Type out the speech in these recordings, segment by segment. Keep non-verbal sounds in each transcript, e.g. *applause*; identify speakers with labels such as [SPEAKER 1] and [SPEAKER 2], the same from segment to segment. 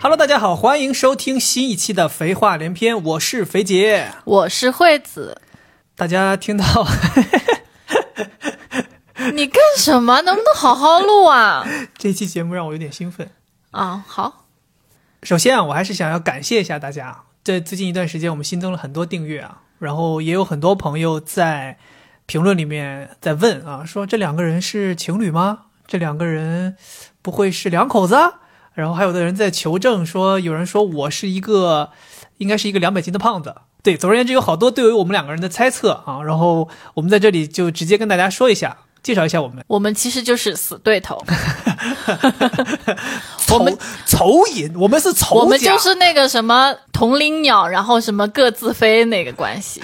[SPEAKER 1] Hello，大家好，欢迎收听新一期的《肥话连篇》，我是肥姐。
[SPEAKER 2] 我是惠子，
[SPEAKER 1] 大家听到 *laughs*
[SPEAKER 2] 你干什么？能不能好好录
[SPEAKER 1] *laughs*
[SPEAKER 2] 啊？
[SPEAKER 1] 这期节目让我有点兴奋。
[SPEAKER 2] 啊，好，
[SPEAKER 1] 首先啊，我还是想要感谢一下大家啊。这最近一段时间，我们新增了很多订阅啊，然后也有很多朋友在评论里面在问啊，说这两个人是情侣吗？这两个人不会是两口子啊？然后还有的人在求证说，有人说我是一个，应该是一个两百斤的胖子。对，总而言之，有好多对于我们两个人的猜测啊。然后我们在这里就直接跟大家说一下，介绍一下我们。
[SPEAKER 2] 我们其实就是死对头，
[SPEAKER 1] 仇
[SPEAKER 2] 我们
[SPEAKER 1] 仇隐，我们是仇家，
[SPEAKER 2] 我们就是那个什么同林鸟，然后什么各自飞那个关
[SPEAKER 1] *laughs*
[SPEAKER 2] 系。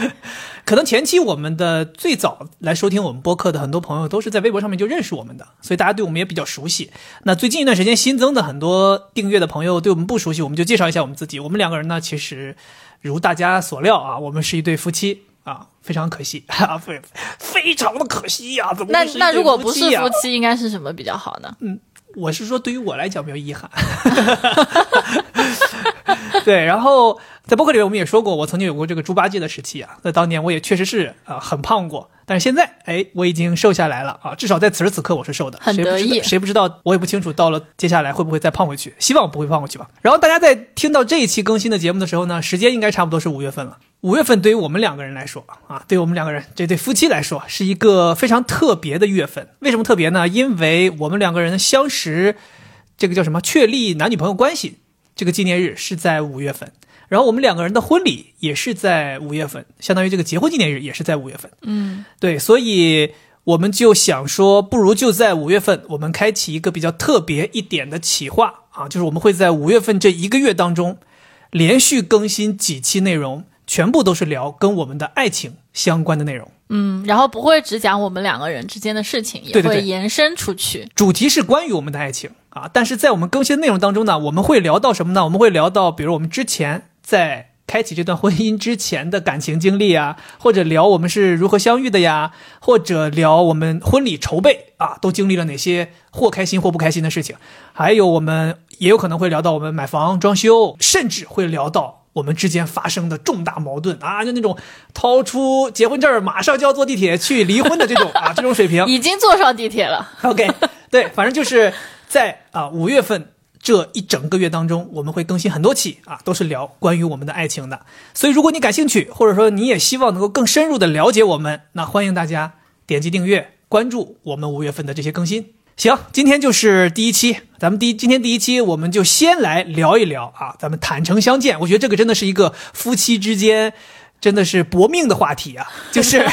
[SPEAKER 1] 可能前期我们的最早来收听我们播客的很多朋友都是在微博上面就认识我们的，所以大家对我们也比较熟悉。那最近一段时间新增的很多订阅的朋友对我们不熟悉，我们就介绍一下我们自己。我们两个人呢，其实如大家所料啊，我们是一对夫妻
[SPEAKER 2] 嗯
[SPEAKER 1] 啊，非常可惜，哈哈，非非常的可惜呀、怎么
[SPEAKER 2] 那
[SPEAKER 1] 会是一对啊
[SPEAKER 2] 那如果不
[SPEAKER 1] 夫
[SPEAKER 2] 是
[SPEAKER 1] 妻呀
[SPEAKER 2] 夫妻，应该是什么比较好呢？
[SPEAKER 1] 嗯我是说，对于我来讲没有遗憾。 *laughs* 对，然后在播客里面我们也说过，我曾经有过这个猪八戒的时期啊。那当年我也确实是啊、呃很胖过，但是现在哎我已经瘦下来了啊，至少在此时此刻我是瘦的。
[SPEAKER 2] 很
[SPEAKER 1] 谁不
[SPEAKER 2] 得
[SPEAKER 1] 知道
[SPEAKER 2] 意
[SPEAKER 1] 谁不知道？我也不清楚，到了接下来会不会再胖回去？希望不会胖回去吧。然后大家在听到这一期更新的节目的时候呢，时间应该差不多是五月份了。五月份对于我们两个人来说啊，对于我们两个人这对夫妻来说，是一个非常特别的月份。为什么特别呢？因为我们两个人相识，这个叫什么？确立男女朋友关系这个纪念日是在五月份。然后我们两个人的婚礼也是在五月份，相当于这个结婚纪念日也是在五月份。
[SPEAKER 2] 嗯，
[SPEAKER 1] 对，所以我们就想说，不如就在五月份，我们开启一个比较特别一点的企划啊，就是我们会在五月份这一个月当中，连续更新几期内容，全部都是聊跟我们的爱情相关的内容。
[SPEAKER 2] 嗯，然后不会只讲我们两个人之间的事情，也
[SPEAKER 1] 对对对
[SPEAKER 2] 会延伸出去。
[SPEAKER 1] 主题是关于我们的爱情啊，但是在我们更新的内容当中呢，我们会聊到什么呢？我们会聊到，比如我们之前在开启这段婚姻之前的感情经历啊， *laughs* 或者聊我们是如何相遇的呀，或者聊我们婚礼筹备啊，都经历了哪些或开心或不开心的事情，还有我们也有可能会聊到我们买房、装修，甚至会聊到。我们之间发生的重大矛盾啊，就那种掏出结婚证儿马上就要坐地铁去离婚的这种啊，这种水平，
[SPEAKER 2] 已经坐上地铁了，
[SPEAKER 1] *laughs* OK，对，反正就是在啊五、月份这一整个月当中，我们会更新很多期啊，都是聊关于我们的爱情的。所以如果你感兴趣，或者说你也希望能够更深入的了解我们，那欢迎大家点击订阅、关注我们五月份的这些更新。行，今天就是第一期，咱们第一今天第一期，我们就先来聊一聊啊，咱们坦诚相见，我觉得这个真的是一个夫妻之间真的是搏命的话题啊，就是 *laughs*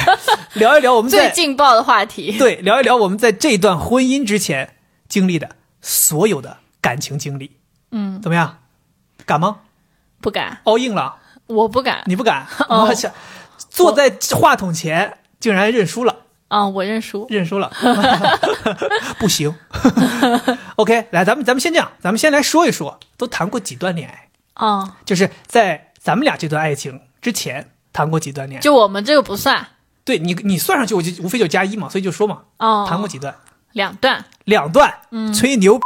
[SPEAKER 1] 聊一聊我们在
[SPEAKER 2] 最劲爆的话题。
[SPEAKER 1] *laughs* 对，聊一聊我们在这段婚姻之前经历的所有的感情经历。
[SPEAKER 2] 嗯，
[SPEAKER 1] 怎么样？敢吗
[SPEAKER 2] 不敢，
[SPEAKER 1] ？all in 了？
[SPEAKER 2] 我不敢。
[SPEAKER 1] 你不敢？
[SPEAKER 2] *laughs* 哦
[SPEAKER 1] 我想坐在话筒前竟然认输了，
[SPEAKER 2] 啊、我认输。
[SPEAKER 1] 认
[SPEAKER 2] *laughs*
[SPEAKER 1] 输了， *laughs* 不行。OK，来，咱们咱们先这样，咱们先来说一说，都谈过几段恋爱？
[SPEAKER 2] 啊、
[SPEAKER 1] 就是在咱们俩这段爱情之前谈过几段恋爱？
[SPEAKER 2] 就我们这个不算。
[SPEAKER 1] 对你，你算上去，我就无非就加一嘛，所以就说嘛，
[SPEAKER 2] 哦，嗯
[SPEAKER 1] 谈过几段？
[SPEAKER 2] 两段，
[SPEAKER 1] 两段，吹牛，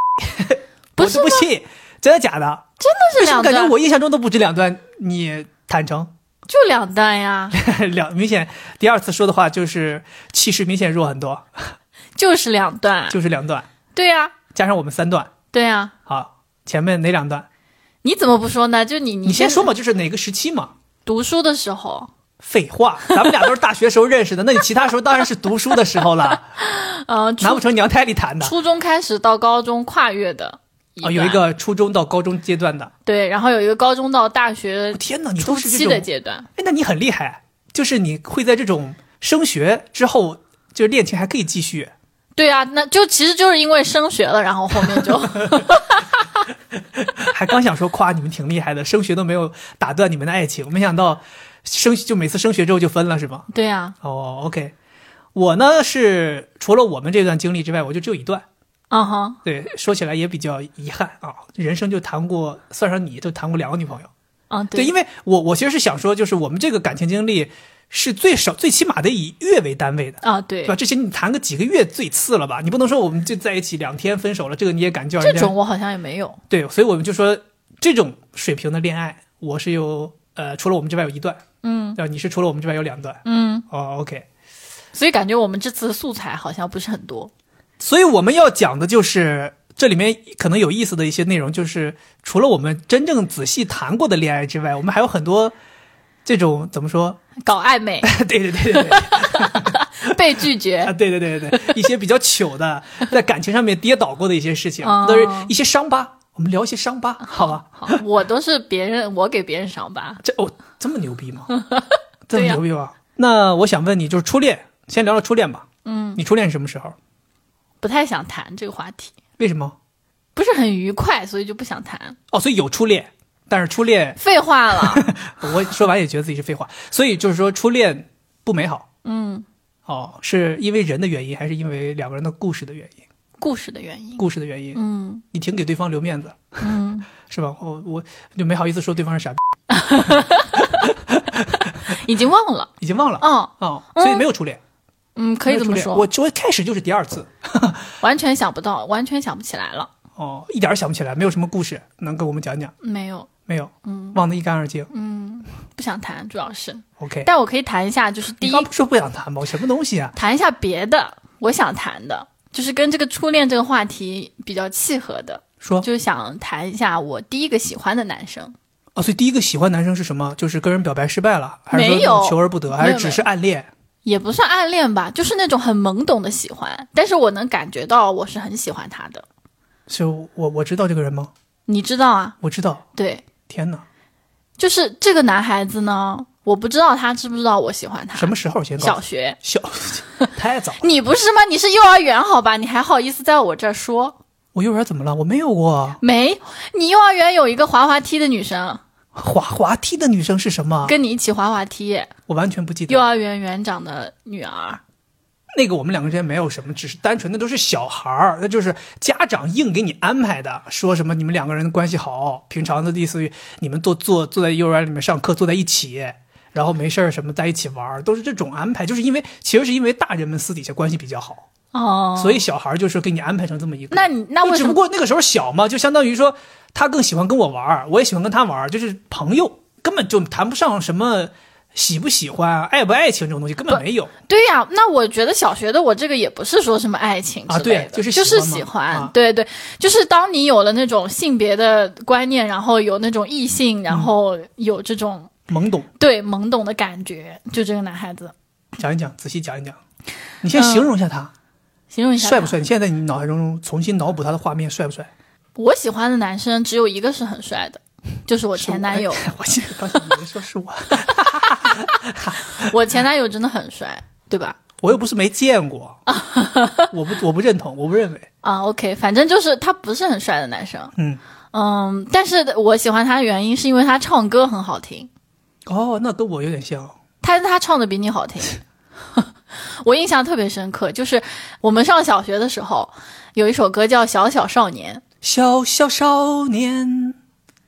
[SPEAKER 2] 不
[SPEAKER 1] 我
[SPEAKER 2] 是
[SPEAKER 1] 就不信，真的假的？
[SPEAKER 2] 那
[SPEAKER 1] 为
[SPEAKER 2] 是
[SPEAKER 1] 什么
[SPEAKER 2] 两
[SPEAKER 1] 感
[SPEAKER 2] 段，
[SPEAKER 1] 觉我印象中都不止两段？你坦诚， *laughs*
[SPEAKER 2] 就两段呀，
[SPEAKER 1] 两明显第二次说的话就是气势明显弱很多，
[SPEAKER 2] 就是两段，
[SPEAKER 1] 就是两段
[SPEAKER 2] 对呀、
[SPEAKER 1] 加上我们三段，
[SPEAKER 2] 对呀、
[SPEAKER 1] 好，前面哪两段？
[SPEAKER 2] 你怎么不说呢？就你你
[SPEAKER 1] 你先
[SPEAKER 2] 是
[SPEAKER 1] 说嘛，就是哪个时期嘛？
[SPEAKER 2] 读书的时候
[SPEAKER 1] 废话，咱们俩都是大学时候认
[SPEAKER 2] *laughs*
[SPEAKER 1] 识的，那你其他时候当然是读书的时候了，
[SPEAKER 2] 呃，
[SPEAKER 1] 难
[SPEAKER 2] *laughs* 初
[SPEAKER 1] 不成娘胎里谈的？
[SPEAKER 2] 初中开始到高中跨越的一
[SPEAKER 1] 啊、
[SPEAKER 2] 段
[SPEAKER 1] 有一个初中到高中阶段的，
[SPEAKER 2] 对，然后有一个高中到大学
[SPEAKER 1] 天哪，你
[SPEAKER 2] 初
[SPEAKER 1] 都是这
[SPEAKER 2] 期
[SPEAKER 1] 种
[SPEAKER 2] 的阶段，
[SPEAKER 1] 哎，那你很厉害，就是你会在这种升学之后，就是恋情还可以继续。
[SPEAKER 2] 对啊，那就其实就是因为升学了，然后后面
[SPEAKER 1] *laughs*
[SPEAKER 2] 就
[SPEAKER 1] 还刚想说夸你们挺厉害的，升学都没有打断你们的爱情，没想到升就每次升学之后就分了是吗？
[SPEAKER 2] 对啊，
[SPEAKER 1] 哦，OK，我呢是除了我们这段经历之外，我就只有一段。
[SPEAKER 2] 嗯哼，
[SPEAKER 1] 对，说起来也比较遗憾啊，人生就谈过，算上你就谈过两个女朋友。
[SPEAKER 2] 嗯
[SPEAKER 1] 对，因为我我其实是想说，就是我们这个感情经历是最少最起码得以月为单位的。
[SPEAKER 2] 啊
[SPEAKER 1] 对
[SPEAKER 2] 对
[SPEAKER 1] 吧？，这些你谈个几个月最次了吧？你不能说我们就在一起两天分手了，这个你也敢叫人
[SPEAKER 2] 这
[SPEAKER 1] 家？
[SPEAKER 2] 种我好像也没有，
[SPEAKER 1] 对，所以我们就说这种水平的恋爱，我是有呃，除了我们之外有一段，
[SPEAKER 2] 嗯
[SPEAKER 1] 对吧？你是除了我们之外有两段，
[SPEAKER 2] 嗯，
[SPEAKER 1] 哦，OK。
[SPEAKER 2] 所以感觉我们这次的素材好像不是很多。
[SPEAKER 1] 所以我们要讲的就是这里面可能有意思的一些内容，就是除了我们真正仔细谈过的恋爱之外，我们还有很多这种怎么说？ *laughs*
[SPEAKER 2] 搞暧昧
[SPEAKER 1] 对对对对对
[SPEAKER 2] 被拒绝
[SPEAKER 1] 啊，，对对对对对，一些比较糗的，在感情上面跌倒过的一些事情，
[SPEAKER 2] 哦
[SPEAKER 1] 都是一些伤疤。我们聊一些伤疤，好吧？
[SPEAKER 2] 好，我都是别人，我给别人赏吧。
[SPEAKER 1] 这哦，这么牛
[SPEAKER 2] *laughs*
[SPEAKER 1] 逼吗？这
[SPEAKER 2] 对
[SPEAKER 1] 么
[SPEAKER 2] 呀
[SPEAKER 1] 牛逼吗？那我想问你，就是初恋，先聊聊初恋吧。
[SPEAKER 2] 嗯，
[SPEAKER 1] 你初恋是什么时候？
[SPEAKER 2] 不太想谈这个话题，
[SPEAKER 1] 为什么？
[SPEAKER 2] 不是很愉快，所以就不想谈。
[SPEAKER 1] 哦，所以有初恋，但是初恋
[SPEAKER 2] 废话了，
[SPEAKER 1] *laughs* 我说完也觉得自己是废话，所以就是说初恋不美好
[SPEAKER 2] 嗯，
[SPEAKER 1] 哦，是因为人的原因，还是因为两个人的故事的原因？
[SPEAKER 2] 故事的原因，
[SPEAKER 1] 故事的原因，
[SPEAKER 2] 嗯
[SPEAKER 1] 你挺给对方留面子
[SPEAKER 2] 嗯，
[SPEAKER 1] 是吧？我我就没好意思说对方是傻逼，
[SPEAKER 2] 已经忘了，
[SPEAKER 1] 已经忘了
[SPEAKER 2] 嗯
[SPEAKER 1] 哦，所以没有初恋，
[SPEAKER 2] 嗯，可以这么
[SPEAKER 1] 没有初恋
[SPEAKER 2] 说，
[SPEAKER 1] 我就开始就是第二次
[SPEAKER 2] 完全想不到，完全想不起来了，
[SPEAKER 1] 哦，一点儿想不起来，没有什么故事能给我们讲讲，
[SPEAKER 2] 没有，
[SPEAKER 1] 没有，
[SPEAKER 2] 嗯
[SPEAKER 1] 忘得一干二净。
[SPEAKER 2] 嗯，不想谈，主要是，
[SPEAKER 1] OK，
[SPEAKER 2] 但我可以谈一下，就是第
[SPEAKER 1] 你
[SPEAKER 2] 一
[SPEAKER 1] 刚不说不想谈吗？我什么东西啊？
[SPEAKER 2] 谈一下别的，我想谈的，就是跟这个初恋这个话题比较契合的，
[SPEAKER 1] 说
[SPEAKER 2] 就是想谈一下我第一个喜欢的男生，
[SPEAKER 1] 哦，所以第一个喜欢男生是什么？就是跟人表白失败了，还是
[SPEAKER 2] 没有
[SPEAKER 1] 说求而不得，还
[SPEAKER 2] 没
[SPEAKER 1] 是
[SPEAKER 2] 有
[SPEAKER 1] 只是暗恋？
[SPEAKER 2] 也不算暗恋吧，就是那种很懵懂的喜欢，但是我能感觉到我是很喜欢他的，
[SPEAKER 1] 就我我知道这个人吗？
[SPEAKER 2] 你知道啊，
[SPEAKER 1] 我知道，
[SPEAKER 2] 对，
[SPEAKER 1] 天哪，
[SPEAKER 2] 就是这个男孩子呢，我不知道他知不知道我喜欢他，
[SPEAKER 1] 什么时候先告
[SPEAKER 2] 小
[SPEAKER 1] 诉
[SPEAKER 2] 学。
[SPEAKER 1] 小太早了，
[SPEAKER 2] 你不是吗？你是幼儿园好吧？你还好意思在我这儿说
[SPEAKER 1] 我幼儿园怎么了？我没有过
[SPEAKER 2] 没？你幼儿园有一个滑滑梯的女生
[SPEAKER 1] 啊滑滑梯的女生是什么？
[SPEAKER 2] 跟你一起滑滑梯，
[SPEAKER 1] 我完全不记
[SPEAKER 2] 幼
[SPEAKER 1] 得。
[SPEAKER 2] 儿园园长的女儿。
[SPEAKER 1] 那个我们两个之间没有什么，只是单纯的都是小孩儿，那就是家长硬给你安排的，说什么你们两个人的关系好，平常的类似于你们坐坐坐在幼儿园里面上课，坐在一起。然后没事儿什么在一起玩儿，都是这种安排，就是因为其实是因为大人们私底下关系比较好，
[SPEAKER 2] 哦，
[SPEAKER 1] 所以小孩儿就是给你安排成这么一个。
[SPEAKER 2] 那你那为
[SPEAKER 1] 只
[SPEAKER 2] 什
[SPEAKER 1] 不
[SPEAKER 2] 么？
[SPEAKER 1] 过那个时候小嘛，就相当于说他更喜欢跟我玩儿，我也喜欢跟他玩儿，就是朋友，根本就谈不上什么喜不喜欢啊、爱不爱情这种东西，根本没有。
[SPEAKER 2] 对呀、那我觉得小学的我这个也不是说什么爱情之类的
[SPEAKER 1] 啊对就是
[SPEAKER 2] 就
[SPEAKER 1] 喜欢嘛
[SPEAKER 2] 是喜欢，
[SPEAKER 1] 啊
[SPEAKER 2] 对对，就是当你有了那种性别的观念，然后有那种异性，
[SPEAKER 1] 嗯
[SPEAKER 2] 然后有这种、
[SPEAKER 1] 懵懂，
[SPEAKER 2] 对懵懂的感觉，就这个男孩子，
[SPEAKER 1] 讲一讲，仔细讲一讲。你先形容一下他、
[SPEAKER 2] 形容一下
[SPEAKER 1] 帅不
[SPEAKER 2] 他
[SPEAKER 1] 帅？你现在在你脑海中重新脑补他的画面，帅不帅？
[SPEAKER 2] 我喜欢的男生只有一个是很帅的，就是我前男友。
[SPEAKER 1] *laughs* 我现在刚想以为说是我，哎
[SPEAKER 2] 我前男友真的很帅，对吧？
[SPEAKER 1] 我又不是没见过， *laughs* 我不我不认同，我不认为。
[SPEAKER 2] 啊，OK，反正就是他不是很帅的男生。
[SPEAKER 1] 嗯，
[SPEAKER 2] 嗯，但是我喜欢他的原因是因为他唱歌很好听，
[SPEAKER 1] 哦，那跟我有点像。
[SPEAKER 2] 他他唱的比你好听。 *laughs* 我印象特别深刻，就是我们上小学的时候，有一首歌叫《小小少年》，
[SPEAKER 1] 小小少年，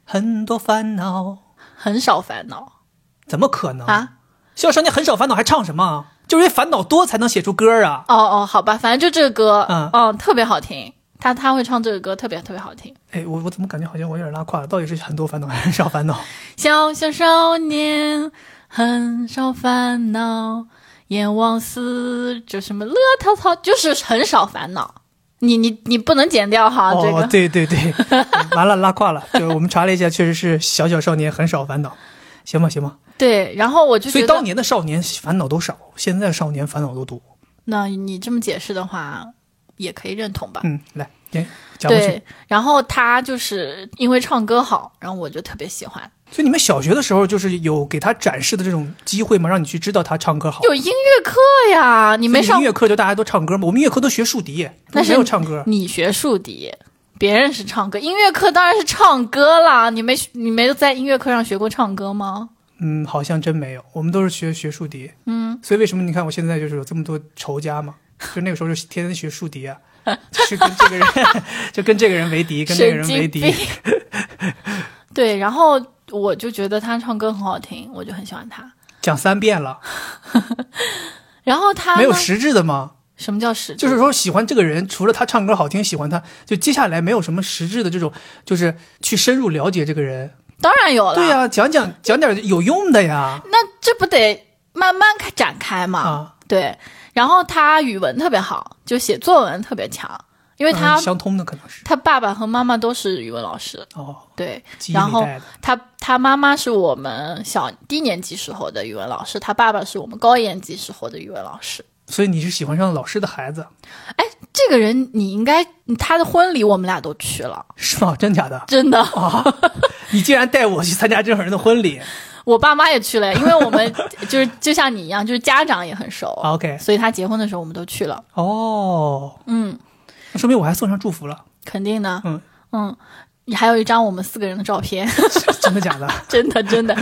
[SPEAKER 1] 很多烦恼，
[SPEAKER 2] 很少烦恼
[SPEAKER 1] 怎么可能？
[SPEAKER 2] 啊。
[SPEAKER 1] 小少年很少烦恼，还唱什么啊？就是因为烦恼多才能写出歌啊！
[SPEAKER 2] 哦哦，好吧，反正就这个歌，
[SPEAKER 1] 嗯
[SPEAKER 2] 嗯，特别好听。他他会唱这个歌，特别特别好听。
[SPEAKER 1] 哎，我我怎么感觉好像我有点拉胯了？到底是很多烦恼还是少烦恼？
[SPEAKER 2] 小小少年很少烦恼，眼望四就什么乐滔滔，就是很少烦恼。你你你不能剪掉哈，啊这
[SPEAKER 1] 哦，
[SPEAKER 2] 个
[SPEAKER 1] 对对
[SPEAKER 2] *laughs*
[SPEAKER 1] 对，完了拉胯了。就是我们查了一下，确实是小小少年很少烦恼。行吧，行吧。
[SPEAKER 2] 对。然后我就
[SPEAKER 1] 所
[SPEAKER 2] 觉
[SPEAKER 1] 以当
[SPEAKER 2] 得，
[SPEAKER 1] 年的少年烦恼都少，现在少年烦恼都多。
[SPEAKER 2] 那你这么解释的话，也可以认同吧？
[SPEAKER 1] 嗯，来，哎，讲过去。
[SPEAKER 2] 对。然后他就是因为唱歌好，然后我就特别喜欢。
[SPEAKER 1] 所以你们小学的时候就是有给他展示的这种机会吗？让你去知道他唱歌好。
[SPEAKER 2] 有音乐课呀，
[SPEAKER 1] 你
[SPEAKER 2] 你没上
[SPEAKER 1] 音乐课就大家都唱歌吗？我们音乐课都学竖笛，
[SPEAKER 2] 那是
[SPEAKER 1] 没有唱歌。
[SPEAKER 2] 你学竖笛，别人是唱歌，音乐课当然是唱歌啦。你没你没有在音乐课上学过唱歌吗？
[SPEAKER 1] 嗯，好像真没有，我们都是学学竖笛。嗯，所以为什么你看我现在就是有这么多仇家嘛？就那个时候就天天学竖笛啊，就是跟这个人， *laughs* 就跟这个人为敌，跟那个
[SPEAKER 2] 神
[SPEAKER 1] 人为
[SPEAKER 2] 经
[SPEAKER 1] 敌
[SPEAKER 2] 病。。 *laughs* 对，然后我就觉得他唱歌很好听，我就很喜欢他。
[SPEAKER 1] 讲三遍了，
[SPEAKER 2] 然后他
[SPEAKER 1] 没有
[SPEAKER 2] 呢
[SPEAKER 1] 实质的吗？
[SPEAKER 2] 什么叫实质？
[SPEAKER 1] 就是说喜欢这个人，除了他唱歌好听，喜欢他就接下来没有什么实质的这种，就是去深入了解这个人。
[SPEAKER 2] 当然有了。
[SPEAKER 1] 对呀、讲讲讲点有用的呀。
[SPEAKER 2] 那这不得慢慢开展开嘛？
[SPEAKER 1] 啊
[SPEAKER 2] 对。然后他语文特别好，就写作文特别强，因为他、
[SPEAKER 1] 嗯相通的可能是
[SPEAKER 2] 他爸爸和妈妈都是语文老师，
[SPEAKER 1] 哦，
[SPEAKER 2] 对。
[SPEAKER 1] 基因
[SPEAKER 2] 然
[SPEAKER 1] 里
[SPEAKER 2] 后
[SPEAKER 1] 带的。
[SPEAKER 2] 他他妈妈是我们小低年级时候的语文老师，他爸爸是我们高年级时候的语文老师。
[SPEAKER 1] 所以你是喜欢上老师的孩子
[SPEAKER 2] 这个人你应该，他的婚礼我们俩都去了，
[SPEAKER 1] 是吗？真假的？
[SPEAKER 2] 真的。
[SPEAKER 1] *laughs* 你竟然带我去参加这种人的婚礼
[SPEAKER 2] 我爸妈也去了，因为我们 *laughs* 就是就像你一样，就是家长也很熟，
[SPEAKER 1] 啊？OK，
[SPEAKER 2] 所以他结婚的时候我们都去了。
[SPEAKER 1] 哦，
[SPEAKER 2] 嗯，
[SPEAKER 1] 那说明我还送上祝福了， *laughs*
[SPEAKER 2] 肯定的。
[SPEAKER 1] 嗯
[SPEAKER 2] 嗯，还有一张我们四个人的照片，
[SPEAKER 1] 真的假的？
[SPEAKER 2] *laughs* 真的真的。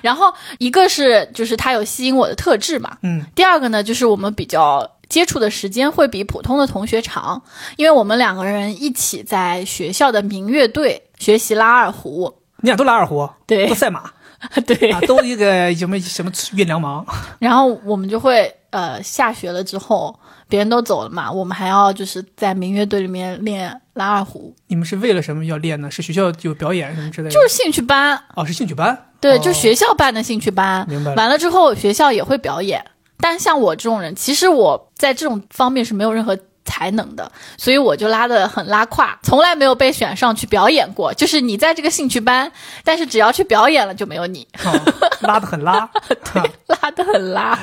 [SPEAKER 2] 然后一个是就是他有吸引我的特质嘛，
[SPEAKER 1] 嗯，
[SPEAKER 2] 第二个呢就是我们比较。接触的时间会比普通的同学长，因为我们两个人一起在学校的民乐队学习拉二胡。
[SPEAKER 1] 你俩都拉二胡，
[SPEAKER 2] 对
[SPEAKER 1] 都赛马
[SPEAKER 2] *laughs* 对，
[SPEAKER 1] 啊，都一个什么什么运粮忙，
[SPEAKER 2] 然后我们就会呃下学了之后，别人都走了嘛，我们还要就是在民乐队里面练拉二胡，
[SPEAKER 1] 你们是为了什么要练呢？是学校有表演什么之类的？
[SPEAKER 2] 就是兴趣班，
[SPEAKER 1] 哦，是兴趣班。
[SPEAKER 2] 对，
[SPEAKER 1] 哦
[SPEAKER 2] 就学校办的兴趣班。
[SPEAKER 1] 明白了
[SPEAKER 2] 完了之后，学校也会表演。但像我这种人，其实我在这种方面是没有任何才能的，所以我就拉的很拉胯，从来没有被选上去表演过。就是你在这个兴趣班，但是只要去表演了就没有你， *laughs*
[SPEAKER 1] 哦、拉的很拉， *laughs* 哈
[SPEAKER 2] 拉的很拉。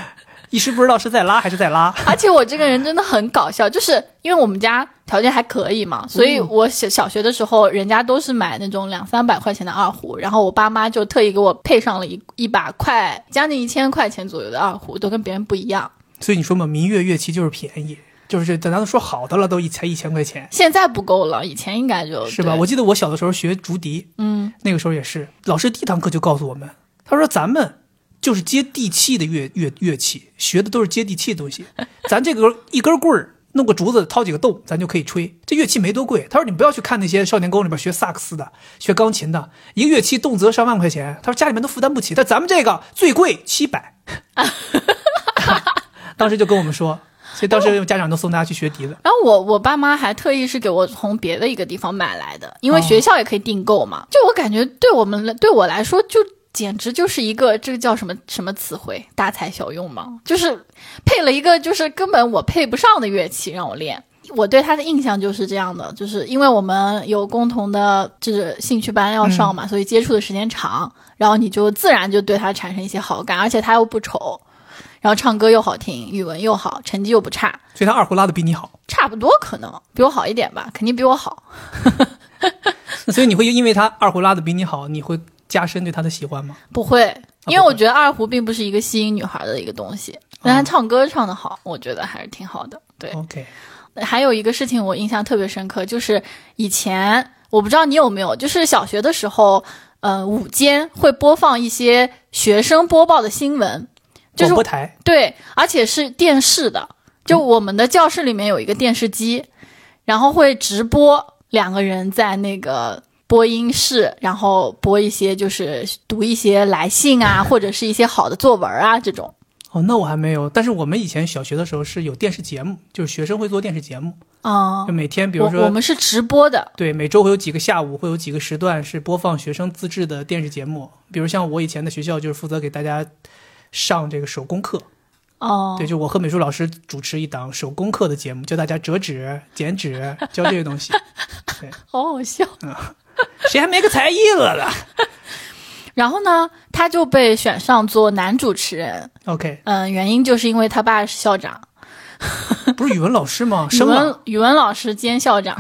[SPEAKER 1] 一时不知道是在拉还是在拉。
[SPEAKER 2] 而且我这个人真的很搞笑，就是因为我们家条件还可以嘛，所以我小小学的时候，人家都是买那种两三百块钱的二胡，然后我爸妈就特意给我配上了一一把快将近一千块钱左右的二胡，都跟别人不一样。
[SPEAKER 1] 所以你说嘛，民乐乐器就是便宜，就是这咱都说好的了，都一才一千块钱，
[SPEAKER 2] 现在不够了，以前应该就是
[SPEAKER 1] 吧？我记得我小的时候学竹笛，
[SPEAKER 2] 嗯，
[SPEAKER 1] 那个时候也是，老师第一堂课就告诉我们，他说咱们就是接地气的乐乐乐器，学的都是接地气的东西。咱这个一根棍儿弄个竹子掏几个洞，咱就可以吹。这乐器没多贵。他说你不要去看那些少年宫里边学萨克斯的、学钢琴的，一个乐器动辄上万块钱，他说家里面都负担不起。但咱们这个最贵七百， *laughs* 当时就跟我们说。所以当时家长都送大家去学笛子，
[SPEAKER 2] 然后我我爸妈还特意是给我从别的一个地方买来的，因为
[SPEAKER 1] 哦
[SPEAKER 2] 学校也可以订购嘛。就我感觉对我们来对我来说，就简直就是一个这个叫什么什么词汇，大材小用嘛，就是配了一个就是根本我配不上的乐器让我练。我对他的印象就是这样的，就是因为我们有共同的就是兴趣班要上嘛，所以接触的时间长，然后你就自然就对他产生一些好感，而且他又不丑，然后唱歌又好听，语文又好，成绩又不差，
[SPEAKER 1] 所以他二胡拉的比你好，
[SPEAKER 2] 差不多，可能比我好一点吧，肯定比我好。
[SPEAKER 1] 所以你会因为他二胡拉的比你好，你会加深对他的喜欢吗？
[SPEAKER 2] 不会，因
[SPEAKER 1] 啊不会
[SPEAKER 2] 为
[SPEAKER 1] 哦
[SPEAKER 2] 我觉得二胡并不是一个吸引女孩的一个东西，但她唱歌唱得好，我觉得还是挺好的。对，
[SPEAKER 1] OK，
[SPEAKER 2] 还有一个事情我印象特别深刻，就是以前我不知道你有没有，就是小学的时候，呃，午间会播放一些学生播报的新闻，就
[SPEAKER 1] 广
[SPEAKER 2] 是
[SPEAKER 1] 播哦台
[SPEAKER 2] 对，而且是电视的，就我们的教室里面有一个电视机，然后会直播两个人在那个播音室，然后播一些就是读一些来信啊，或者是一些好的作文啊这种。
[SPEAKER 1] 哦，那我还没有。但是我们以前小学的时候是有电视节目，就是学生会做电视节目，
[SPEAKER 2] 嗯
[SPEAKER 1] 就，每天，比如
[SPEAKER 2] 我我
[SPEAKER 1] 说，
[SPEAKER 2] 们是直播的，
[SPEAKER 1] 对，每周会有几个下午，会有几个时段是播放学生自制的电视节目。比如像我以前的学校就是负责给大家上这个手工课，
[SPEAKER 2] 哦、
[SPEAKER 1] 对，就我和美术老师主持一档手工课的节目，教大家折纸、剪纸，教这些东西。
[SPEAKER 2] 好好笑。
[SPEAKER 1] 谁还没个才艺了了
[SPEAKER 2] 然后呢，他就被选上做男主持人，
[SPEAKER 1] ？OK，
[SPEAKER 2] 嗯，原因就是因为他爸是校长，
[SPEAKER 1] 不是语文老师吗？
[SPEAKER 2] 语
[SPEAKER 1] 生了。
[SPEAKER 2] 文语文老师兼校长。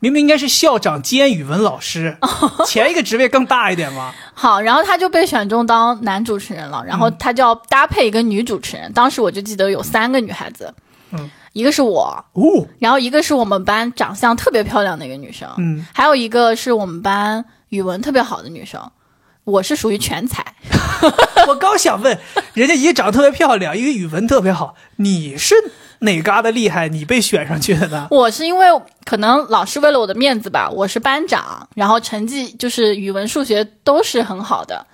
[SPEAKER 1] 明明应该是校长兼语文老师，
[SPEAKER 2] 哦
[SPEAKER 1] 前一个职位更大一点
[SPEAKER 2] *laughs*
[SPEAKER 1] 嘛。
[SPEAKER 2] 好，然后他就被选中当男主持人了，然
[SPEAKER 1] 嗯
[SPEAKER 2] 后他就要搭配一个女主持人。当时我就记得有三个女孩子，
[SPEAKER 1] 嗯，
[SPEAKER 2] 一个是我，
[SPEAKER 1] 哦，
[SPEAKER 2] 然后一个是我们班长相特别漂亮的一个女生，
[SPEAKER 1] 嗯，
[SPEAKER 2] 还有一个是我们班语文特别好的女生。我是属于全才，
[SPEAKER 1] *laughs* 我刚想问，人家一个长得特别漂亮，一个语文特别好，你是哪嘎达厉害？你被选上去的 *laughs* 呢？
[SPEAKER 2] 我是因为可能老师为了我的面子吧，我是班长，然后成绩就是语文、数学都是很好的。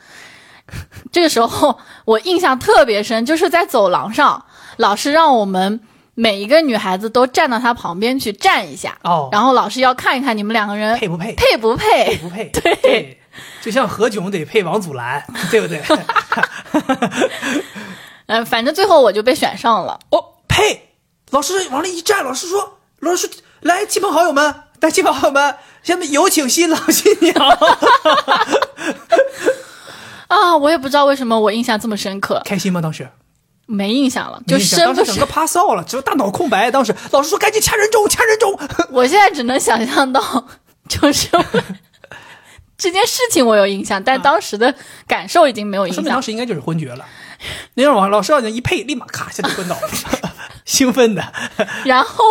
[SPEAKER 2] *laughs* 这个时候我印象特别深，就是在走廊上，老师让我们每一个女孩子都站到他旁边去站一下，
[SPEAKER 1] 哦，
[SPEAKER 2] 然后老师要看一看你们两个人
[SPEAKER 1] 配不配？
[SPEAKER 2] 配不
[SPEAKER 1] 配
[SPEAKER 2] 配。
[SPEAKER 1] 不
[SPEAKER 2] *laughs*
[SPEAKER 1] 配？对，就像何炅得配王祖蓝，对
[SPEAKER 2] *laughs*
[SPEAKER 1] 不对？
[SPEAKER 2] 嗯，反正最后我就被选上了。
[SPEAKER 1] 哦，配！老师往那一站，老师说，老师说，来，亲朋好友们，来，亲朋好友们，下面有请新郎新
[SPEAKER 2] *laughs*
[SPEAKER 1] 娘，
[SPEAKER 2] 啊，我也不知道为什么我印象这么深刻，
[SPEAKER 1] 开心吗？当时
[SPEAKER 2] 没印象了，就
[SPEAKER 1] 你想
[SPEAKER 2] 深
[SPEAKER 1] 当时
[SPEAKER 2] 不
[SPEAKER 1] 整
[SPEAKER 2] 是
[SPEAKER 1] 个。趴哨了，只有大脑空白。当时老师说，赶紧掐人中，掐人中。
[SPEAKER 2] 我现在只能想象到， *laughs* 就是这件事情我有印象，
[SPEAKER 1] 啊
[SPEAKER 2] 但当时的感受已经没有印
[SPEAKER 1] 说
[SPEAKER 2] 象
[SPEAKER 1] 明 *laughs* 当
[SPEAKER 2] 了。
[SPEAKER 1] 时应该就是昏厥了。那让往老师让你一配，立马咔一下就昏倒了， *laughs* 兴奋的。
[SPEAKER 2] 然后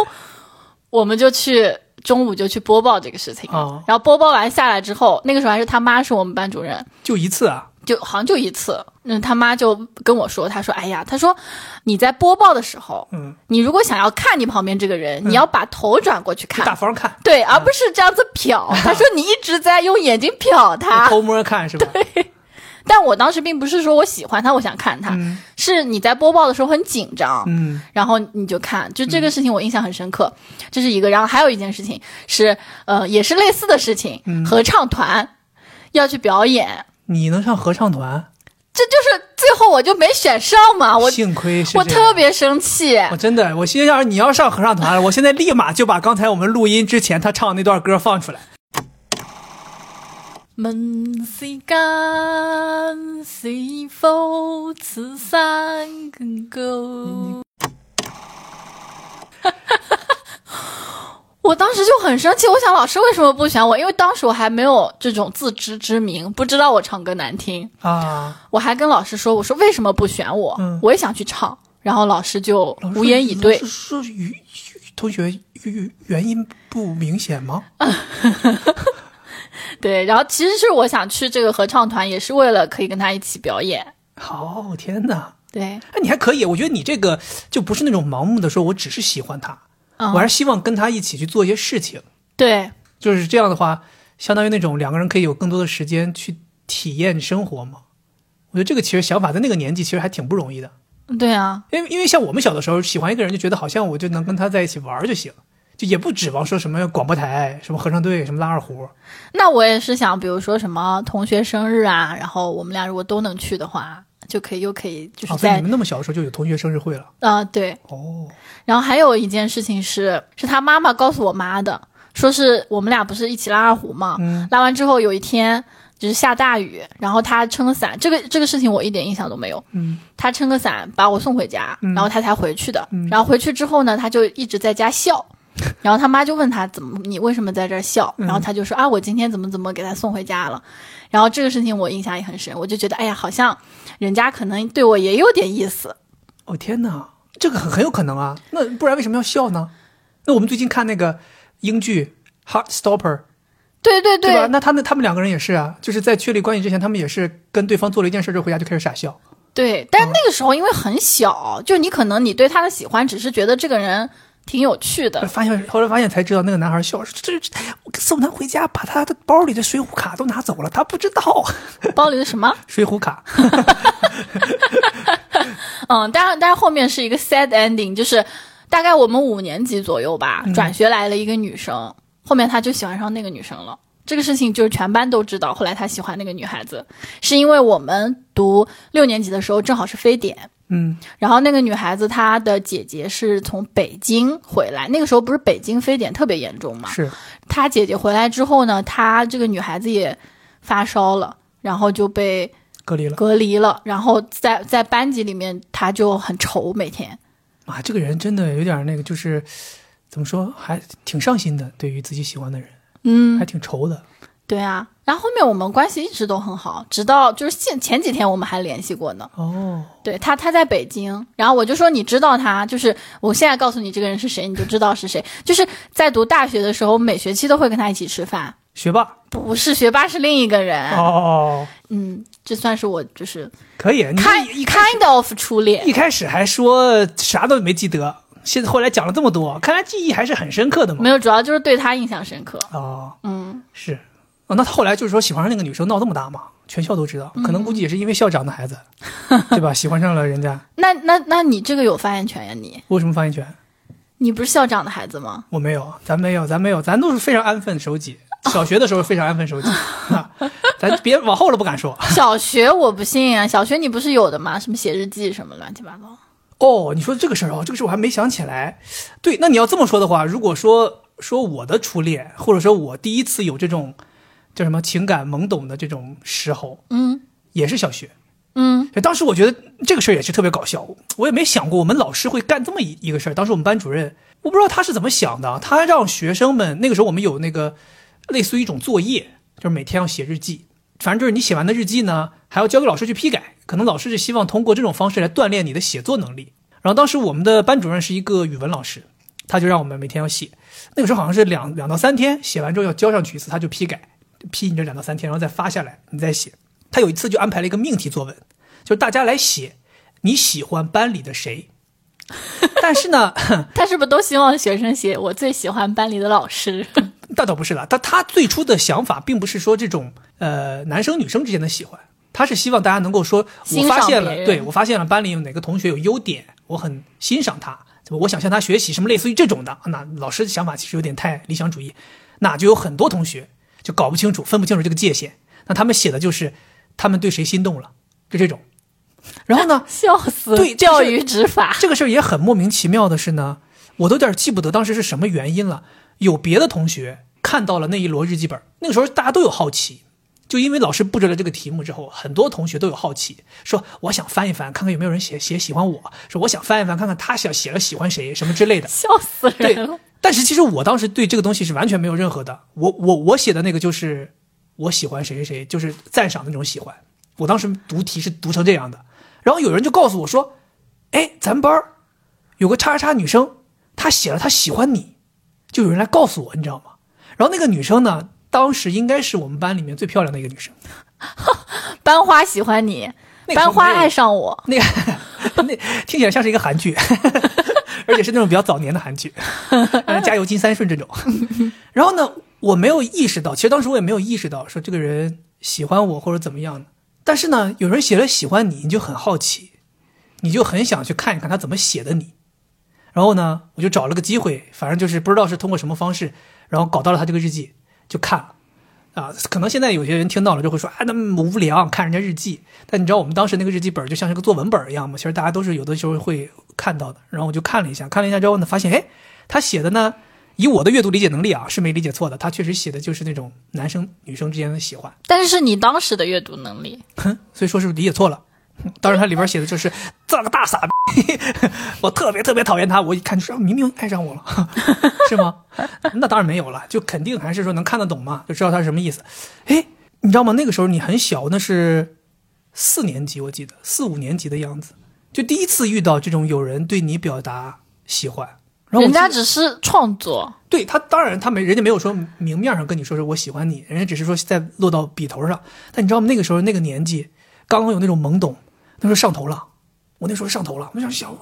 [SPEAKER 2] 我们就去中午就去播报这个事情，
[SPEAKER 1] 哦
[SPEAKER 2] 然后播报完下来之后，那个时候还是他妈是我们班主任，
[SPEAKER 1] 就一次啊，
[SPEAKER 2] 就好像就一次，嗯，他妈就跟我说，他说：“哎呀，他说你在播报的时候，
[SPEAKER 1] 嗯，
[SPEAKER 2] 你如果想要看你旁边这个人，你要把头转过去看，
[SPEAKER 1] 大方看，
[SPEAKER 2] 对，而不是这样子
[SPEAKER 1] *laughs*
[SPEAKER 2] 瞟。他说你一直在用眼睛瞟他，
[SPEAKER 1] 偷摸看是吧？
[SPEAKER 2] 但我当时并不是说我喜欢他，我想看他，
[SPEAKER 1] 嗯
[SPEAKER 2] 是你在播报的时候很紧张，
[SPEAKER 1] 嗯，
[SPEAKER 2] 然后你就看，就这个事情我印象很深刻，这是一个。然后还有一件事情是，呃，也是类似的事情，
[SPEAKER 1] 嗯
[SPEAKER 2] 合唱团要去表演，
[SPEAKER 1] 你能上合唱团，
[SPEAKER 2] 这就是最后我就没选上嘛，啊我
[SPEAKER 1] 幸亏是
[SPEAKER 2] 我
[SPEAKER 1] 这样
[SPEAKER 2] 特别生气。
[SPEAKER 1] 我真的，我心想你要上合唱团了，我现在立马就把刚才我们录音之前他唱那段歌放出来。
[SPEAKER 2] 问世间是否此山更高？ *laughs* 我当时就很生气，我想老师为什么不选我？因为当时我还没有这种自知之明，不知道我唱歌难听，
[SPEAKER 1] 啊，
[SPEAKER 2] 我还跟老师说，我说为什么不选我？
[SPEAKER 1] 嗯
[SPEAKER 2] 我也想去唱，然后老师就
[SPEAKER 1] 老师
[SPEAKER 2] 无言以对
[SPEAKER 1] 老师。说语同学原原因不明显吗？
[SPEAKER 2] 对，然后其实是我想去这个合唱团，也是为了可以跟他一起表演。
[SPEAKER 1] 好、天哪！
[SPEAKER 2] 对，
[SPEAKER 1] 哎，你还可以，我觉得你这个就不是那种盲目的说，我只是喜欢他，
[SPEAKER 2] 嗯
[SPEAKER 1] 我还是希望跟他一起去做一些事情。
[SPEAKER 2] 对，
[SPEAKER 1] 就是这样的话，相当于那种两个人可以有更多的时间去体验生活嘛。我觉得这个其实想法在那个年纪其实还挺不容易的。
[SPEAKER 2] 对啊，
[SPEAKER 1] 因为因为像我们小的时候，喜欢一个人就觉得好像我就能跟他在一起玩儿就行，就也不指望说什么广播台、什么合唱队、什么拉二胡。
[SPEAKER 2] 那我也是想，比如说什么同学生日啊，然后我们俩如果都能去的话，就可以又可以就是
[SPEAKER 1] 啊，所以
[SPEAKER 2] 在
[SPEAKER 1] 你们那么小的时候就有同学生日会了。
[SPEAKER 2] 啊、对。
[SPEAKER 1] 哦，
[SPEAKER 2] 然后还有一件事情是，是他妈妈告诉我妈的，说是我们俩不是一起拉二胡嘛，
[SPEAKER 1] 嗯
[SPEAKER 2] 拉完之后有一天就是下大雨，然后他撑伞，这个这个事情我一点印象都没有。
[SPEAKER 1] 嗯，
[SPEAKER 2] 他撑个伞把我送回家，
[SPEAKER 1] 嗯
[SPEAKER 2] 然后他才回去的。然后回去之后呢，他就一直在家笑。
[SPEAKER 1] *laughs*
[SPEAKER 2] 然后他妈就问他怎么你为什么在这儿笑？
[SPEAKER 1] 嗯
[SPEAKER 2] 然后他就说啊，我今天怎么怎么给他送回家了。然后这个事情我印象也很深，我就觉得哎呀，好像人家可能对我也有点意思。
[SPEAKER 1] 哦天哪，这个很很有可能啊。那不然为什么要笑呢？那我们最近看那个英剧《Heartstopper》，
[SPEAKER 2] 对对对，
[SPEAKER 1] 对吧？那他们他们两个人也是啊，就是在确立关系之前，他们也是跟对方做了一件事之后回家就开始傻笑。
[SPEAKER 2] 对，但那个时候因为很小，就你可能你对他的喜欢只是觉得这个人挺有
[SPEAKER 1] *laughs*
[SPEAKER 2] 趣的，
[SPEAKER 1] 发现后来发现才知道，那个男孩笑说：“这这，我送他回家，把他的包里的水浒卡都拿走了，他不知道
[SPEAKER 2] 包里的什么，
[SPEAKER 1] 水浒卡。”
[SPEAKER 2] 嗯，但是但是后面是一个 sad ending，就是大概我们五年级左右吧，转学来了一个女生，后面他就喜欢上那个女生了。这个事情就是全班都知道。后来他喜欢那个女孩子，是因为我们读六年级的时候正好是非典，
[SPEAKER 1] 嗯
[SPEAKER 2] 然后那个女孩子她的姐姐是从北京回来，那个时候不是北京非典特别严重嘛，，
[SPEAKER 1] 是
[SPEAKER 2] 她姐姐回来之后呢，她这个女孩子也发烧了，然后就被
[SPEAKER 1] 隔离了
[SPEAKER 2] 隔离了，然后在在班级里面她就很愁，每天
[SPEAKER 1] 啊！这个人真的有点那个，就是怎么说，还挺上心的，对于自己喜欢的人，
[SPEAKER 2] 嗯，
[SPEAKER 1] 还挺愁的。
[SPEAKER 2] 对啊。然后后面我们关系一直都很好，直到就是现前几天我们还联系过呢。
[SPEAKER 1] 哦，
[SPEAKER 2] 对她，她在北京，然后我就说你知道她，就是我现在告诉你这个人是谁，你就知道是谁。就是在读大学的时候，每学期都会跟她一起吃饭，
[SPEAKER 1] 学霸
[SPEAKER 2] 不是学霸是另一个人。
[SPEAKER 1] 哦，
[SPEAKER 2] 嗯，这算是我就是
[SPEAKER 1] 可以。你
[SPEAKER 2] kind kind of 初恋。
[SPEAKER 1] 一开始还说啥都没记得，现在后来讲了这么多，看来记忆还是很深刻的嘛。
[SPEAKER 2] 没有，主要就是对他印象深刻。
[SPEAKER 1] 哦，
[SPEAKER 2] 嗯，
[SPEAKER 1] 是，哦，那他后来就是说喜欢上那个女生，闹这么大吗？全校都知道，可能估计也是因为校长的 *laughs* 孩子，对吧？喜欢上了人家，
[SPEAKER 2] 那那那你这个有发言权呀、你
[SPEAKER 1] 我有什么发言权？
[SPEAKER 2] 你不是校长的孩子
[SPEAKER 1] *laughs*
[SPEAKER 2] 吗？
[SPEAKER 1] 我没有，咱没有，咱没有，咱都是非常安分守己。小学的时候非常安分守己，啊、咱别往后了不敢说。
[SPEAKER 2] 小学我不信啊，小学你不是有的吗？什么写日记什么乱七八糟。
[SPEAKER 1] 哦，你说这个事儿哦，这个事儿我还没想起来。对，那你要这么说的话，如果说说我的初恋，或者说我第一次有这种叫什么情感懵懂的这种时候，
[SPEAKER 2] 嗯
[SPEAKER 1] 也是小学。
[SPEAKER 2] 嗯，
[SPEAKER 1] 当时我觉得这个事儿也是特别搞笑，我也没想过我们老师会干这么一一个事儿。当时我们班主任，我不知道他是怎么想的啊，他让学生们那个时候我们有那个类似于一种作业，就是每天要写日记，反正就是你写完的日记呢，还要交给老师去批改。可能老师是希望通过这种方式来锻炼你的写作能力。然后当时我们的班主任是一个语文老师，他就让我们每天要写，那个时候好像是两两到三天，写完之后要交上去一次，他就批改，批你这两到三天，然后再发下来，你再写。他有一次就安排了一个命题作文。就是大家来写你喜欢班里的谁。 *laughs* 但是呢， *laughs*
[SPEAKER 2] 他是不是都希望学生写我最喜欢班里的老师？
[SPEAKER 1] 那倒不是了。他他最初的想法并不是说这种呃男生女生之间的喜欢，他是希望大家能够说，我
[SPEAKER 2] 欣赏
[SPEAKER 1] 发现了
[SPEAKER 2] 别，人
[SPEAKER 1] 对我发现了班里有哪个同学有优点，我很欣赏他，怎么我想向他学习，什么类似于这种的。那老师的想法其实有点太理想主义，那就有很多同学就搞不清楚、分不清楚这个界限。那他们写的就是他们对谁心动了，就这种。然后呢，
[SPEAKER 2] *laughs* 笑死！
[SPEAKER 1] 啊对这个
[SPEAKER 2] 钓
[SPEAKER 1] 是
[SPEAKER 2] 鱼执法，
[SPEAKER 1] 这个事儿也很莫名其妙的是呢，我都有点记不得当时是什么原因了。有别的同学看到了那一摞日记本，那个时候大家都有好奇，就因为老师布置了这个题目之后，很多同学都有好奇，说我想翻一翻，看看有没有人写写喜欢我，说我想翻一翻，看看他想写了喜欢谁什么之类的。
[SPEAKER 2] *laughs* 笑死人了！
[SPEAKER 1] 但是其实我当时对这个东西是完全没有任何的，我我我写的那个就是我喜欢谁谁谁，就是赞赏那种喜欢。我当时读题是读成这样的，然后有人就告诉我说：“哎，咱们班儿有个叉叉叉女生，她写了她喜欢你。”就有人来告诉我，你知道吗？然后那个女生呢，当时应该是我们班里面最漂亮的一个女生。
[SPEAKER 2] 班花喜欢你，
[SPEAKER 1] 那个时候
[SPEAKER 2] 班花
[SPEAKER 1] 没有
[SPEAKER 2] 爱上
[SPEAKER 1] *laughs*
[SPEAKER 2] 我，
[SPEAKER 1] 那个那听起来像是一个韩剧， *laughs* 而且是那种比较早年的韩剧，呃加油金三顺这种。然后呢，我没有意识到，其实当时我也没有意识到说这个人喜欢我或者怎么样的。但是呢，有人写了喜欢你，你就很好奇，你就很想去看一看他怎么写的你。然后呢，我就找了个机会，反正就是不知道是通过什么方式，然后搞到了他这个日记，就看了。啊，可能现在有些人听到了就会说，啊，那么无聊，看人家日记。但你知道我们当时那个日记本就像是个作文本一样嘛，其实大家都是有的时候会看到的。然后我就看了一下，看了一下之后呢，发现，哎，他写的呢，以我的阅读理解能力啊，是没理解错的，他确实写的就是那种男生女生之间的喜欢。
[SPEAKER 2] 但是是你当时的阅读能力，
[SPEAKER 1] 哼，所以说是不是理解错了。哼当然，它里边写的就是这个大傻逼， *laughs* 我特别特别讨厌他。我一看就说，明明爱上我了， *laughs* 是吗？那当然没有了，就肯定还是说能看得懂嘛，就知道他是什么意思。哎，你知道吗？那个时候你很小，那是四年级，我记得四五年级的样子，就第一次遇到这种有人对你表达喜欢，然后我
[SPEAKER 2] 人
[SPEAKER 1] 记得
[SPEAKER 2] 家只是创作，
[SPEAKER 1] 对他，当然他没人家没有说明面上跟你说是我喜欢你，人家只是说在落到笔头上。但你知道吗？那个时候那个年纪，刚刚有那种懵懂，那时候上头了。我那时候上头了，我想想，哦，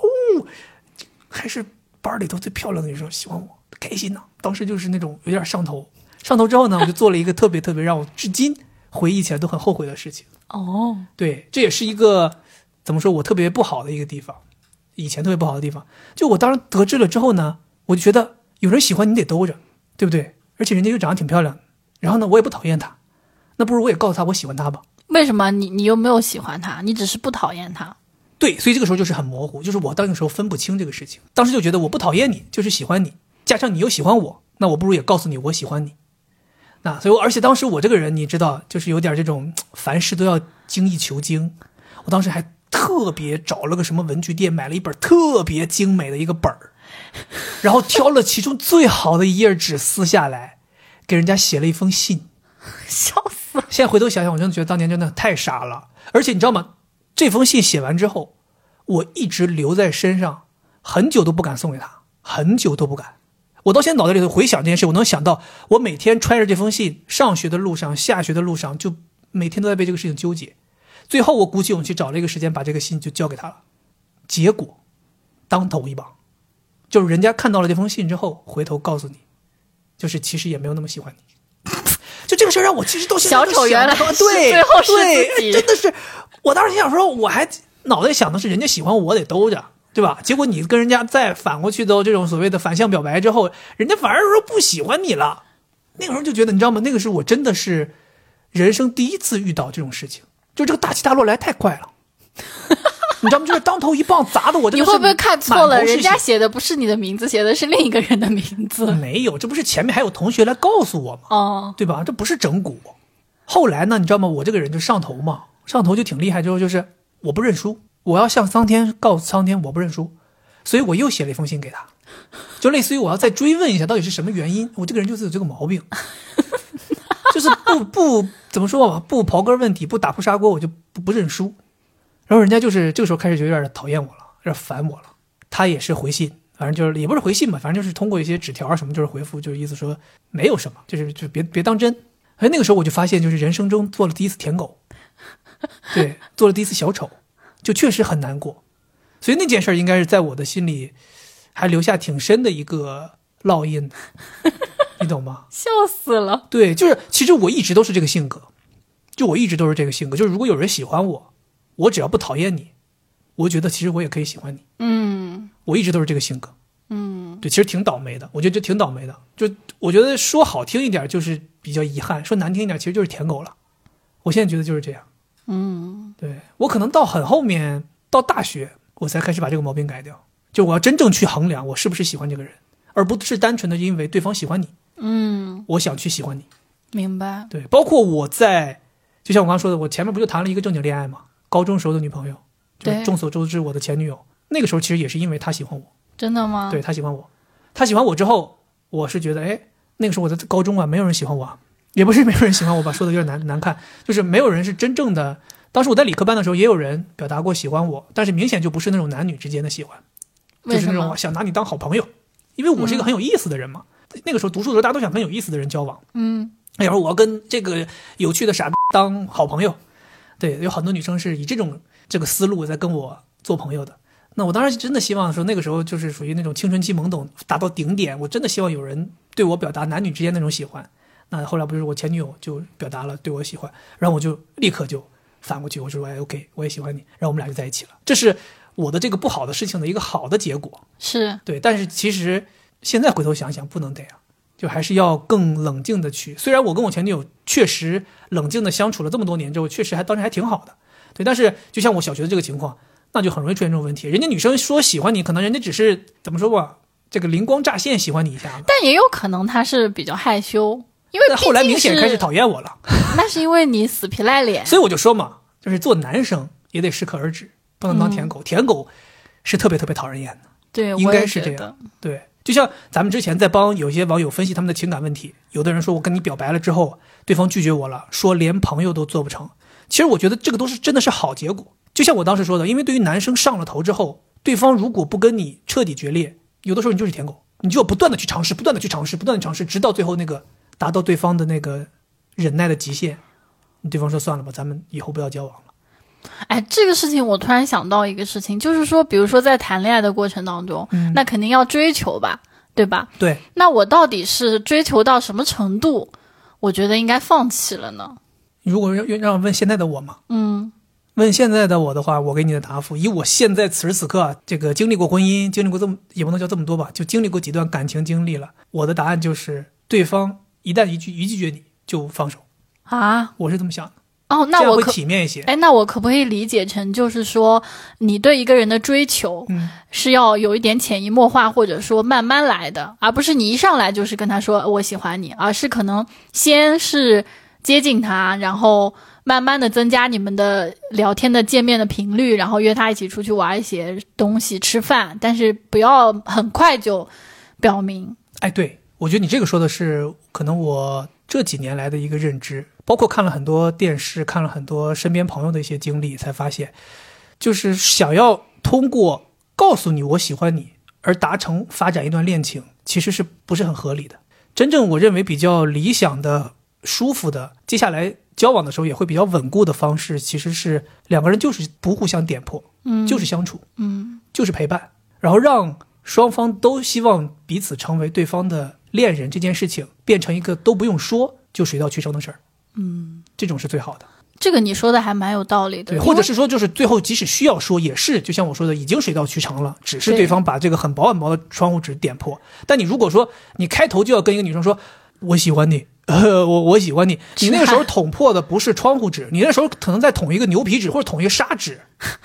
[SPEAKER 1] 还是班里头最漂亮的女生喜欢我，开心呐、当时就是那种有点上头。上头之后呢，我就做了一个特别特别让我至今回忆起来都很后悔的事情。
[SPEAKER 2] 哦，
[SPEAKER 1] 对，这也是一个怎么说我特别不好的一个地方，以前特别不好的地方。就我当时得知了之后呢，我就觉得有人喜欢你得兜着，对不对？而且人家又长得挺漂亮的，然后呢，我也不讨厌她，那不如我也告诉她我喜欢她吧。
[SPEAKER 2] 为什么你你又没有喜欢他？你只是不讨厌他， *laughs*
[SPEAKER 1] 对，所以这个时候就是很模糊，就是我当时时候分不清这个事情。当时就觉得我不讨厌你，就是喜欢你，加上你又喜欢我，那我不如也告诉你我喜欢你。那所以我，而且当时我这个人你知道，就是有点这种嘖凡事都要精益求精。我当时还特别找了个什么文具店，买了一本特别精美的一个本儿，然后挑了其中最好的一页纸撕下来，给人家写了一封信。
[SPEAKER 2] 笑死！
[SPEAKER 1] *laughs* 现在回头想想，我真的觉得当年真的太傻了。而且你知道吗？这封信写完之后，我一直留在身上，很久都不敢送给他，很久都不敢。我到现在脑袋里头回想这件事，我能想到，我每天揣着这封信，上学的路上、下学的路上，就每天都在被这个事情纠结。最后，我鼓起勇气找了一个时间，把这个信就交给他了。结果，当头一棒，就是人家看到了这封信之后，回头告诉你，就是其实也没有那么喜欢你。 *laughs* 就这个事儿让我其实到现在
[SPEAKER 2] 小
[SPEAKER 1] 都
[SPEAKER 2] 丑
[SPEAKER 1] 想
[SPEAKER 2] 原来
[SPEAKER 1] 不通
[SPEAKER 2] 是
[SPEAKER 1] *laughs* 对，
[SPEAKER 2] 最后是
[SPEAKER 1] 对
[SPEAKER 2] 自己
[SPEAKER 1] 真的是，我当时想说，我还脑袋想的是人家喜欢我得兜着，对吧？结果你跟人家再反过去都这种所谓的反向表白之后，人家反而说不喜欢你了。那个时候就觉得，你知道吗？那个是我真的是人生第一次遇到这种事情，就这个大起大落来太快了。 *laughs* 你知道吗？就是当头一棒砸的我，真
[SPEAKER 2] 你
[SPEAKER 1] 的
[SPEAKER 2] 会
[SPEAKER 1] 是
[SPEAKER 2] 不会看错
[SPEAKER 1] 满
[SPEAKER 2] 了？
[SPEAKER 1] 头是
[SPEAKER 2] 人家
[SPEAKER 1] 血
[SPEAKER 2] 写的不是你的名字，写的是另一个人的名 *laughs* 字。
[SPEAKER 1] 没有，这不是前面还有同学来告诉我吗？
[SPEAKER 2] 哦，
[SPEAKER 1] 对吧？这不是整蛊。后来呢，你知道吗？我这个人就上头嘛，上头就挺厉害。之后就是我不认输，我要向苍天告诉苍天我不认输，所以我又写了一封信给他，就类似于我要再追问一下到底是什么原因。我这个人就是有这个毛病， *laughs* 就是不不怎么说吧，不刨根问底，不打破砂锅，我就不不认输。然后人家就是这个时候开始就有点讨厌我了，有点烦我了。他也是回信，反正就是也不是回信吧，反正就是通过一些纸条啊什么，就是回复，就是意思说没有什么，就是就别别当真。哎，那个时候我就发现，就是人生中做了第一次舔狗，对，做了第一次小丑，就确实很难过。所以那件事儿应该是在我的心里还留下挺深的一个烙印，你懂吗？
[SPEAKER 2] 笑死了。
[SPEAKER 1] 对，就是其实我一直都是这个性格，就我一直都是这个性格，就是如果有人喜欢我，我只要不讨厌你，我觉得其实我也可以喜欢你。
[SPEAKER 2] 嗯
[SPEAKER 1] 我一直都是这个性格。
[SPEAKER 2] 嗯，
[SPEAKER 1] 对，其实挺倒霉的，我觉得这挺倒霉的。就我觉得说好听一点就是比较遗憾，说难听一点其实就是舔狗了。我现在觉得就是这样。嗯，对我可能到很后面，到大学我才开始把这个毛病改掉。就我要真正去衡量我是不是喜欢这个人，而不是单纯的因为对方喜欢你，
[SPEAKER 2] 嗯，
[SPEAKER 1] 我想去喜欢你。
[SPEAKER 2] 明白。
[SPEAKER 1] 对，包括我在，就像我刚刚说的，我前面不就谈了一个正经恋爱嘛，高中时候的女朋友，就是
[SPEAKER 2] 对
[SPEAKER 1] 众所周知我的前女友。那个时候其实也是因为她喜欢我。
[SPEAKER 2] 真的吗？
[SPEAKER 1] 对他喜欢我，他喜欢我之后，我是觉得，哎，那个时候我在高中啊，没有人喜欢我啊，也不是没有人喜欢我吧，说的有点难难看，就是没有人是真正的。当时我在理科班的时候，也有人表达过喜欢我，但是明显就不是那种男女之间的喜欢，就
[SPEAKER 2] 为
[SPEAKER 1] 是
[SPEAKER 2] 什
[SPEAKER 1] 那
[SPEAKER 2] 么
[SPEAKER 1] 种？想拿你当好朋友，因为我是一个很有意思的人嘛。那个时候读书的时候，大家都想跟有意思的人交往。
[SPEAKER 2] 嗯
[SPEAKER 1] 那哎会儿我要跟这个有趣的傻逼当好朋友，对，有很多女生是以这种这个思路在跟我做朋友的。那我当时真的希望说，那个时候就是属于那种青春期懵懂达到顶点，我真的希望有人对我表达男女之间那种喜欢。那后来不是我前女友就表达了对我喜欢，然后我就立刻就反过去，我说哎 OK，我也喜欢你，然后我们俩就在一起了。这是我的这个不好的事情的一个好的结果。
[SPEAKER 2] 是
[SPEAKER 1] 对，但是其实现在回头想想，不能这样，就还是要更冷静的去。虽然我跟我前女友确实冷静的相处了这么多年之后，确实还当时还挺好的，对。但是就像我小学的这个情况，那就很容易出现这种问题。人家女生说喜欢你，可能人家只是怎么说吧，这个灵光乍现喜欢你一下子，
[SPEAKER 2] 但也有可能他是比较害羞，因为
[SPEAKER 1] 但
[SPEAKER 2] 毕
[SPEAKER 1] 后来
[SPEAKER 2] 竟
[SPEAKER 1] 明显
[SPEAKER 2] 是啊
[SPEAKER 1] 开始讨厌我了。
[SPEAKER 2] *laughs* 那是因为你死皮赖脸。
[SPEAKER 1] 所以我就说嘛，就是做男生也得适可而止，不能当
[SPEAKER 2] 嗯
[SPEAKER 1] 舔狗。舔狗是特别特别讨人厌的。
[SPEAKER 2] 对，
[SPEAKER 1] 应
[SPEAKER 2] 我
[SPEAKER 1] 该
[SPEAKER 2] 也
[SPEAKER 1] 是
[SPEAKER 2] 觉
[SPEAKER 1] 这
[SPEAKER 2] 得。
[SPEAKER 1] 对，就像咱们之前在帮有些网友分析他们的情感问题，有的人说我跟你表白了之后，对方拒绝我了，说连朋友都做不成。其实我觉得这个都是真的是好结果。就像我当时说的，因为对于男生上了头之后，对方如果不跟你彻底决裂，有的时候你就是舔狗，你就要不断的去尝试，不断的去尝试，不断的尝试，直到最后那个达到对方的那个忍耐的极限，对方说算了吧，咱们以后不要交往了。
[SPEAKER 2] 哎，这个事情我突然想到一个事情，就是说，比如说在谈恋爱的过程当中，
[SPEAKER 1] 嗯
[SPEAKER 2] 那肯定要追求吧，对吧？
[SPEAKER 1] 对，
[SPEAKER 2] 那我到底是追求到什么程度，我觉得应该放弃了呢？
[SPEAKER 1] 如果让让问现在的我嘛，
[SPEAKER 2] 嗯，
[SPEAKER 1] 问现在的我的话，我给你的答复，以我现在此时此刻啊这个经历过婚姻，经历过这么也不能叫这么多吧，就经历过几段感情经历了，我的答案就是，对方一旦一拒一拒绝你就放手，
[SPEAKER 2] 啊，
[SPEAKER 1] 我是这么想的，
[SPEAKER 2] 哦，那
[SPEAKER 1] 这样
[SPEAKER 2] 我
[SPEAKER 1] 会
[SPEAKER 2] 可，
[SPEAKER 1] 体面一些。
[SPEAKER 2] 哎，那我可不可以理解成就是说，你对一个人的追求
[SPEAKER 1] 嗯，
[SPEAKER 2] 是要有一点潜移默化，或者说慢慢来的，而不是你一上来就是跟他说呃我喜欢你，而是可能先是接近他，然后慢慢的增加你们的聊天的见面的频率，然后约他一起出去玩一些东西、吃饭，但是不要很快就表明。
[SPEAKER 1] 哎，对，我觉得你这个说的是可能我这几年来的一个认知，包括看了很多电视，看了很多身边朋友的一些经历，才发现，就是想要通过告诉你我喜欢你而达成发展一段恋情，其实是不是很合理的？真正我认为比较理想的、舒服的，接下来交往的时候也会比较稳固的方式，其实是两个人就是不互相点破，
[SPEAKER 2] 嗯，
[SPEAKER 1] 就是相处，
[SPEAKER 2] 嗯
[SPEAKER 1] 就是陪伴，然后让双方都希望彼此成为对方的恋人这件事情，变成一个都不用说就水到渠成的事儿，
[SPEAKER 2] 嗯，
[SPEAKER 1] 这种是最好的。
[SPEAKER 2] 这个你说的还蛮有道理的，
[SPEAKER 1] 对，
[SPEAKER 2] 因为
[SPEAKER 1] 或者是说，就是最后即使需要说，也是就像我说的，已经水到渠成了，只是对方把这个很薄很薄的窗户纸点破。但你如果说你开头就要跟一个女生说“我喜欢你”， *laughs* 呃，我我喜欢你，你那个时候捅破的不是窗户纸，你那时候可能在捅一个牛皮纸或者捅一个砂纸，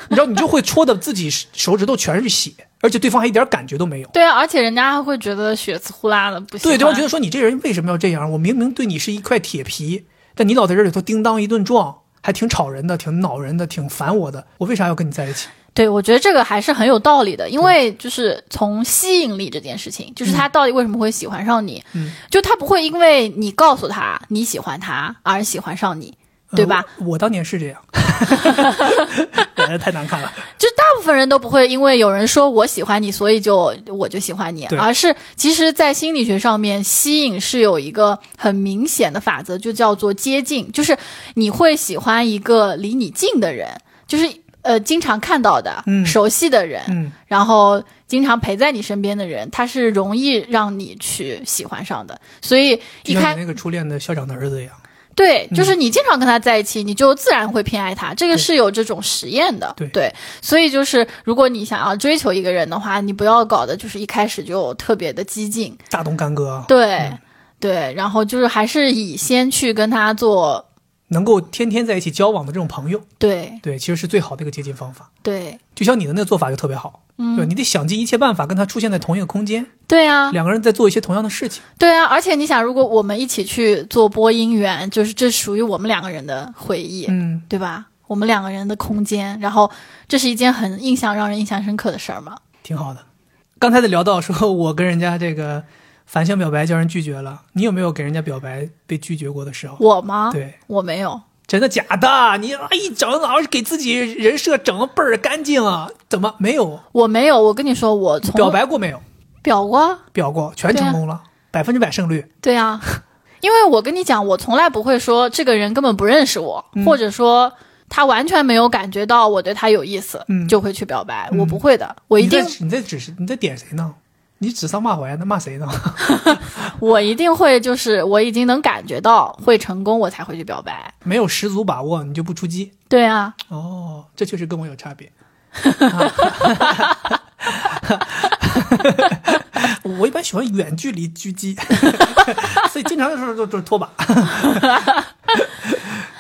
[SPEAKER 1] 你知道，你就会戳的自己手指头全是血，而且对方还一点感觉都没有。
[SPEAKER 2] 对啊，而且人家还会觉得血呲呼啦的不行。
[SPEAKER 1] 对，对方觉得说你这人为什么要这样？我明明对你是一块铁皮，但你老在这里头叮当一顿撞，还挺吵人的，挺恼人的，挺烦我的。我为啥要跟你在一起？
[SPEAKER 2] 对，我觉得这个还是很有道理的，因为就是从吸引力这件事情，就是他到底为什么会喜欢上你，
[SPEAKER 1] 嗯
[SPEAKER 2] 就他不会因为你告诉他你喜欢他而喜欢上你，对吧？
[SPEAKER 1] 呃我？我当年是这
[SPEAKER 2] *laughs*
[SPEAKER 1] 样，呃太难看了。
[SPEAKER 2] 就大部分人都不会因为有人说我喜欢你，所以就我就喜欢你，
[SPEAKER 1] 对
[SPEAKER 2] 而是其实，在心理学上面，吸引是有一个很明显的法则，就叫做接近，就是你会喜欢一个离你近的人，就是呃经常看到的、
[SPEAKER 1] 嗯
[SPEAKER 2] 熟悉的人，
[SPEAKER 1] 嗯，
[SPEAKER 2] 然后经常陪在你身边的人，他是容易让你去喜欢上的。所以
[SPEAKER 1] 就
[SPEAKER 2] 一
[SPEAKER 1] 像
[SPEAKER 2] 开
[SPEAKER 1] 你那个初恋的校长的儿子一样。
[SPEAKER 2] 对，
[SPEAKER 1] 嗯
[SPEAKER 2] 就是你经常跟他在一起，你就自然会偏爱他。这个是有这种实验的，
[SPEAKER 1] 对
[SPEAKER 2] 所以就是如果你想要追求一个人的话，你不要搞的就是一开始就特别的激进，
[SPEAKER 1] 大动干戈，
[SPEAKER 2] 对。
[SPEAKER 1] 嗯
[SPEAKER 2] 对，然后就是还是以先去跟他做，
[SPEAKER 1] 能够天天在一起交往的这种朋友，
[SPEAKER 2] 对
[SPEAKER 1] 对，其实是最好的一个接近方法。
[SPEAKER 2] 对
[SPEAKER 1] 就像你的那个做法就特别好，对，你得想尽一切办法跟他出现在同一个空间，
[SPEAKER 2] 对嗯啊，
[SPEAKER 1] 两个人在做一些同样的事情。
[SPEAKER 2] 对啊，而且你想，如果我们一起去做播音员，就是这属于我们两个人的回忆，
[SPEAKER 1] 嗯，
[SPEAKER 2] 对吧？我们两个人的空间，然后这是一件很印象让人印象深刻的事儿嘛。
[SPEAKER 1] 挺好的。刚才在聊到说我跟人家这个反向表白叫人拒绝了，你有没有给人家表白被拒绝过的时候？
[SPEAKER 2] 我吗？
[SPEAKER 1] 哦对，
[SPEAKER 2] 我没有。
[SPEAKER 1] 真的假的？你啊一整老是给自己人设整的倍儿干净啊？怎么没有
[SPEAKER 2] 我没有，我跟你说，我从啊
[SPEAKER 1] 表白过没有？
[SPEAKER 2] 表过啊，
[SPEAKER 1] 表过全成功了，百分之百胜率。
[SPEAKER 2] 对
[SPEAKER 1] *laughs*
[SPEAKER 2] 啊，因为我跟你讲，我从来不会说这个人根本不认识我，
[SPEAKER 1] 嗯
[SPEAKER 2] 或者说他完全没有感觉到我对他有意思，
[SPEAKER 1] 嗯
[SPEAKER 2] 就会去表白。
[SPEAKER 1] 嗯
[SPEAKER 2] 我不会的，我一
[SPEAKER 1] 你
[SPEAKER 2] 定
[SPEAKER 1] 在，你在指是你在点谁呢？你指桑骂槐，那骂谁呢？
[SPEAKER 2] 我一定会，就是我已经能感觉到会成功，我才会去表白。
[SPEAKER 1] 没有十足把握，你就不出击。
[SPEAKER 2] 对啊，
[SPEAKER 1] 哦，这确实跟我有差
[SPEAKER 2] *laughs*
[SPEAKER 1] 别。我一般喜欢远距离狙击， *laughs* 所以经常就是就是拖把。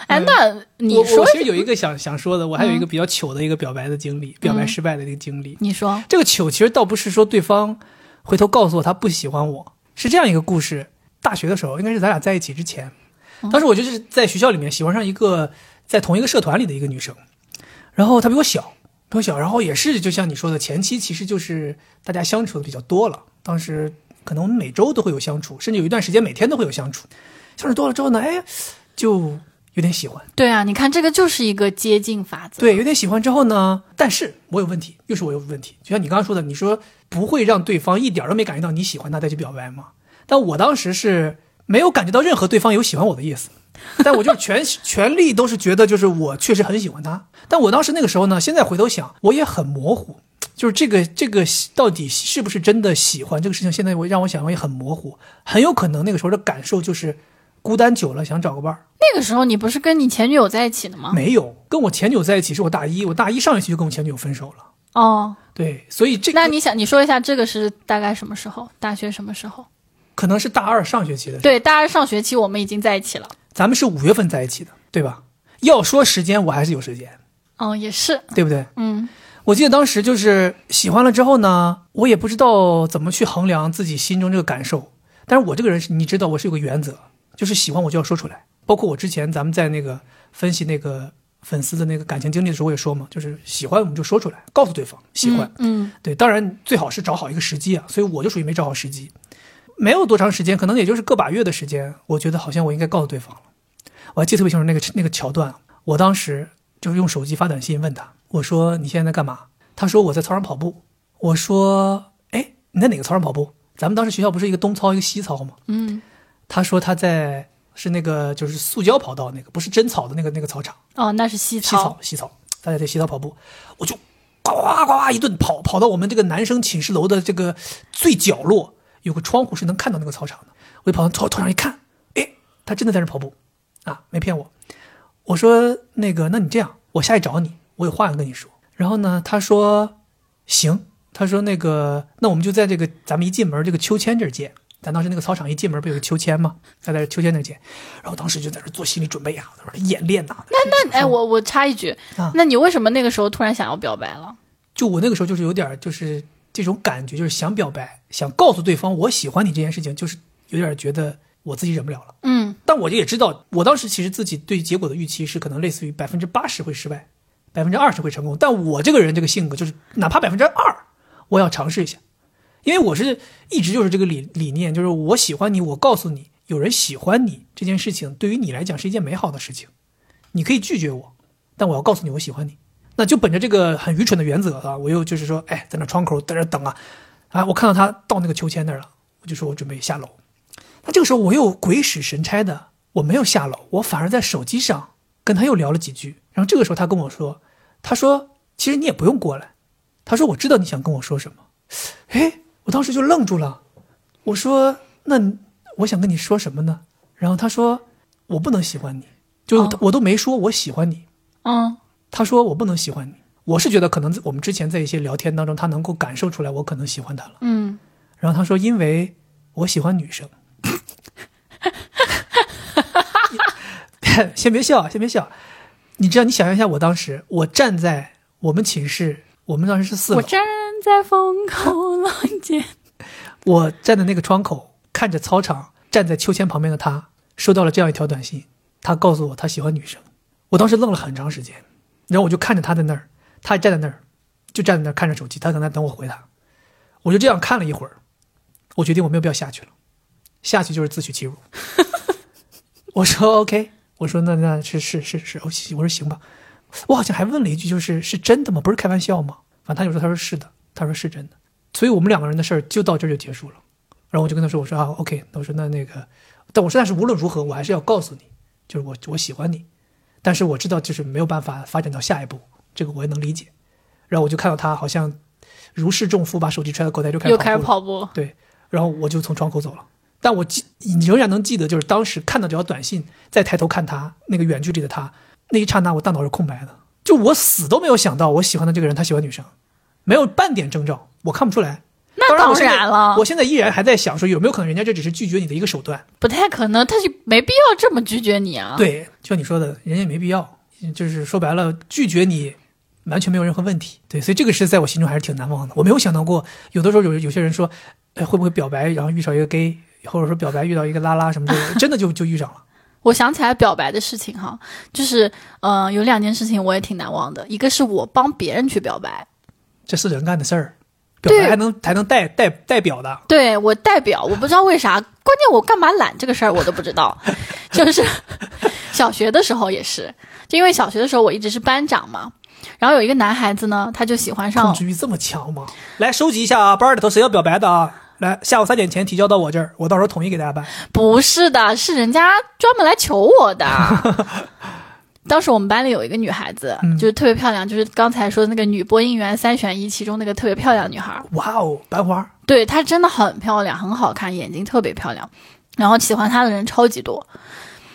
[SPEAKER 2] 哎，那你
[SPEAKER 1] 嗯我
[SPEAKER 2] 说
[SPEAKER 1] 我其实有一个想想说的，我还有一个比较糗的一个表白的经
[SPEAKER 2] 嗯
[SPEAKER 1] 历，表白失败的一个经历。
[SPEAKER 2] 你说，
[SPEAKER 1] 这个糗其实倒不是说对方回头告诉我他不喜欢我，是这样一个故事。大学的时候，应该是咱俩在一起之前，当时我就是在学校里面喜欢上一个在同一个社团里的一个女生，然后她比我小，比我小，然后也是就像你说的，前期其实就是大家相处的比较多了，当时可能我们每周都会有相处，甚至有一段时间每天都会有相处，相处多了之后呢，哎，就有点喜欢。
[SPEAKER 2] 对啊，你看这个就是一个接近法则。
[SPEAKER 1] 对，有点喜欢之后呢，但是我有问题，又是我有问题。就像你刚刚说的，你说不会让对方一点儿都没感觉到你喜欢他再去表白吗？但我当时是没有感觉到任何对方有喜欢我的意思，但我就是全 *laughs* 全力都是觉得就是我确实很喜欢他。但我当时那个时候呢，现在回头想，我也很模糊，就是这个这个喜到底是不是真的喜欢这个事情，现在我让我想我也很模糊，很有可能那个时候的感受就是孤单久了想找个伴儿。
[SPEAKER 2] 那个时候你不是跟你前女友在一起的吗？
[SPEAKER 1] 没有，跟我前女友在一起是我大一，我大一上学期就跟我前女友分手了。
[SPEAKER 2] 哦，
[SPEAKER 1] 对，所以这个
[SPEAKER 2] 那你想，你说一下这个是大概什么时候？大学什么时候？
[SPEAKER 1] 可能是大二上学期的，
[SPEAKER 2] 对，大二上学期我们已经在一起了。
[SPEAKER 1] 咱们是五月份在一起的，对吧？要说时间，我还是有时间，
[SPEAKER 2] 哦，也是，
[SPEAKER 1] 对不对？
[SPEAKER 2] 嗯，
[SPEAKER 1] 我记得当时就是喜欢了之后呢，我也不知道怎么去衡量自己心中这个感受。但是我这个人是，你知道，我是有个原则，就是喜欢我就要说出来。包括我之前咱们在那个分析那个粉丝的那个感情经历的时候，我也说嘛，就是喜欢我们就说出来，告诉对方喜欢。
[SPEAKER 2] 嗯，
[SPEAKER 1] 对，当然最好是找好一个时机啊，所以我就属于没找好时机，没有多长时间，可能也就是个把月的时间，我觉得好像我应该告诉对方了。我还记得特别清楚那个那个桥段，我当时就是用手机发短信问他，我说你现在在干嘛？他说我在操场跑步。我说哎，你在哪个操场跑步？咱们当时学校不是一个东操一个西操吗？
[SPEAKER 2] 嗯，
[SPEAKER 1] 他说他在是那个就是塑胶跑道那个，不是真草的那个那个操场。
[SPEAKER 2] 哦，那是西
[SPEAKER 1] 洗
[SPEAKER 2] 操
[SPEAKER 1] 澡，洗澡，大家在洗澡跑步，我就呱呱呱呱呱一顿跑，跑到我们这个男生寝室楼的这个最角落，有个窗户是能看到那个操场的。我就跑到操操场一看，哎，他真的在那跑步，啊，没骗我。我说那个，那你这样，我下去找你，我有话要跟你说。然后呢，他说行，他说那个，那我们就在这个咱们一进门这个秋千这儿见。咱当时那个操场一进门不有个秋千吗？他在这秋千那儿见。然后当时就在这做心理准备呀、啊，演练呐、
[SPEAKER 2] 那那哎，我我插一句、
[SPEAKER 1] 啊
[SPEAKER 2] 那你为什么那个时候突然想要表白了？
[SPEAKER 1] 就我那个时候就是有点儿就是这种感觉，就是想表白，想告诉对方我喜欢你这件事情，就是有点儿觉得我自己忍不了了。
[SPEAKER 2] 嗯，
[SPEAKER 1] 但我也知道，我当时其实自己对结果的预期是可能类似于百分之八十会失败，百分之二十会成功。但我这个人这个性格就是，哪怕百分之二，我也要尝试一下，因为我是一直就是这个理理念，就是我喜欢你，我告诉你，有人喜欢你这件事情，对于你来讲是一件美好的事情，你可以拒绝我，但我要告诉你我喜欢你。那就本着这个很愚蠢的原则啊，我又就是说，哎，在那窗口在那等啊，啊，我看到他到那个秋千那儿了，我就说我准备下楼。那这个时候我又鬼使神差的，我没有下楼，我反而在手机上跟他又聊了几句。然后这个时候他跟我说，他说其实你也不用过来，他说我知道你想跟我说什么。哎，我当时就愣住了，我说那你我想跟你说什么呢？然后他说我不能喜欢你，就
[SPEAKER 2] 哦
[SPEAKER 1] 我都没说我喜欢你，
[SPEAKER 2] 嗯，
[SPEAKER 1] 他说我不能喜欢你。我是觉得可能我们之前在一些聊天当中，他能够感受出来我可能喜欢他了。
[SPEAKER 2] 嗯，
[SPEAKER 1] 然后他说因为我喜欢女生。 *laughs* 先别笑，先别笑。你知道，你想象一下，我当时我站在我们寝室，我们当时是四楼
[SPEAKER 2] 我，站在
[SPEAKER 1] *laughs*
[SPEAKER 2] 风口浪尖，
[SPEAKER 1] 我站在那个窗口，看着操场，站在秋千旁边的他，收到了这样一条短信，他告诉我他喜欢女生，我当时愣了很长时间，然后我就看着他在那儿，他也站在那儿，就站在那儿看着手机，他在那儿等我回他，我就这样看了一会儿，我决定我没有必要下去了，下去就是自取其辱， *laughs* 我说 OK，我说那那是是是是，我我说行吧，我好像还问了一句，就是是真的吗？不是开玩笑吗？反正他就说他说是的，他说是真的。所以我们两个人的事儿就到这儿就结束了。然后我就跟他说，我说啊，OK，那我说那那个，但我说但是无论如何，我还是要告诉你，就是我我喜欢你，但是我知道就是没有办法发展到下一步，这个我也能理解。然后我就看到他好像如释重负，把手机揣到口袋就开始
[SPEAKER 2] 又
[SPEAKER 1] 跑
[SPEAKER 2] 开始
[SPEAKER 1] 步了
[SPEAKER 2] 跑步。
[SPEAKER 1] 对，然后我就从窗口走了。但我记，你仍然能记得，就是当时看到这条短信，再抬头看他那个远距离的他，那一刹那我大脑是空白的，就我死都没有想到我喜欢的这个人他喜欢女生，没有半点征兆，我看不出来。
[SPEAKER 2] 那
[SPEAKER 1] 当然我
[SPEAKER 2] 当
[SPEAKER 1] 现在
[SPEAKER 2] 然了
[SPEAKER 1] 我现在依然还在想说有没有可能人家这只是拒绝你的一个手段。
[SPEAKER 2] 不太可能，他就没必要这么拒绝你啊。，
[SPEAKER 1] 对，就像你说的，人家也没必要，就是说白了，拒绝你完全没有任何问题。对，所以这个是在我心中还是挺难忘的。我没有想到过，有的时候有有些人说，哎，会不会表白然后遇上一个 gay，或者说表白遇到一个拉拉什么之类的，真的就就遇上了。
[SPEAKER 2] 我想起来表白的事情哈，就是嗯、呃有两件事情我也挺难忘的，一个是我帮别人去表白，
[SPEAKER 1] 这是人干的事儿，表白
[SPEAKER 2] 对
[SPEAKER 1] 还能还能代代代表的。
[SPEAKER 2] 对我代表，我不知道为啥，关键我干嘛懒这个事儿我都不
[SPEAKER 1] *laughs*
[SPEAKER 2] 知道。就是小学的时候也是，就因为小学的时候我一直是班长嘛，然后有一个男孩子呢，他就喜欢
[SPEAKER 1] 控
[SPEAKER 2] 上
[SPEAKER 1] 制欲这么强吗？来收集一下啊，班里头谁要表白的啊？来，下午三点前提交到我这儿，我到时候统一给大家办。
[SPEAKER 2] 不是的，是人家专门来求
[SPEAKER 1] *laughs*
[SPEAKER 2] 我的。当时我们班里有一个女孩子，
[SPEAKER 1] 嗯
[SPEAKER 2] 就是特别漂亮，就是刚才说的那个女播音员三选一其中那个特别漂亮的女孩儿。
[SPEAKER 1] 哇哦，班花，
[SPEAKER 2] 对她真的很漂亮，很好看，眼睛特别漂亮，然后喜欢她的人超级多。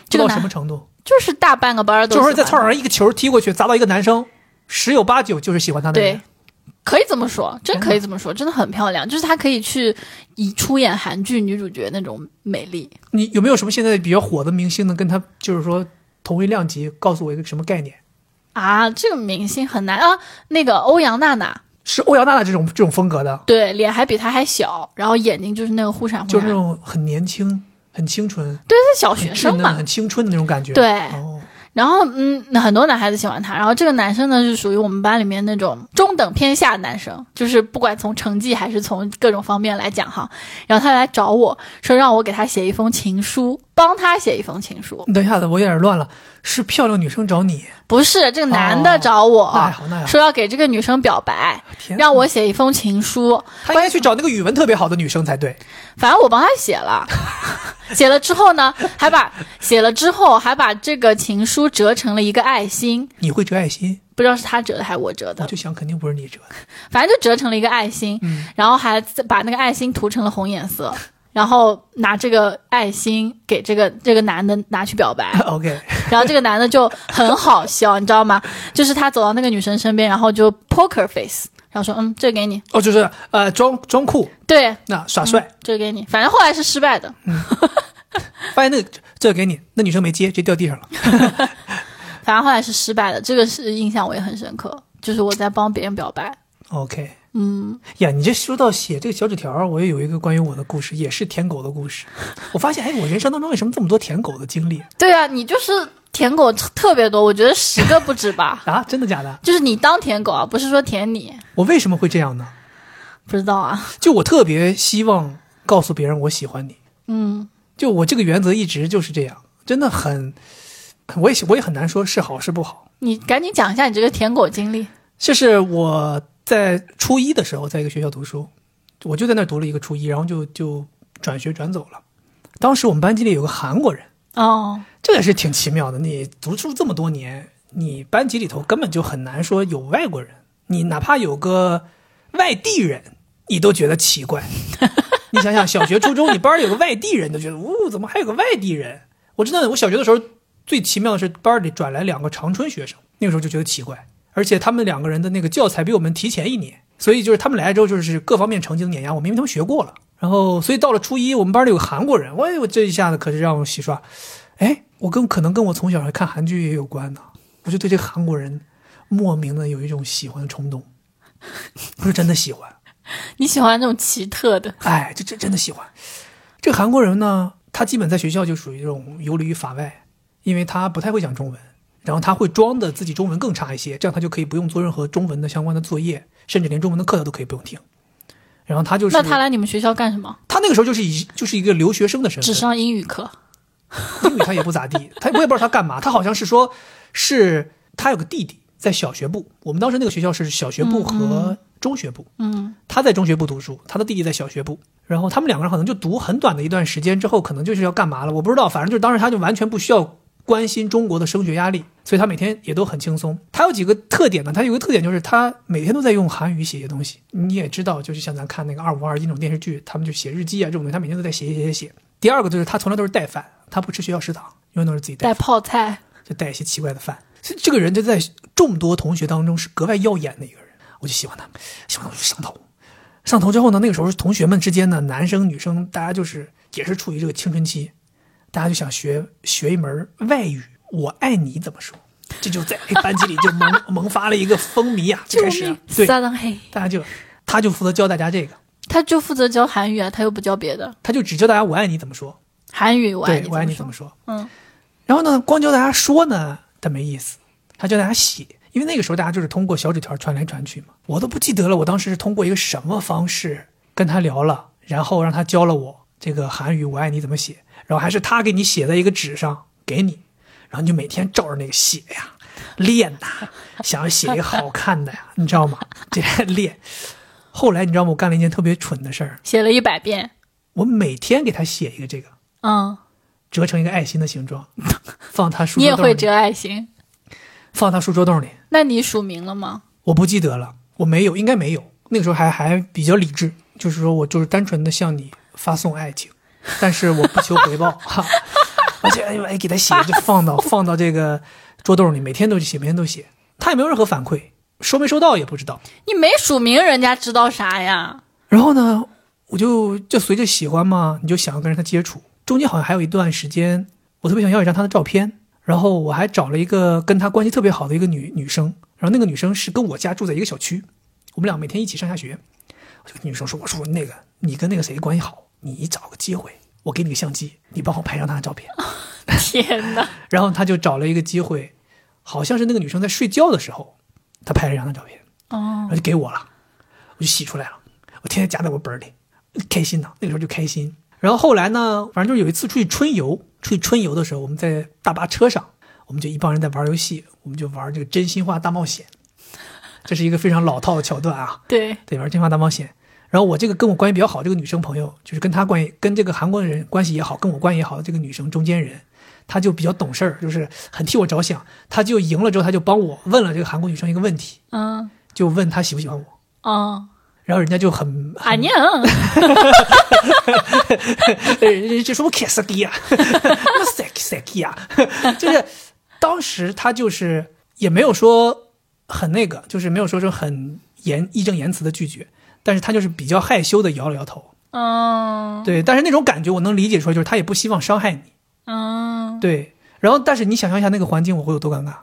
[SPEAKER 2] 这
[SPEAKER 1] 这
[SPEAKER 2] 个
[SPEAKER 1] 到
[SPEAKER 2] 男
[SPEAKER 1] 什么程度？
[SPEAKER 2] 就是大半个班儿都
[SPEAKER 1] 就是
[SPEAKER 2] 喜
[SPEAKER 1] 在
[SPEAKER 2] 欢
[SPEAKER 1] 操场
[SPEAKER 2] 她
[SPEAKER 1] 上一个球踢过去，砸到一个男生，十有八九就是喜欢他的人
[SPEAKER 2] 对。，可以这么说，真
[SPEAKER 1] 真的
[SPEAKER 2] 可以这么说，真的很漂亮，就是她可以去以出演韩剧女主角那种美丽。
[SPEAKER 1] 你有没有什么现在比较火的明星能跟他就是说同一量级？告诉我一个什么概念？
[SPEAKER 2] 啊，这个明星很难啊！那个欧阳娜娜，
[SPEAKER 1] 是欧阳娜娜这种这种风格的，
[SPEAKER 2] 对，脸还比她还小，然后眼睛就是那个忽闪忽闪，
[SPEAKER 1] 就是那种很年轻、很清纯、
[SPEAKER 2] 对，是小
[SPEAKER 1] 很
[SPEAKER 2] 学
[SPEAKER 1] 稚
[SPEAKER 2] 生
[SPEAKER 1] 嫩、
[SPEAKER 2] 嘛
[SPEAKER 1] 很。青春的那种感觉。
[SPEAKER 2] 对
[SPEAKER 1] 哦，
[SPEAKER 2] 然后嗯，那很多男孩子喜欢他，然后这个男生呢是属于我们班里面那种中等偏下的男生，就是不管从成绩还是从各种方面来讲哈。然后他来找我说让我给他写一封情书，帮他写一封情书，
[SPEAKER 1] 你等一下子，我有点乱了，是漂亮女生找你，
[SPEAKER 2] 不是这个男
[SPEAKER 1] 哦
[SPEAKER 2] 的找我、
[SPEAKER 1] 那还好那还好
[SPEAKER 2] 说要给这个女生表白，
[SPEAKER 1] 天，啊
[SPEAKER 2] 让我写一封情书，
[SPEAKER 1] 他应该去找那个语文特别好的女生才对。
[SPEAKER 2] 反正我帮他写了， *laughs* 写了之后呢，还把写了之后还把这个情书折成了一个爱心，
[SPEAKER 1] 你会折爱心，
[SPEAKER 2] 不知道是他折的还是我折
[SPEAKER 1] 我
[SPEAKER 2] 的，
[SPEAKER 1] 就想肯定不是你折的。
[SPEAKER 2] 反正就折成了一个爱心，然后还把那个爱心涂成了红颜色， *laughs*
[SPEAKER 1] *laughs*
[SPEAKER 2] 然后拿这个爱心给这个这个男的拿去表白，
[SPEAKER 1] OK，
[SPEAKER 2] 然后这个男的就很好笑，你知道吗？就是他走到那个女生身边，然后就 poker face，然后说嗯，这个给你，
[SPEAKER 1] 哦，就是呃装装酷，
[SPEAKER 2] 对，嗯
[SPEAKER 1] 那、耍帅，
[SPEAKER 2] 这个给你。反正后来是失败的，
[SPEAKER 1] 发现那个这个给你，那女生没接，直接掉地上了。
[SPEAKER 2] 反正后来是失败的，这个是印象我也很深刻，就是我在帮别人表白。
[SPEAKER 1] OK，嗯，呀，你这说到写这个小纸条儿，我也有一个关于我的故事，也是舔狗的故事。我发现，哎，我人生当中为什么这么多舔狗的经历
[SPEAKER 2] 对啊，你就是舔狗特别多，我觉得十个不止吧。 *laughs*
[SPEAKER 1] 啊？真的假的？
[SPEAKER 2] 就是你当舔狗啊，不是说舔你，
[SPEAKER 1] 我为什么会这样呢？
[SPEAKER 2] 不知道啊。
[SPEAKER 1] 就我特别希望告诉别人我喜欢你，
[SPEAKER 2] 嗯，
[SPEAKER 1] 就我这个原则一直就是这样，真的很，我也我也很难说是好是不好。
[SPEAKER 2] 你赶紧讲一下你这个舔狗经历。
[SPEAKER 1] 就是我在初一的时候，在一个学校读书，我就在那儿读了一个初一，然后就就转学转走了。当时我们班级里有个韩国人，
[SPEAKER 2] 哦，
[SPEAKER 1] 这也是挺奇妙的。你读书这么多年，你班级里头根本就很难说有外国人，你哪怕有个外地人，你都觉得奇怪。你想想，小学、初中，你班里有个外地人，你都觉得，呜、怎么还有个外地人？我真的，我小学的时候最奇妙的是班里转来两个长春学生，那个时候就觉得奇怪，而且他们两个人的那个教材比我们提前一年，所以就是他们来了之后，就是各方面成绩的碾压我们，因为他们学过了。然后，所以到了初一，我们班里有个韩国人，我我这一下子可是让我洗刷，哎，我跟可能跟我从小看韩剧也有关呢，我就对这个韩国人莫名的有一种喜欢的冲动，不是真的喜欢。
[SPEAKER 2] 你喜欢那种奇特的，
[SPEAKER 1] 哎，这这真的喜欢。这个韩国人呢，他基本在学校就属于这种游离于法外，因为他不太会讲中文，然后他会装的自己中文更差一些，这样他就可以不用做任何中文的相关的作业，甚至连中文的课他都可以不用听。然后他就是
[SPEAKER 2] 那他来你们学校干什么？
[SPEAKER 1] 他那个时候就是以就是一个留学生的身份
[SPEAKER 2] 只，上英语课。
[SPEAKER 1] 英语他也不咋地，他我也不知道他干嘛，他好像是说是他有个弟弟在小学部，我们当时那个学校是小学部和中学部，
[SPEAKER 2] 嗯，
[SPEAKER 1] 他在中学部读书，他的弟弟在小学部，然后他们两个人可能就读很短的一段时间之后，可能就是要干嘛了，我不知道，反正就是当时他就完全不需要关心中国的升学压力，所以他每天也都很轻松。他有几个特点呢？他有一个特点就是他每天都在用韩语写些东西，你也知道，就是像咱看那个二五二一那种电视剧，他们就写日记啊这种东西，他每天都在写写写写写。第二个就是他从来都是带饭，他不吃学校食堂，永远都是自己带
[SPEAKER 2] 带泡菜，
[SPEAKER 1] 就带一些奇怪的饭。所以这个人就在众多同学当中是格外耀眼的一个人，我就喜欢他，喜欢他我就上头。上头之后呢，那个时候同学们之间呢，男生女生大家就是也是处于这个青春期，大家就想学学一门外语，“我爱你”怎么说？这就在班级里就萌 *laughs* 萌发了一个风靡啊，就开始啊、对，
[SPEAKER 2] 撒当嘿，
[SPEAKER 1] 大家就他就负责教大家这个，
[SPEAKER 2] 他就负责教韩语啊，他又不教别的。
[SPEAKER 1] 他就只教大家“我爱你”怎么说，
[SPEAKER 2] 韩语我爱
[SPEAKER 1] 对
[SPEAKER 2] 你，，
[SPEAKER 1] 我爱你怎
[SPEAKER 2] 怎
[SPEAKER 1] 么
[SPEAKER 2] 么
[SPEAKER 1] 说？
[SPEAKER 2] 嗯，
[SPEAKER 1] 然后呢，光教大家说呢，它没意思，还教大家写，因为那个时候大家就是通过小纸条传来传去嘛。我都不记得了，我当时是通过一个什么方式跟他聊了，然后让他教了我这个韩语“我爱你”怎么写，然后还是他给你写在一个纸上给你，然后你就每天照着那个写呀，练呐、
[SPEAKER 2] *laughs*
[SPEAKER 1] 想要写一个好看的呀，你知道吗？这练。后来你知道吗？我干了一件特别蠢的事儿，
[SPEAKER 2] 写了一百遍。
[SPEAKER 1] 我每天给他写一个这个，
[SPEAKER 2] 嗯，
[SPEAKER 1] 折成一个爱心的形状，放他书
[SPEAKER 2] 你
[SPEAKER 1] 桌
[SPEAKER 2] 也
[SPEAKER 1] 上。
[SPEAKER 2] 会折爱心？
[SPEAKER 1] 放他书桌洞里，
[SPEAKER 2] 那你署名了吗？
[SPEAKER 1] 我不记得了，我没有，应该没有。那个时候还还比较理智，就是说我就是单纯的向你发送爱情，但是我不求回报哈。而且哎呦哎，给他写就放到放到这个桌洞里，每天都写，每天都写，他也没有任何反馈，收没收到也不知道。
[SPEAKER 2] 你没署名，人家知道
[SPEAKER 1] *laughs*
[SPEAKER 2] 啥呀？
[SPEAKER 1] 然后呢，我就就随着喜欢嘛，你就想要跟他接触。中间好像还有一段时间，我特别想要一张他的照片，然后我还找了一个跟他关系特别好的一个女女生，然后那个女生是跟我家住在一个小区，我们俩每天一起上下学。我就跟女生说：“我说那个你跟那个谁关系好，你找个机会，我给你个相机，你帮我拍张他的照片。”
[SPEAKER 2] 天哪！
[SPEAKER 1] 然后他就找了一个机会，好像是那个女生在睡觉的时候，他拍了一张她照片，
[SPEAKER 2] 哦，
[SPEAKER 1] 然后就给我了，我就洗出来了，我天天夹在我本儿里，开心呐、那个时候就开心。然后后来呢，反正就是有一次出去春游，出去春游的时候，我们在大巴车上，我们就一帮人在玩游戏，我们就玩这个真心话大冒险，这是一个非常老套的桥段啊。
[SPEAKER 2] 对，
[SPEAKER 1] 对，玩《真话大冒险》。然后我这个跟我关系比较好，这个女生朋友，就是跟她关系跟这个韩国人关系也好，跟我关系也好，这个女生中间人，她就比较懂事儿，就是很替我着想。她就赢了之后，她就帮我问了这个韩国女生一个问题，
[SPEAKER 2] 嗯，
[SPEAKER 1] 就问她喜不喜欢我。
[SPEAKER 2] 哦，啊
[SPEAKER 1] 然后人家就很，
[SPEAKER 2] 阿娘，
[SPEAKER 1] 啊 *laughs* 人家就说我 kiss 呀，那 sexy 呀，就是当时他就是也没有说很那个，就是没有说说很严义正言辞的拒绝，但是他就是比较害羞的摇了摇头。
[SPEAKER 2] 嗯
[SPEAKER 1] 对，但是那种感觉我能理解出来，就是他也不希望伤害你。
[SPEAKER 2] 嗯，
[SPEAKER 1] 对，然后但是你想象一下那个环境，我会有多尴尬。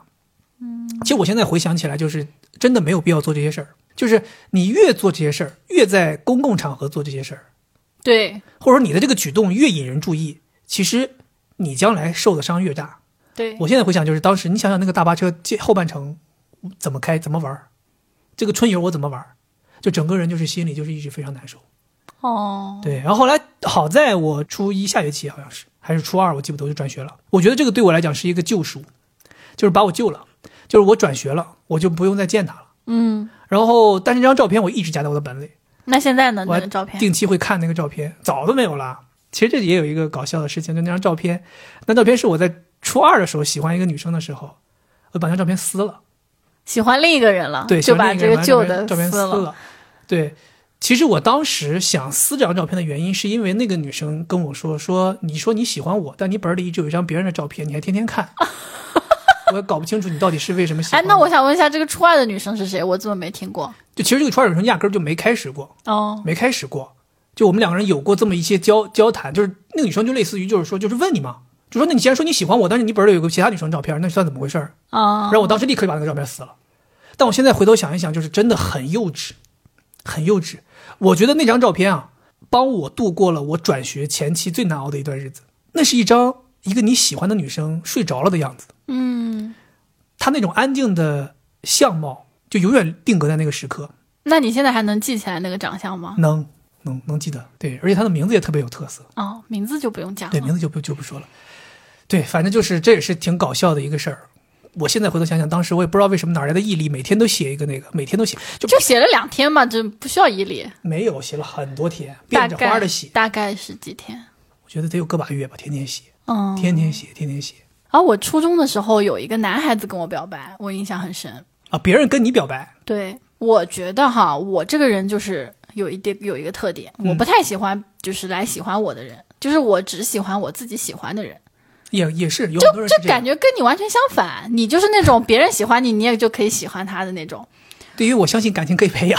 [SPEAKER 1] 嗯，其实我现在回想起来，就是真的没有必要做这些事儿。就是你越做这些事儿，越在公共场合做这些事儿，
[SPEAKER 2] 对
[SPEAKER 1] 或者说你的这个举动越引人注意，其实你将来受的伤越大。
[SPEAKER 2] 对，
[SPEAKER 1] 我现在回想，就是当时你想想那个大巴车这后半程怎么开，怎么玩儿，这个春游我怎么玩儿，就整个人就是心里就是一直非常难受。
[SPEAKER 2] 哦，
[SPEAKER 1] 对，然后后来好在我初一下学期好像是还是初二，我记不得我就转学了。我觉得这个对我来讲是一个救赎，就是把我救了，就是我转学了，我就不用再见他了。
[SPEAKER 2] 嗯，
[SPEAKER 1] 然后，但是这张照片我一直夹在我的本里，
[SPEAKER 2] 那现在呢？
[SPEAKER 1] 我
[SPEAKER 2] 嗯那
[SPEAKER 1] 还
[SPEAKER 2] 个照片，
[SPEAKER 1] 定期会看那个照片，早都没有了。其实这也有一个搞笑的事情，就那张照片，那照片是我在初二的时候喜欢一个女生的时候，我把那张照片撕了，
[SPEAKER 2] 喜欢另一个人了，
[SPEAKER 1] 对，
[SPEAKER 2] 啊就
[SPEAKER 1] 喜欢
[SPEAKER 2] 把
[SPEAKER 1] 另一
[SPEAKER 2] 这
[SPEAKER 1] 人
[SPEAKER 2] 个旧
[SPEAKER 1] 把
[SPEAKER 2] 的
[SPEAKER 1] 那张照片
[SPEAKER 2] 撕
[SPEAKER 1] 撕
[SPEAKER 2] 了。
[SPEAKER 1] 了。对，其实我当时想撕这张照片的原因，是因为那个女生跟我说，说你说你喜欢我，但你本里一直有一张别人的照片，你还天天
[SPEAKER 2] *laughs*
[SPEAKER 1] 看，我也搞不清楚你到底是为什么喜欢。
[SPEAKER 2] 哎，那我想问一下，这个初二的女生是谁？我怎么没听过？
[SPEAKER 1] 就其实这个初二女生压根儿就没开始过，
[SPEAKER 2] 哦，
[SPEAKER 1] 没开始过，就我们两个人有过这么一些交交谈，就是那个女生就类似于就是说就是问你嘛，就说那你既然说你喜欢我，但是你本儿里有个其他女生照片，那算怎么回事儿？
[SPEAKER 2] 啊
[SPEAKER 1] 然，后我当时立刻就把那个照片撕了。但我现在回头想一想，就是真的很幼稚，很幼稚。我觉得那张照片啊，帮我度过了我转学前期最难熬的一段日子。那是一张一个你喜欢的女生睡着了的样子，
[SPEAKER 2] 嗯，
[SPEAKER 1] 她那种安静的相貌就永远定格在那个时刻。
[SPEAKER 2] 那你现在还能记起来那个长相吗？
[SPEAKER 1] 能能能记得，对，而且她的名字也特别有特色。
[SPEAKER 2] 哦哦，名字就不用讲
[SPEAKER 1] 对，
[SPEAKER 2] 了。
[SPEAKER 1] 名字就不就不说了。对，反正就是这也是挺搞笑的一个事儿。我现在回头想想，当时我也不知道为什么哪儿来的毅力，每天都写一个那个，每天都写，就
[SPEAKER 2] 就写了两天嘛，这不需要毅力，
[SPEAKER 1] 没有写了很多天，
[SPEAKER 2] 大
[SPEAKER 1] 变着花
[SPEAKER 2] 概
[SPEAKER 1] 的写。
[SPEAKER 2] 大概是几天？
[SPEAKER 1] 我觉得得有个把月吧，天天写，
[SPEAKER 2] 嗯，
[SPEAKER 1] 天天写，天天写
[SPEAKER 2] 啊，我初中的时候有一个男孩子跟我表白，我印象很深。
[SPEAKER 1] 啊！别人跟你表白，
[SPEAKER 2] 对，我觉得哈，我这个人就是有一点有一个特点，
[SPEAKER 1] 嗯
[SPEAKER 2] 我不太喜欢就是来喜欢我的人，就是我只喜欢我自己喜欢的人。
[SPEAKER 1] 也也是有很多人是
[SPEAKER 2] 这
[SPEAKER 1] 这样
[SPEAKER 2] 感。觉跟你完全相反，你就是那种别人喜欢你，你也就可以喜欢他的那种。
[SPEAKER 1] 对于我相信感情可以培养，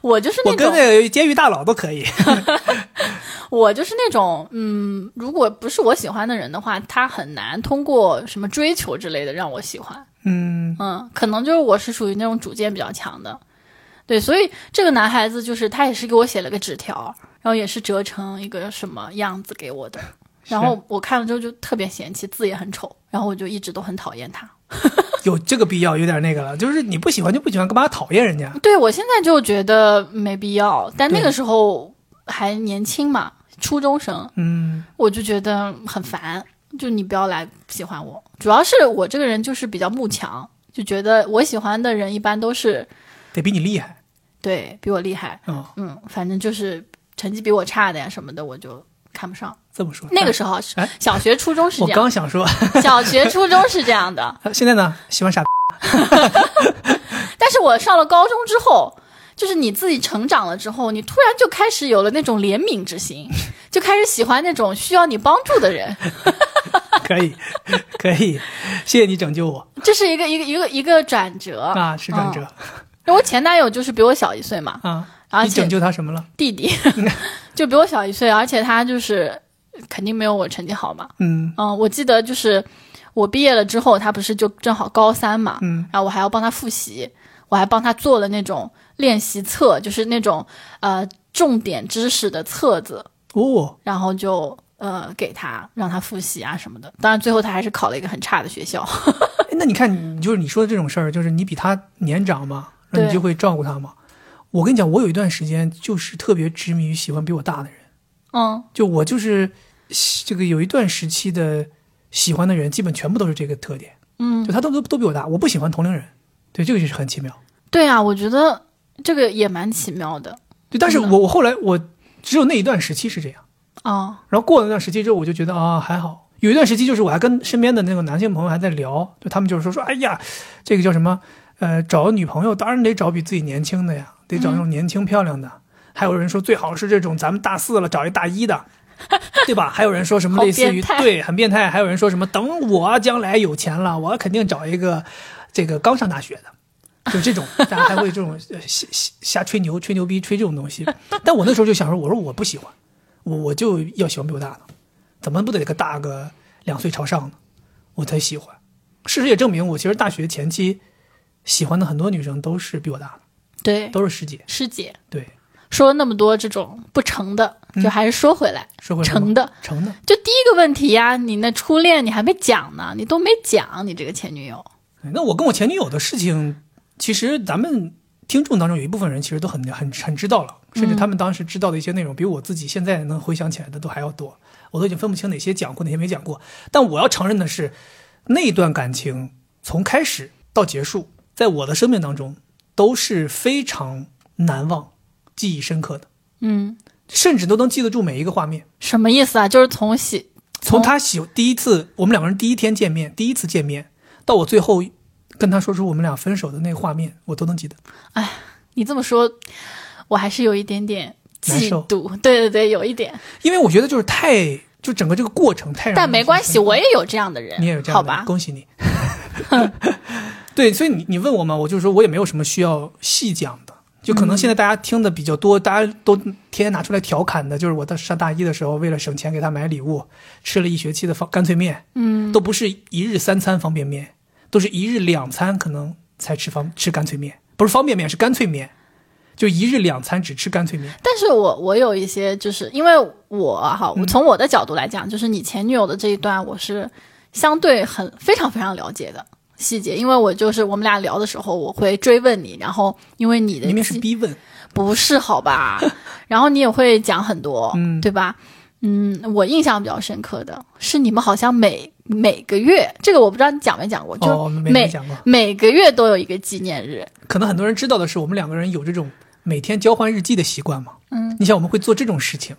[SPEAKER 2] 我就是
[SPEAKER 1] 我
[SPEAKER 2] 那
[SPEAKER 1] 跟
[SPEAKER 2] 种，
[SPEAKER 1] 那个监狱大佬都可以。 *laughs*
[SPEAKER 2] 我就是那种，嗯，如果不是我喜欢的人的话，他很难通过什么追求之类的让我喜欢。
[SPEAKER 1] 嗯，
[SPEAKER 2] 嗯，可能就是我是属于那种主见比较强的，对，所以这个男孩子就是他也是给我写了个纸条，然后也是折成一个什么样子给我的，然后我看了之后就特别嫌弃，字也很丑，然后我就一直都很讨厌他。
[SPEAKER 1] 有这个必要，有点那个了，就是你不喜欢就不喜欢，干嘛讨厌人家？
[SPEAKER 2] 对我现在就觉得没必要，但那
[SPEAKER 1] 对
[SPEAKER 2] 个时候还年轻嘛，初中生，
[SPEAKER 1] 嗯，
[SPEAKER 2] 我就觉得很烦，就你不要来喜欢我。主要是我这个人就是比较慕强，就觉得我喜欢的人一般都是
[SPEAKER 1] 得比你厉害
[SPEAKER 2] 对比我厉害，
[SPEAKER 1] 啊、
[SPEAKER 2] 嗯，反正就是成绩比我差的呀什么的，我就看不上。
[SPEAKER 1] 这么说，
[SPEAKER 2] 那个时候是
[SPEAKER 1] 哎
[SPEAKER 2] 小学、初中是
[SPEAKER 1] 我
[SPEAKER 2] 这样，
[SPEAKER 1] 刚想说，呃
[SPEAKER 2] 小学、初中是这样的。
[SPEAKER 1] 现在呢，喜
[SPEAKER 2] *laughs*
[SPEAKER 1] 欢傻逼，
[SPEAKER 2] 但是我上了高中之后，就是你自己成长了之后，你突然就开始有了那种怜悯之心， *laughs* 就开始喜欢那种需要你帮助的人。
[SPEAKER 1] 可以， *laughs* 可以，谢谢你拯救我
[SPEAKER 2] 这是一个一个一个一个转折
[SPEAKER 1] 啊！是转折
[SPEAKER 2] 嗯我前男友就是比我小一岁嘛，
[SPEAKER 1] 啊！
[SPEAKER 2] 而
[SPEAKER 1] 你
[SPEAKER 2] 且
[SPEAKER 1] 拯救他什么了？
[SPEAKER 2] 弟弟 *laughs* 就比我小一岁，而且他就是肯定没有我成绩好嘛。
[SPEAKER 1] 嗯
[SPEAKER 2] 嗯，我记得就是我毕业了之后，他不是就正好高三嘛，
[SPEAKER 1] 嗯，
[SPEAKER 2] 然后我还要帮他复习，我还帮他做了那种练习册，就是那种呃重点知识的册子，
[SPEAKER 1] 哦，
[SPEAKER 2] 然后就呃给他让他复习啊什么的。当然最后他还是考了一个很差的学校， *laughs*
[SPEAKER 1] 哎那你看，你就是你说的这种事儿，就是你比他年长嘛，然后你
[SPEAKER 2] 嗯对
[SPEAKER 1] 就会照顾他嘛。我跟你讲，我有一段时间就是特别执迷于喜欢比我大的人，
[SPEAKER 2] 嗯
[SPEAKER 1] 就我就是喜这个有一段时期的喜欢的人，基本全部都是这个特点，
[SPEAKER 2] 嗯，
[SPEAKER 1] 就他都都都比我大，我不喜欢同龄人，对，这个就是很奇妙。
[SPEAKER 2] 对啊，我觉得这个也蛮奇妙的
[SPEAKER 1] 对，但是
[SPEAKER 2] 真
[SPEAKER 1] 我我后来我只有那一段时期是这样。
[SPEAKER 2] 啊、
[SPEAKER 1] 然后过了那段时期之后，我就觉得啊还好。有一段时期，就是我还跟身边的那个男性朋友还在聊，就他们就是说说，哎呀，这个叫什么？呃，找女朋友当然得找比自己年
[SPEAKER 2] 嗯
[SPEAKER 1] 轻的呀，得找那种年轻漂亮的。还有人说最好是这种咱们大四了找一大一的， *laughs* 对吧？还有人说什么
[SPEAKER 2] 好
[SPEAKER 1] 类似于
[SPEAKER 2] 变态
[SPEAKER 1] 对很变态，还有人说什么等我将来有钱了，我肯定找一个这个刚上大学的，就这种，大家还会这种呃瞎瞎瞎吹牛、吹牛逼、吹这种东西。但我那时候就想说，我说我不喜欢，我我就要喜欢比我大的，怎么不得个大个两岁朝上呢？我才喜欢。事实也证明，我其实大学前期喜欢的很多女生都是比我大
[SPEAKER 2] 对
[SPEAKER 1] 的，，都是师姐。
[SPEAKER 2] 师姐
[SPEAKER 1] 对，
[SPEAKER 2] 说了那么多这种不成的，就还是说回来，
[SPEAKER 1] 说回来
[SPEAKER 2] 成
[SPEAKER 1] 吗
[SPEAKER 2] 的。
[SPEAKER 1] 成的，
[SPEAKER 2] 就第一个问题呀、你那初恋你还没讲呢，你都没讲你这个前女友。
[SPEAKER 1] 对哎那我跟我前女友的事情，其实咱们听众当中有一部分人其实都很很很知道了，甚至他们当时知道的一些内容，比我自己现在能回想起来的都还要多。我都已经分不清哪些讲过，哪些没讲过。但我要承认的是，那一段感情从开始到结束，在我的生命当中都是非常难忘、记忆深刻的，
[SPEAKER 2] 嗯，
[SPEAKER 1] 甚至都能记得住每一个画面。
[SPEAKER 2] 什么意思啊？就是从喜
[SPEAKER 1] 从他喜第一次我们两个人第一天见面，第一次见面，到我最后跟他说出我们俩分手的那个画面，我都能记得。
[SPEAKER 2] 你这么说，我还是有一点点
[SPEAKER 1] 难
[SPEAKER 2] 嫉
[SPEAKER 1] 受
[SPEAKER 2] 妒。对对对，有一点，
[SPEAKER 1] 因为我觉得就是太，就整个这个过程太让人
[SPEAKER 2] 但没关系，
[SPEAKER 1] 印象深刻
[SPEAKER 2] 我也有这样的人，
[SPEAKER 1] 你也有这
[SPEAKER 2] 好
[SPEAKER 1] 样的人，
[SPEAKER 2] 吧？
[SPEAKER 1] 恭喜你。 *laughs* 对，所以你你问我嘛，我就是说我也没有什么需要细讲的，就
[SPEAKER 2] 嗯
[SPEAKER 1] 可能现在大家听的比较多，大家都天天拿出来调侃的，就是我在上大一的时候，为了省钱给他买礼物，吃了一学期的方干脆面，嗯，都不是一日三餐方便面，都是一日两餐可能才吃方吃干脆面，不是方便面是干脆面，就一日两餐只吃干脆面，
[SPEAKER 2] 但是我我有一些，就是因为我哈，我从我的角度来讲，就是你前女友的这一段，我是相对很非常非常了解的细节，因为我就是我们俩聊的时候，我会追问你，然后因为你的
[SPEAKER 1] 明明是
[SPEAKER 2] 记
[SPEAKER 1] 逼问，
[SPEAKER 2] 不是
[SPEAKER 1] *laughs*
[SPEAKER 2] 好吧，然后你也会讲很多，
[SPEAKER 1] 嗯
[SPEAKER 2] 对吧？嗯，我印象比较深刻的是你们好像每每个月，这个我不知道你讲没讲过，就
[SPEAKER 1] 哦，没没
[SPEAKER 2] 每
[SPEAKER 1] 讲过。
[SPEAKER 2] 每个月都有一个纪念日，
[SPEAKER 1] 可能很多人知道的是，我们两个人有这种每天交换日记的习惯嘛。嗯，你想我们会做这种事情，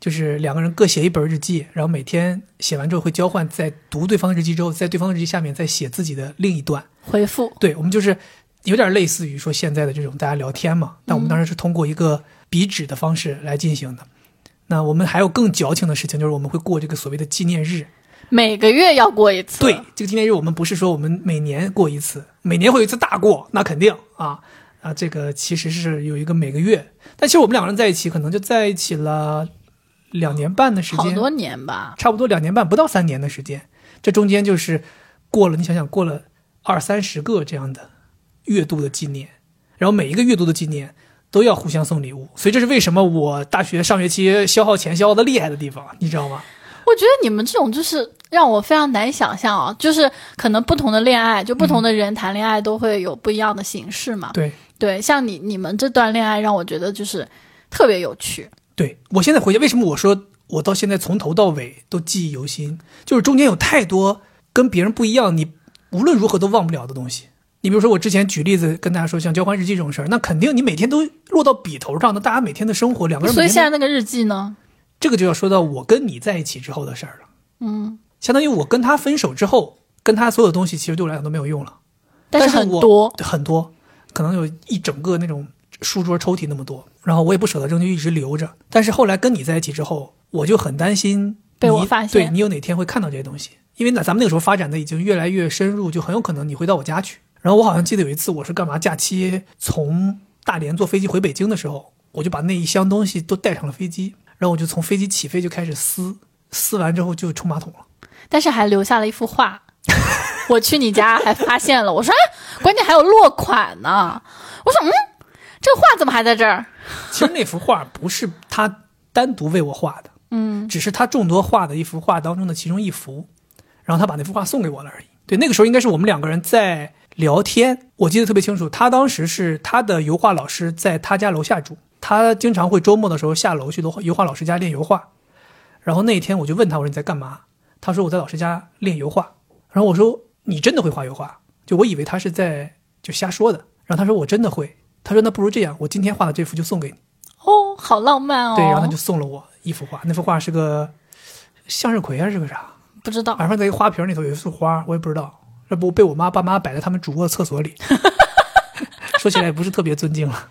[SPEAKER 1] 就是两个人各写一本日记，然后每天写完之后会交换，在读对方日记之后，在对方日记下面再写自己的另一段。
[SPEAKER 2] 回复
[SPEAKER 1] 对，我们就是有点类似于说现在的这种大家聊天嘛，但我们当时是通过一个笔纸的方式来进行的。那我们还有更矫情的事情，就是我们会过这个所谓的纪念日。
[SPEAKER 2] 每个月要过一次，
[SPEAKER 1] 对，这个纪念日我们不是说我们每年过一次，每年会有一次大过，那肯定啊啊，这个其实是有一个每个月，但其实我们两个人在一起，可能就在一起了两年半的时
[SPEAKER 2] 好
[SPEAKER 1] 间，
[SPEAKER 2] 多年吧，
[SPEAKER 1] 差不多两年半不到三年的时间，这中间就是过了，你想想过了二三十个这样的月度的纪念，然后每一个月度的纪念都要互相送礼物，所以这是为什么我大学上学期消耗钱消耗的厉害的地方，你知道吗？
[SPEAKER 2] 我觉得你们这种就是让我非常难想象啊，就是可能不同的恋爱，就不同的人谈恋爱都会有不一样的形式嘛。
[SPEAKER 1] 对，
[SPEAKER 2] 对，像你你们这段恋爱让我觉得就是特别有趣。
[SPEAKER 1] 对我现在回想，为什么我说我到现在从头到尾都记忆犹新，就是中间有太多跟别人不一样，你无论如何都忘不了的东西。你比如说，我之前举例子跟大家说，像交换日记这种事儿，那肯定你每天都落到笔头上，那大家每天的生活，两个人每
[SPEAKER 2] 所以
[SPEAKER 1] 天
[SPEAKER 2] 现在那个日记呢，
[SPEAKER 1] 这个就要说到我跟你在一起之后的事儿了。嗯，相当于我跟他分手之后，跟他所有东西其实对我来讲都没有用了，
[SPEAKER 2] 但
[SPEAKER 1] 但
[SPEAKER 2] 是很
[SPEAKER 1] 我
[SPEAKER 2] 多，
[SPEAKER 1] 很多，可能有一整个那种书桌抽屉那么多，然后我也不舍得扔，就一直留着。但是后来跟你在一起之后，我就很担心
[SPEAKER 2] 被我
[SPEAKER 1] 你
[SPEAKER 2] 发现
[SPEAKER 1] 对你有哪天会看到这些东西，因为那咱们那个时候发展的已经越来越深入，就很有可能你会到我家去。然后我好像记得有一次我是干嘛，假期从大连坐飞机回北京的时候，我就把那一箱东西都带上了飞机，然后我就从飞机起飞就开始撕，撕完之后就冲马桶了。
[SPEAKER 2] 但是还留下了一幅画。 *laughs* 我去你家还发现了，我说哎，关键还有落款呢。我说嗯，这画怎么还在这儿？
[SPEAKER 1] 其实那幅画不是他单独为我画的，嗯，只是他众多画的一幅画当中的其中一幅，然后他把那幅画送给我了而已。对，那个时候应该是我们两个人在聊天，我记得特别清楚。他当时是他的油画老师在他家楼下住，他经常会周末的时候下楼去楼油画老师家练油画。然后那一天我就问他，我说你在干嘛？他说我在老师家练油画。然后我说你真的会画油画？就我以为他是在就瞎说的。然后他说我真的会。他说那不如这样，我今天画的这幅就送给你。
[SPEAKER 2] 哦，好浪漫哦。
[SPEAKER 1] 对，然后他就送了我一幅画，那幅画是个向日葵还啊是个啥？
[SPEAKER 2] 不知道
[SPEAKER 1] 反正在一个花瓶里头有一束花，我也不知道，这不被我妈爸妈摆在他们主卧厕
[SPEAKER 2] *laughs*
[SPEAKER 1] 所里。说起来也不是特别尊敬了，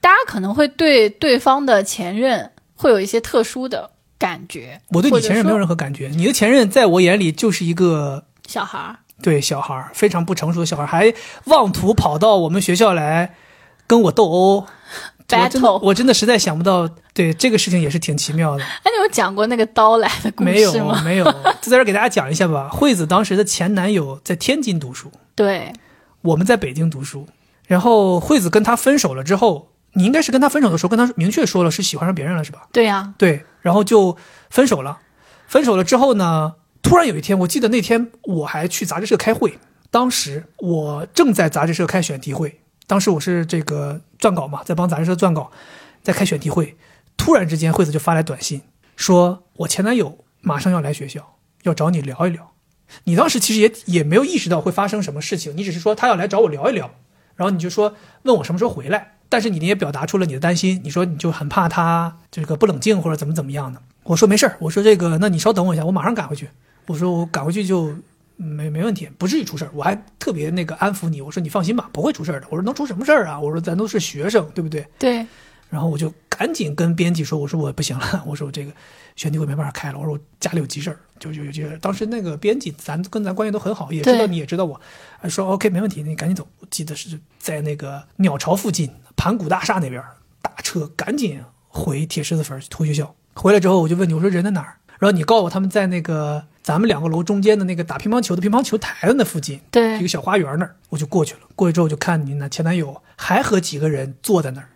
[SPEAKER 2] 大家可能会对对方的前任会有一些特殊的感觉。
[SPEAKER 1] 我对你
[SPEAKER 2] 或者
[SPEAKER 1] 前任没有
[SPEAKER 2] 说
[SPEAKER 1] 任何感觉，你的前任在我眼里就是一个
[SPEAKER 2] 小孩儿，
[SPEAKER 1] 对小孩儿非常不成熟的小孩儿，还妄图跑到我们学校来跟我斗殴。我真的
[SPEAKER 2] Battle
[SPEAKER 1] 我真的实在想不到，对这个事情也是挺奇妙的。
[SPEAKER 2] 哎，你有讲过那个刀来的故
[SPEAKER 1] 没有啊
[SPEAKER 2] 事吗？
[SPEAKER 1] 没有，就在这儿给大家讲一下吧。惠子当时的前男友在天津读书，
[SPEAKER 2] 对，
[SPEAKER 1] 我们在北京读书，然后惠子跟他分手了之后，你应该是跟他分手的时候跟他明确说了是喜欢上别人了，是吧？
[SPEAKER 2] 对呀、
[SPEAKER 1] 对，然后就分手了。分手了之后呢，突然有一天，我记得那天我还去杂志社开会，当时我正在杂志社开选题会，当时我是这个撰稿嘛，在帮杂志社撰稿，在开选题会。突然之间，惠子就发来短信说：“我前男友马上要来学校，要找你聊一聊。”你当时其实也也没有意识到会发生什么事情，你只是说他要来找我聊一聊，然后你就说问我什么时候回来，但是你也表达出了你的担心，你说你就很怕他这个不冷静或者怎么怎么样的。我说没事儿，我说这个，那你稍等我一下，我马上赶回去。我说我赶回去就没没问题，不至于出事儿。我还特别那个安抚你，我说你放心吧，不会出事儿的。我说能出什么事儿啊？我说咱都是学生，对不对？
[SPEAKER 2] 对，
[SPEAKER 1] 然后我就赶紧跟编辑说，我说我不行了， *laughs* 我说我这个选题会没办法开了，我说我家里有急事儿，就就有急事儿。当时那个编辑咱跟咱关系都很好，也知道
[SPEAKER 2] 对
[SPEAKER 1] 你也知道我，呃说 OK 没问题，你赶紧走。我记得是在那个鸟巢附近盘古大厦那边，打车赶紧回铁狮子坟回学校。回来之后我就问你，我说人在哪儿？然后你告诉我他们在那个咱们两个楼中间的那个打乒乓球的乒乓球台的那附近，
[SPEAKER 2] 对
[SPEAKER 1] 一个小花园那儿，我就过去了。过去之后就看你那前男友还和几个人坐在那儿，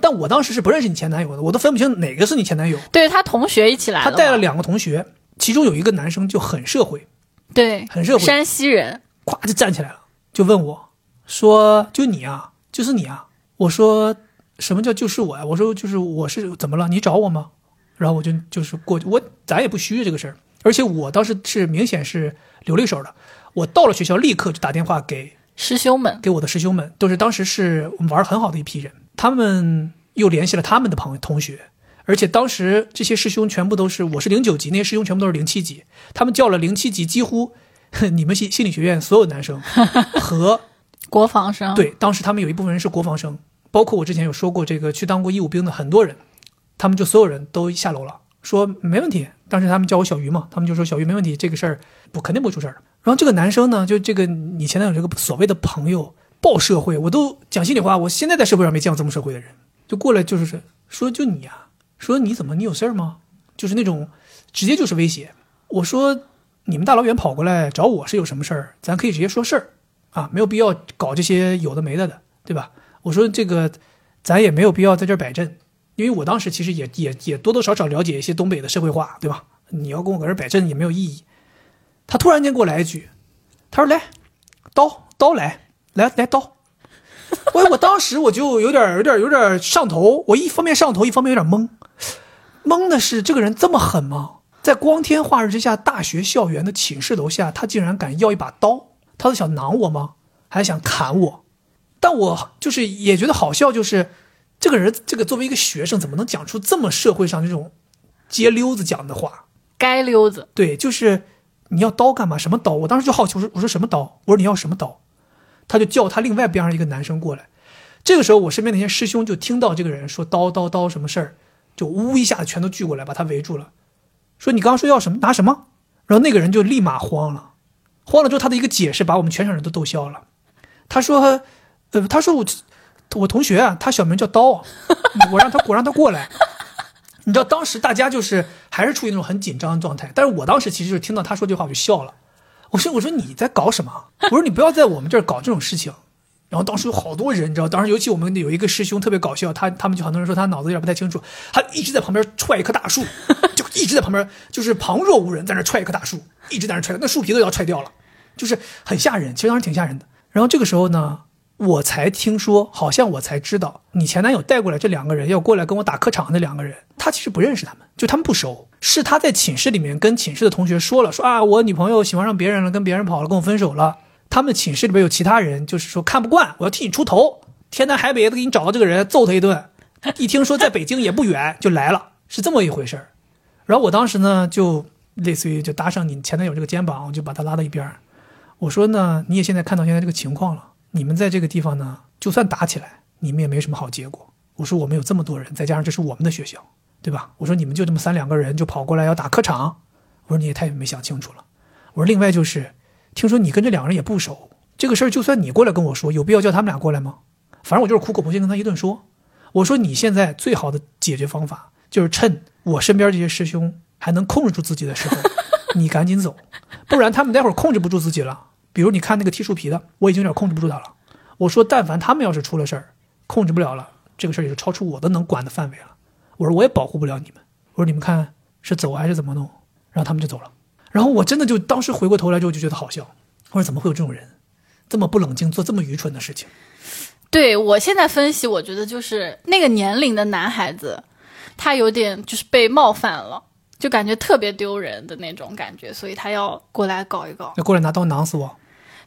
[SPEAKER 1] 但我当时是不认识你前男友的，我都分不清哪个是你前男友。
[SPEAKER 2] 对他同学一起来
[SPEAKER 1] 他
[SPEAKER 2] 了嘛，
[SPEAKER 1] 带了两个同学，其中有一个男生就很社会，
[SPEAKER 2] 对，
[SPEAKER 1] 很社会
[SPEAKER 2] 山西人，
[SPEAKER 1] 咵就站起来了，就问我说：“就你啊，就是你啊。”我说：“什么叫就是我呀、我说：“就是我是怎么了？你找我吗？”然后我就就是过去，我咱也不虚这个事儿，而且我当时是明显是留了一手的。我到了学校，立刻就打电话给
[SPEAKER 2] 师兄们，
[SPEAKER 1] 给我的师兄们，都是当时是我们玩儿很好的一批人，他们又联系了他们的朋友同学，而且当时这些师兄全部都是，我是零九级，那些师兄全部都是零七级，他们叫了零七级，几乎你们心心理学院所有男生和
[SPEAKER 2] 国防生，
[SPEAKER 1] 对，当时他们有一部分人是国防生，包括我之前有说过这个去当过义务兵的很多人，他们就所有人都下楼了，说没问题。当时他们叫我小鱼嘛，他们就说小鱼没问题，这个事儿不肯定不会出事儿的。然后这个男生呢，就这个你前男友这个所谓的朋友报社会，我都讲心里话，我现在在社会上没见过这么社会的人，就过来就是说就你啊，说你怎么你有事儿吗？就是那种直接就是威胁。我说你们大老远跑过来找我是有什么事儿，咱可以直接说事儿啊，没有必要搞这些有的没的的，对吧？我说这个咱也没有必要在这儿摆阵，因为我当时其实也也也多多少少了解一些东北的社会化，对吧？你要跟我搁这儿摆阵也没有意义。他突然间给我来一句，他说来刀刀来来来刀。 *laughs* 我我当时我就有点有点有点上头，我一方面上头，一方面有点懵。懵的是这个人这么狠吗？在光天化日之下，大学校园的寝室楼下，他竟然敢要一把刀，他是想囊我吗？还是想砍我？但我就是也觉得好笑，就是这个人，这个作为一个学生，怎么能讲出这么社会上这种街溜子讲的话？
[SPEAKER 2] 街溜子，
[SPEAKER 1] 对，就是你要刀干嘛？什么刀？我当时就好奇，我说我说什么刀？我说你要什么刀？他就叫他另外边上一个男生过来。这个时候，我身边那些师兄就听到这个人说刀刀刀什么事儿，就呜一下子全都聚过来，把他围住了，说你刚刚说要什么拿什么，然后那个人就立马慌了，慌了之后他的一个解释把我们全场人都逗笑了。他说，呃，他说我我同学啊，他小名叫刀啊， *laughs* 我让他我让他过来。你知道当时大家就是还是处于那种很紧张的状态，但是我当时其实就是听到他说这话我就笑了，我说我说你在搞什么？我说你不要在我们这儿搞这种事情。然后当时有好多人，你知道，当时尤其我们有一个师兄特别搞笑，他他们就很多人说他脑子有点不太清楚，他一直在旁边踹一棵大树，就一直在旁边就是旁若无人在那踹一棵大树，一直在那踹，那树皮都要踹掉了，就是很吓人，其实当时挺吓人的。然后这个时候呢，我才听说，好像我才知道，你前男友带过来这两个人要过来跟我打客场那两个人，他其实不认识他们，就他们不熟，是他在寝室里面跟寝室的同学说了，说啊我女朋友喜欢上别人了，跟别人跑了，跟我分手了。他们寝室里边有其他人，就是说看不惯，我要替你出头，天南海北的给你找到这个人，揍他一顿。一听说在北京也不远，就来了，是这么一回事儿。然后我当时呢，就类似于就搭上你前男友这个肩膀，我就把他拉到一边儿，我说呢，你也现在看到现在这个情况了，你们在这个地方呢，就算打起来，你们也没什么好结果。我说我们有这么多人，再加上这是我们的学校，对吧？我说你们就这么三两个人就跑过来要打客场，我说你也太没想清楚了。我说另外就是，听说你跟这两个人也不熟，这个事儿就算你过来跟我说，有必要叫他们俩过来吗？反正我就是苦口婆心跟他一顿说。我说你现在最好的解决方法就是趁我身边这些师兄还能控制住自己的时候，你赶紧走，不然他们待会儿控制不住自己了。比如你看那个踢树皮的，我已经有点控制不住他了。我说，但凡他们要是出了事儿，控制不了了，这个事儿也是超出我的能管的范围了。我说我也保护不了你们。我说你们看是走还是怎么弄？然后他们就走了。然后我真的就当时回过头来之后就觉得好笑，我说怎么会有这种人，这么不冷静做这么愚蠢的事情？
[SPEAKER 2] 对我现在分析，我觉得就是那个年龄的男孩子，他有点就是被冒犯了，就感觉特别丢人的那种感觉，所以他要过来搞一搞。
[SPEAKER 1] 要过来拿刀囊死我？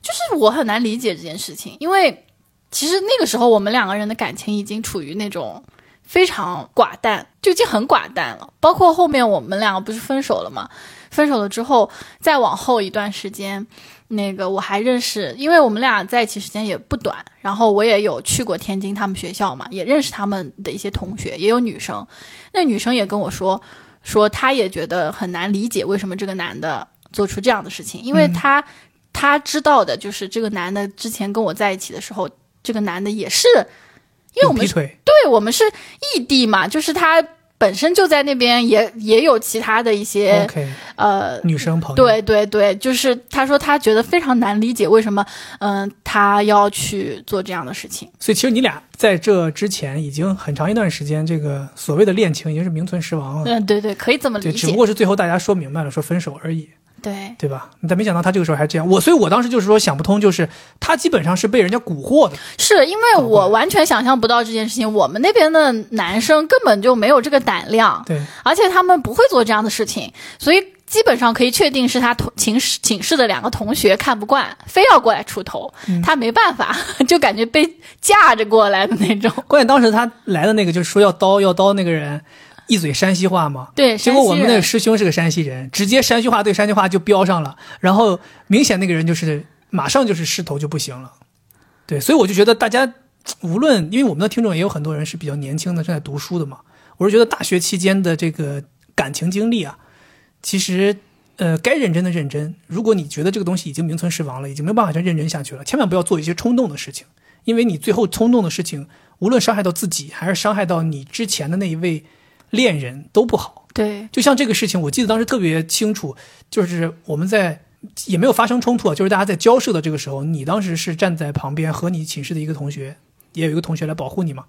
[SPEAKER 2] 就是我很难理解这件事情，因为其实那个时候我们两个人的感情已经处于那种非常寡淡，就已经很寡淡了。包括后面我们两个不是分手了嘛？分手了之后，再往后一段时间，那个我还认识，因为我们俩在一起时间也不短，然后我也有去过天津他们学校嘛，也认识他们的一些同学，也有女生。那女生也跟我说，说她也觉得很难理解为什么这个男的做出这样的事情，因为
[SPEAKER 1] 嗯
[SPEAKER 2] 她、她知道的就是这个男的之前跟我在一起的时候，这个男的也是，因为
[SPEAKER 1] 有
[SPEAKER 2] 我们
[SPEAKER 1] 劈
[SPEAKER 2] 是
[SPEAKER 1] 腿？
[SPEAKER 2] 对我们是异地嘛，就是他本身就在那边也，也有其他的一些
[SPEAKER 1] 哦 OK，
[SPEAKER 2] 呃
[SPEAKER 1] 女生朋友，
[SPEAKER 2] 对对对，就是他说他觉得非常难理解为什么，嗯、他要去做这样的事情。
[SPEAKER 1] 所以其实你俩在这之前已经很长一段时间，这个所谓的恋情已经是名存实亡了。
[SPEAKER 2] 嗯，对对，可以这么理
[SPEAKER 1] 哦对，只
[SPEAKER 2] 解
[SPEAKER 1] 不。过是最后大家说明白了，说分手而已，
[SPEAKER 2] 对
[SPEAKER 1] 对吧？但没想到他这个时候还这样，我所以，我当时就是说想不通，就是他基本上是被人家蛊惑的，
[SPEAKER 2] 是因为
[SPEAKER 1] 好吧
[SPEAKER 2] 我完全想象不到这件事情，我们那边的男生根本就没有这个胆量，
[SPEAKER 1] 对，
[SPEAKER 2] 而且他们不会做这样的事情，所以基本上可以确定是他同寝室寝室的两个同学看不惯，非要过来出头，
[SPEAKER 1] 嗯
[SPEAKER 2] 他没办法， *laughs* 就感觉被架着过来的那
[SPEAKER 1] *laughs*
[SPEAKER 2] 种。
[SPEAKER 1] 关键当时他来的那个就是说要刀要刀那个人，一嘴山西话嘛。
[SPEAKER 2] 对，
[SPEAKER 1] 结果我们
[SPEAKER 2] 山西
[SPEAKER 1] 那个
[SPEAKER 2] 人
[SPEAKER 1] 师兄是个山西人，直接山西话对山西话就标上了，然后明显那个人就是马上就是势头就不行了。对，所以我就觉得大家无论因为我们的听众也有很多人是比较年轻的，正在读书的嘛，我是觉得大学期间的这个感情经历啊，其实呃该认真的认真。如果你觉得这个东西已经名存实亡了，已经没有办法再认真下去了，千万不要做一些冲动的事情，因为你最后冲动的事情，无论伤害到自己还是伤害到你之前的那一位恋人都不好。
[SPEAKER 2] 对
[SPEAKER 1] 就像这个事情，我记得当时特别清楚，就是我们在也没有发生冲突啊，就是大家在交涉的这个时候，你当时是站在旁边和你寝室的一个同学，也有一个同学来保护你嘛。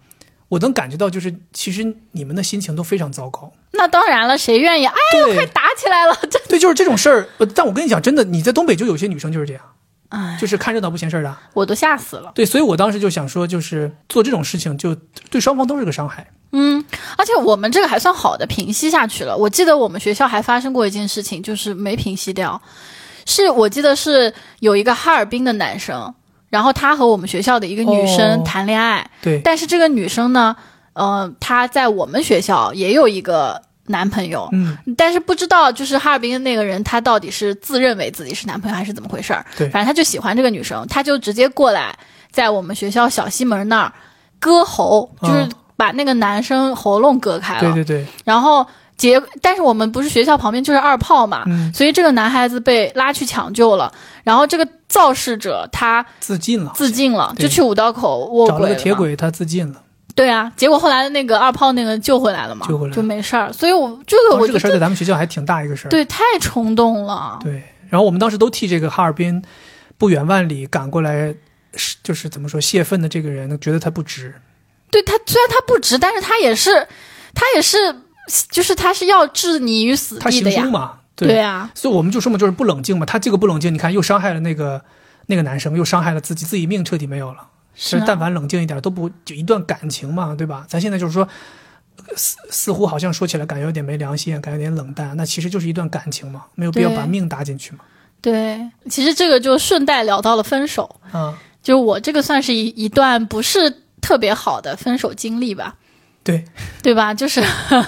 [SPEAKER 1] 我能感觉到，就是其实你们的心情都非常糟糕。
[SPEAKER 2] 那当然了，谁愿意？哎，
[SPEAKER 1] 对
[SPEAKER 2] 打起来了， *laughs* 这
[SPEAKER 1] 对，就是这种事儿。呃但我跟你讲，真的，你在东北就有些女生就是这样，
[SPEAKER 2] 哎，
[SPEAKER 1] 就是看热闹不嫌事儿大。
[SPEAKER 2] 我都吓死了。
[SPEAKER 1] 对，所以我当时就想说，就是做这种事情就对双方都是个伤害。
[SPEAKER 2] 嗯，而且我们这个还算好的，平息下去了。我记得我们学校还发生过一件事情，就是没平息掉，是我记得是有一个哈尔滨的男生，然后他和我们学校的一个女
[SPEAKER 1] 哦
[SPEAKER 2] 生谈恋爱，
[SPEAKER 1] 对，
[SPEAKER 2] 但是这个女生呢，呃，她在我们学校也有一个男朋友，
[SPEAKER 1] 嗯，
[SPEAKER 2] 但是不知道就是哈尔滨的那个人，他到底是自认为自己是男朋友还是怎么回事儿？
[SPEAKER 1] 对
[SPEAKER 2] 反正他就喜欢这个女生，他就直接过来，在我们学校小西门那儿割喉，
[SPEAKER 1] 嗯
[SPEAKER 2] 就是把那个男生喉咙割开了，
[SPEAKER 1] 对对对，
[SPEAKER 2] 然后结，但是我们不是学校旁边就是二炮嘛。
[SPEAKER 1] 嗯，
[SPEAKER 2] 所以这个男孩子被拉去抢救了，然后这个肇事者他
[SPEAKER 1] 自尽了，
[SPEAKER 2] 自尽了，
[SPEAKER 1] 对
[SPEAKER 2] 就去五道口卧
[SPEAKER 1] 找了
[SPEAKER 2] 轨
[SPEAKER 1] 个
[SPEAKER 2] 了
[SPEAKER 1] 铁
[SPEAKER 2] 嘛
[SPEAKER 1] 轨，他自尽了。
[SPEAKER 2] 对啊，结果后来那个二炮那个救回来了嘛，
[SPEAKER 1] 救回来
[SPEAKER 2] 就没事儿。所以我这个
[SPEAKER 1] 当时这
[SPEAKER 2] 我觉
[SPEAKER 1] 个
[SPEAKER 2] 得
[SPEAKER 1] 事儿在咱们学校还挺大一个事儿。
[SPEAKER 2] 对太冲动了，
[SPEAKER 1] 对，然后我们当时都替这个哈尔滨不远万里赶过来，是就是怎么说泄愤的这个人，觉得他不值。
[SPEAKER 2] 对他虽然他不值，但是他也是他也是就是他是要置你于死
[SPEAKER 1] 他
[SPEAKER 2] 地
[SPEAKER 1] 行
[SPEAKER 2] 的
[SPEAKER 1] 凶
[SPEAKER 2] 呀，
[SPEAKER 1] 嘛，对。
[SPEAKER 2] 对啊，
[SPEAKER 1] 所以我们就说嘛，就是不冷静嘛。他这个不冷静，你看又伤害了那个那个男生，又伤害了自己，自己命彻底没有了。
[SPEAKER 2] 是
[SPEAKER 1] 其
[SPEAKER 2] 啊
[SPEAKER 1] 实但凡冷静一点，都不就一段感情嘛，对吧？咱现在就是说，似似乎好像说起来感觉有点没良心，感觉有点冷淡，那其实就是一段感情嘛，没有必要
[SPEAKER 2] 对
[SPEAKER 1] 把命搭进去嘛。
[SPEAKER 2] 对，其实这个就顺带聊到了分手，
[SPEAKER 1] 啊，
[SPEAKER 2] 就我这个算是一一段不是特别好的分手经历吧，
[SPEAKER 1] 对，
[SPEAKER 2] 对吧？就是， *laughs*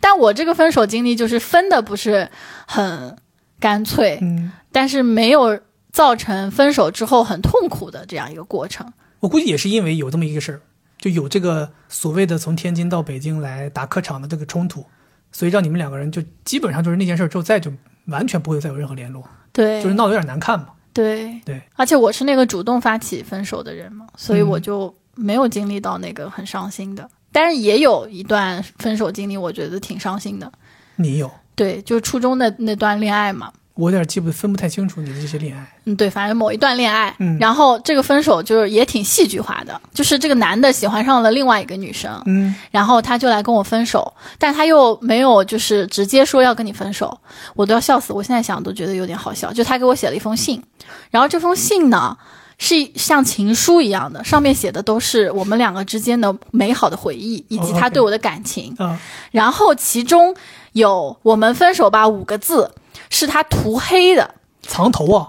[SPEAKER 2] 但我这个分手经历就是分的不是很干脆，
[SPEAKER 1] 嗯。
[SPEAKER 2] 但是没有造成分手之后很痛苦的这样一个过程。
[SPEAKER 1] 我估计也是因为有这么一个事儿，就有这个所谓的从天津到北京来打客场的这个冲突，所以让你们两个人就基本上就是那件事儿之后再就完全不会再有任何联络，
[SPEAKER 2] 对，
[SPEAKER 1] 就是闹得有点难看嘛。
[SPEAKER 2] 对
[SPEAKER 1] 对，
[SPEAKER 2] 而且我是那个主动发起分手的人嘛，所以
[SPEAKER 1] 嗯
[SPEAKER 2] 我就没有经历到那个很伤心的，但是也有一段分手经历，我觉得挺伤心的。
[SPEAKER 1] 你有，
[SPEAKER 2] 对，就初中的那段恋爱嘛，
[SPEAKER 1] 我有点记不分不太清楚你的这些恋爱。
[SPEAKER 2] 嗯，对，反正某一段恋爱，
[SPEAKER 1] 嗯
[SPEAKER 2] 然后这个分手就是也挺戏剧化的，就是这个男的喜欢上了另外一个女生，
[SPEAKER 1] 嗯，
[SPEAKER 2] 然后他就来跟我分手，但他又没有就是直接说要跟你分手，我都要笑死。我现在想都觉得有点好笑。就他给我写了一封信，然后这封信呢是像情书一样的，上面写的都是我们两个之间的美好的回忆，以及
[SPEAKER 1] 哦
[SPEAKER 2] 他
[SPEAKER 1] ，OK
[SPEAKER 2] 对我的感情。
[SPEAKER 1] 啊，
[SPEAKER 2] 然后其中有“我们分手吧”五个字是他涂黑的，
[SPEAKER 1] 藏头啊，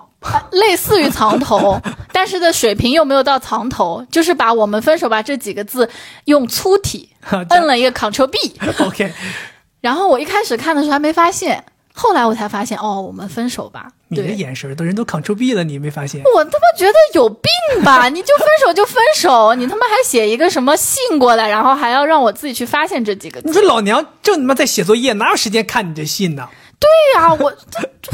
[SPEAKER 2] 类似于藏
[SPEAKER 1] *laughs*
[SPEAKER 2] 头，但是的水平又没有到藏头，就是把“我们分手吧”这几个字用粗体
[SPEAKER 1] 哈
[SPEAKER 2] 摁了一个 Ctrl B。
[SPEAKER 1] *laughs* OK，
[SPEAKER 2] 然后我一开始看的时候还没发现，后来我才发现，哦，我们分手吧。
[SPEAKER 1] 你的
[SPEAKER 2] 对，
[SPEAKER 1] 眼神儿都人都 Ctrl B 了，你没发现？ *laughs*
[SPEAKER 2] 我他妈觉得有病吧！你就分手就分手，你他妈还写一个什么信过来，然后还要让我自己去发现这几个字。
[SPEAKER 1] 你说老娘正他妈在写作业，哪有时间看你这信
[SPEAKER 2] *laughs*
[SPEAKER 1] 呢？
[SPEAKER 2] 对呀、我这这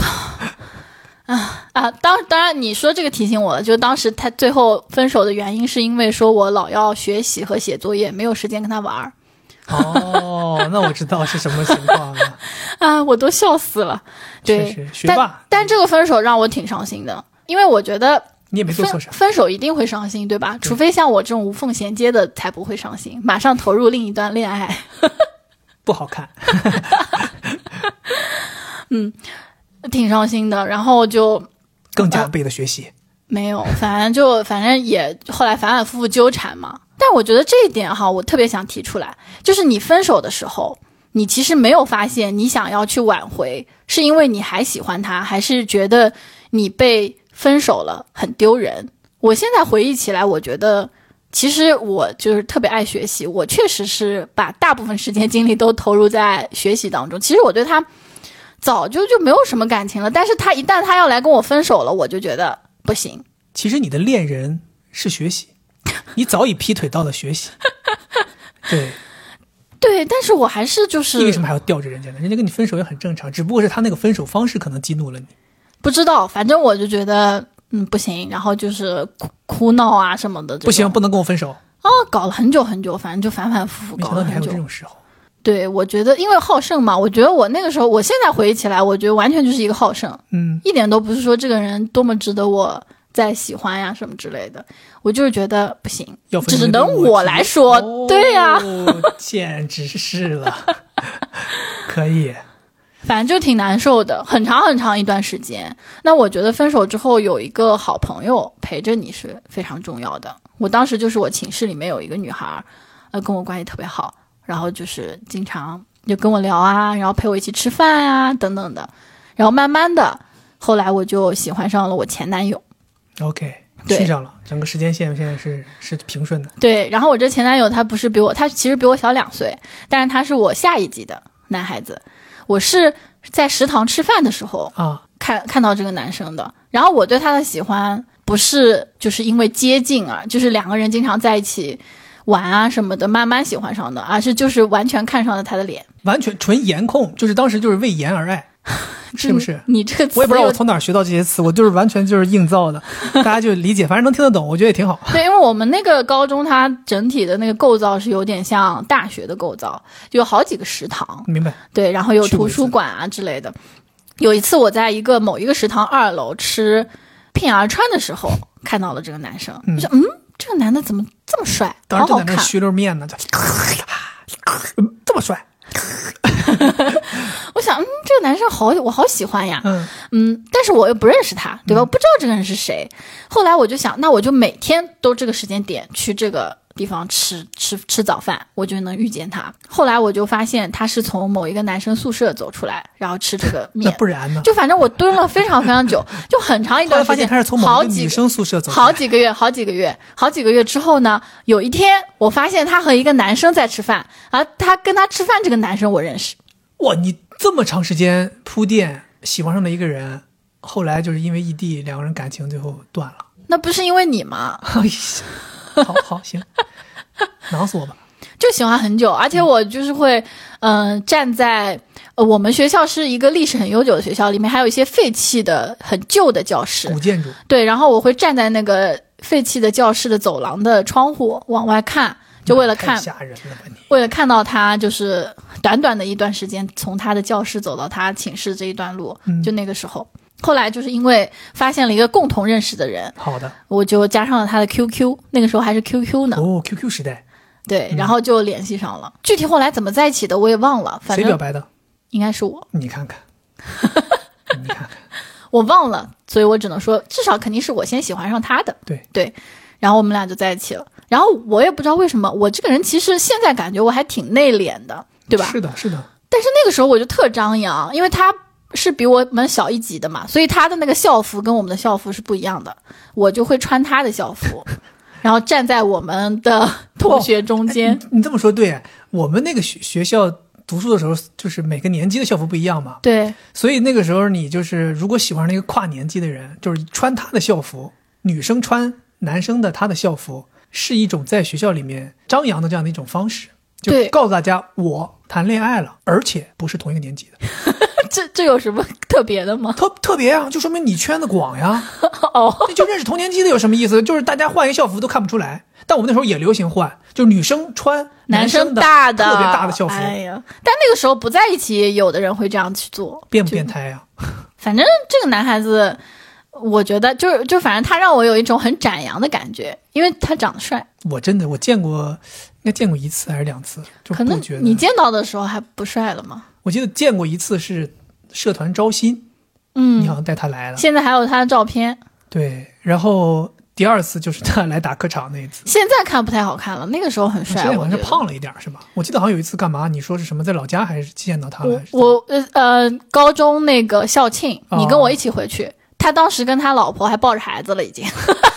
[SPEAKER 2] 啊啊！当当然，你说这个提醒我了，就当时他最后分手的原因是因为说我老要学习和写作业，没有时间跟他玩儿
[SPEAKER 1] 哦，那我知道是什么情况了。
[SPEAKER 2] 啊，我都笑死了。对，
[SPEAKER 1] 确实，学
[SPEAKER 2] 但
[SPEAKER 1] 霸，
[SPEAKER 2] 但这个分手让我挺伤心的，因为我觉得
[SPEAKER 1] 你也没做错
[SPEAKER 2] 分
[SPEAKER 1] 啥。
[SPEAKER 2] 分手一定会伤心，对吧？除非像我这种无缝衔接的才不会伤心，马上投入另一段恋爱。
[SPEAKER 1] 不好看，
[SPEAKER 2] 挺伤心的。然后就
[SPEAKER 1] 更
[SPEAKER 2] 啊
[SPEAKER 1] 加倍的学习。
[SPEAKER 2] 没有，反正就反正也后来反反复复纠缠嘛。但我觉得这一点哈，我特别想提出来，就是你分手的时候，你其实没有发现你想要去挽回，是因为你还喜欢他，还是觉得你被分手了很丢人？我现在回忆起来，我觉得。其实我就是特别爱学习，我确实是把大部分时间精力都投入在学习当中。其实我对他早就就没有什么感情了，但是他一旦他要来跟我分手了，我就觉得不行，
[SPEAKER 1] 其实你的恋人是学习，你早已劈腿到了学
[SPEAKER 2] *laughs*
[SPEAKER 1] 习。
[SPEAKER 2] 嗯
[SPEAKER 1] 对，
[SPEAKER 2] 对，但是我还是就
[SPEAKER 1] 你为什
[SPEAKER 2] 是
[SPEAKER 1] 么还要吊着人家呢？人家跟你分手也很正常，只不过是他那个分手方式可能激怒了你。
[SPEAKER 2] 不知道，反正我就觉得嗯不行，然后就是哭哭闹啊什么的，
[SPEAKER 1] 不行，，不能跟我分手。
[SPEAKER 2] 哦，搞了很久很久，反正就反反复复
[SPEAKER 1] 没
[SPEAKER 2] 搞
[SPEAKER 1] 想到
[SPEAKER 2] 了
[SPEAKER 1] 你还
[SPEAKER 2] 很
[SPEAKER 1] 有这。
[SPEAKER 2] 久
[SPEAKER 1] 种时候。
[SPEAKER 2] 对，我觉得因为好胜嘛，我觉得我那个时候，我现在回忆起来，我觉得完全就是一个好胜，
[SPEAKER 1] 嗯，
[SPEAKER 2] 一点都不是说这个人多么值得我再喜欢呀什么之类的，我就是觉得不行，
[SPEAKER 1] 要分手就
[SPEAKER 2] 只能
[SPEAKER 1] 跟
[SPEAKER 2] 我来
[SPEAKER 1] 提
[SPEAKER 2] 说，对呀、
[SPEAKER 1] 哦简直是了， *laughs* 可以。
[SPEAKER 2] 反正就挺难受的，很长很长一段时间。那我觉得分手之后有一个好朋友陪着你是非常重要的。我当时就是我寝室里面有一个女孩儿，呃，跟我关系特别好，然后就是经常就跟我聊啊，然后陪我一起吃饭啊等等的。然后慢慢的，后来我就喜欢上了我前男友。
[SPEAKER 1] OK，
[SPEAKER 2] 对
[SPEAKER 1] 顺上了，整个时间线现在是是平顺的。
[SPEAKER 2] 对，然后我这前男友他不是比我，他其实比我小两岁，但是他是我下一级的男孩子。我是在食堂吃饭的时候，
[SPEAKER 1] 啊，
[SPEAKER 2] 看看到这个男生的。然后我对他的喜欢不是就是因为接近啊，就是两个人经常在一起玩啊什么的，慢慢喜欢上的，而是就是完全看上了他的脸，
[SPEAKER 1] 完全纯颜控，就是当时就是为颜而爱，是不是？
[SPEAKER 2] 你你这个词
[SPEAKER 1] 我也不知道
[SPEAKER 2] 又
[SPEAKER 1] 我从哪儿学到这些词，我就是完全就是硬造的，大家就理解，反正能听得懂，我觉得也挺好。
[SPEAKER 2] 对，因为我们那个高中它整体的那个构造是有点像大学的构造，有好几个食堂，
[SPEAKER 1] 明白？
[SPEAKER 2] 对，然后有
[SPEAKER 1] 去过
[SPEAKER 2] 图
[SPEAKER 1] 一次
[SPEAKER 2] 书馆啊之类的。有一次我在一个某一个食堂二楼吃片儿川的时候，看到了这个男生，
[SPEAKER 1] 嗯
[SPEAKER 2] 我说嗯，这个男的怎么这么帅，
[SPEAKER 1] 当
[SPEAKER 2] 好
[SPEAKER 1] 时正
[SPEAKER 2] 好
[SPEAKER 1] 在那儿
[SPEAKER 2] 看。
[SPEAKER 1] 虚溜面呢，
[SPEAKER 2] *laughs*
[SPEAKER 1] 就嗯这么帅，
[SPEAKER 2] 我想，嗯，这个男生好，我好喜欢呀，
[SPEAKER 1] 嗯，
[SPEAKER 2] 嗯，但是我又不认识他，对吧？我不知道这个人是谁。后来我就想，那我就每天都这个时间点去这个地方吃吃吃早饭，我就能遇见他。后来我就发现他是从某一个男生宿舍走出来，然后吃这个
[SPEAKER 1] 那
[SPEAKER 2] 面，
[SPEAKER 1] 不然呢？
[SPEAKER 2] 就反正我蹲了非常非常久，就很长一
[SPEAKER 1] 后
[SPEAKER 2] 段
[SPEAKER 1] 来
[SPEAKER 2] 时
[SPEAKER 1] 发
[SPEAKER 2] 间，
[SPEAKER 1] 现他是从某
[SPEAKER 2] 好
[SPEAKER 1] 一个
[SPEAKER 2] 几
[SPEAKER 1] 女
[SPEAKER 2] 个
[SPEAKER 1] 生宿舍走出来，
[SPEAKER 2] 好几个月，好几个月，好几个月之后呢，有一天我发现他和一个男生在吃饭，而他跟他吃饭这个男生我认识。
[SPEAKER 1] 哇，你这么长时间铺垫，喜欢上了一个人，后来就是因为异地，两个人感情最后断
[SPEAKER 2] *laughs*
[SPEAKER 1] 了。
[SPEAKER 2] 那不是因为你吗？ *laughs*
[SPEAKER 1] 哎呀，好好行，囊死我吧。
[SPEAKER 2] 就喜欢很久，而且我就是会，嗯、站在、呃我们学校是一个历史很悠久的学校，里面还有一些废弃的、很旧的教室，
[SPEAKER 1] 古建筑，
[SPEAKER 2] 对，然后我会站在那个废弃的教室的走廊的窗户往外看，就为了
[SPEAKER 1] 太
[SPEAKER 2] 看，
[SPEAKER 1] 吓人了吧你？
[SPEAKER 2] 为了看到他，就是短短的一段时间，从他的教室走到他寝室这一段路，
[SPEAKER 1] 嗯
[SPEAKER 2] 就那个时候。后来就是因为发现了一个共同认识的人，
[SPEAKER 1] 好的，
[SPEAKER 2] 我就加上了他的 QQ，那个时候还是 QQ 呢，
[SPEAKER 1] 哦，QQ 时代，嗯
[SPEAKER 2] 对，然后就联系上了。具体后来怎么在一起的我也忘了，反
[SPEAKER 1] 谁表
[SPEAKER 2] 正
[SPEAKER 1] 白的？
[SPEAKER 2] 应该是我，
[SPEAKER 1] 你看
[SPEAKER 2] *laughs*
[SPEAKER 1] 看，你看看，
[SPEAKER 2] 我忘了，所以我只能说，至少肯定是我先喜欢上他的。
[SPEAKER 1] 对
[SPEAKER 2] 对，然后我们俩就在一起了。然后我也不知道为什么，我这个人其实现在感觉我还挺内敛的，对吧？
[SPEAKER 1] 是的，是的，
[SPEAKER 2] 但是那个时候我就特张扬，因为他是比我们小一级的嘛，所以他的那个校服跟我们的校服是不一样的，我就会穿他的校
[SPEAKER 1] *laughs*
[SPEAKER 2] 服，然后站在我们的同学中间。
[SPEAKER 1] 哎 *laughs* 你这么说对，我们那个学学校读书的时候，就是每个年级的校服不一样嘛，
[SPEAKER 2] 对，
[SPEAKER 1] 所以那个时候你就是如果喜欢上一个跨年级的人，就是穿他的校服，女生穿男生的他的校服，是一种在学校里面张扬的这样的一种方式，就
[SPEAKER 2] 对
[SPEAKER 1] 告诉大家我谈恋爱了，而且不是同一个年级的，
[SPEAKER 2] 这这有什么特别的吗？
[SPEAKER 1] 特特别啊，就说明你圈子广呀，
[SPEAKER 2] *laughs* 哦，
[SPEAKER 1] 那就认识同年级的有什么意思？就是大家换一个校服都看不出来，但我们那时候也流行换，就是女生穿
[SPEAKER 2] 生
[SPEAKER 1] 生的
[SPEAKER 2] 大
[SPEAKER 1] 特别大的校服，
[SPEAKER 2] 哎呀，但那个时候不在一起，有的人会这样去做，
[SPEAKER 1] 变不
[SPEAKER 2] 就
[SPEAKER 1] 变态啊呀、
[SPEAKER 2] 反正这个男孩子，我觉得就是就反正他让我有一种很展扬的感觉，因为他长得帅。
[SPEAKER 1] 我真的我见过，应该见过一次还是两次，就
[SPEAKER 2] 可
[SPEAKER 1] 不
[SPEAKER 2] 能
[SPEAKER 1] 觉得。
[SPEAKER 2] 你见到的时候还不帅了嘛。
[SPEAKER 1] 我记得见过一次是社团招新，你好
[SPEAKER 2] 嗯，
[SPEAKER 1] 像带他来了，
[SPEAKER 2] 现在还有他的照片，
[SPEAKER 1] 对，然后第二次就是他来打客场那一次。
[SPEAKER 2] 现在看不太好看了，那个时候很
[SPEAKER 1] 现
[SPEAKER 2] 帅。
[SPEAKER 1] 在好
[SPEAKER 2] 我
[SPEAKER 1] 像是
[SPEAKER 2] 觉得
[SPEAKER 1] 胖了一点儿，是吧？我记得好像有一次干嘛，你说是什么在老家还是见到他了
[SPEAKER 2] 我
[SPEAKER 1] 还是？
[SPEAKER 2] 我呃呃，高中那个校庆，
[SPEAKER 1] 哦
[SPEAKER 2] 你跟我一起回去，他当时跟他老婆还抱着孩子了，已经。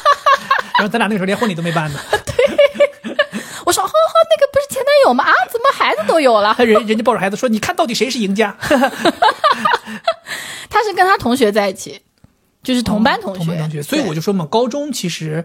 [SPEAKER 2] *laughs*
[SPEAKER 1] 然后咱俩那个时候连婚礼都没办呢，
[SPEAKER 2] 我说，呵呵，那个不是前男友吗？啊，怎么孩子都有了？
[SPEAKER 1] 他人人家抱着孩子说：“你看到底谁是赢家？”
[SPEAKER 2] 他是跟他同学在一起，就是 *laughs* 同班同学。
[SPEAKER 1] 哦同班同学。所以
[SPEAKER 2] 对
[SPEAKER 1] 我就说嘛，高中其实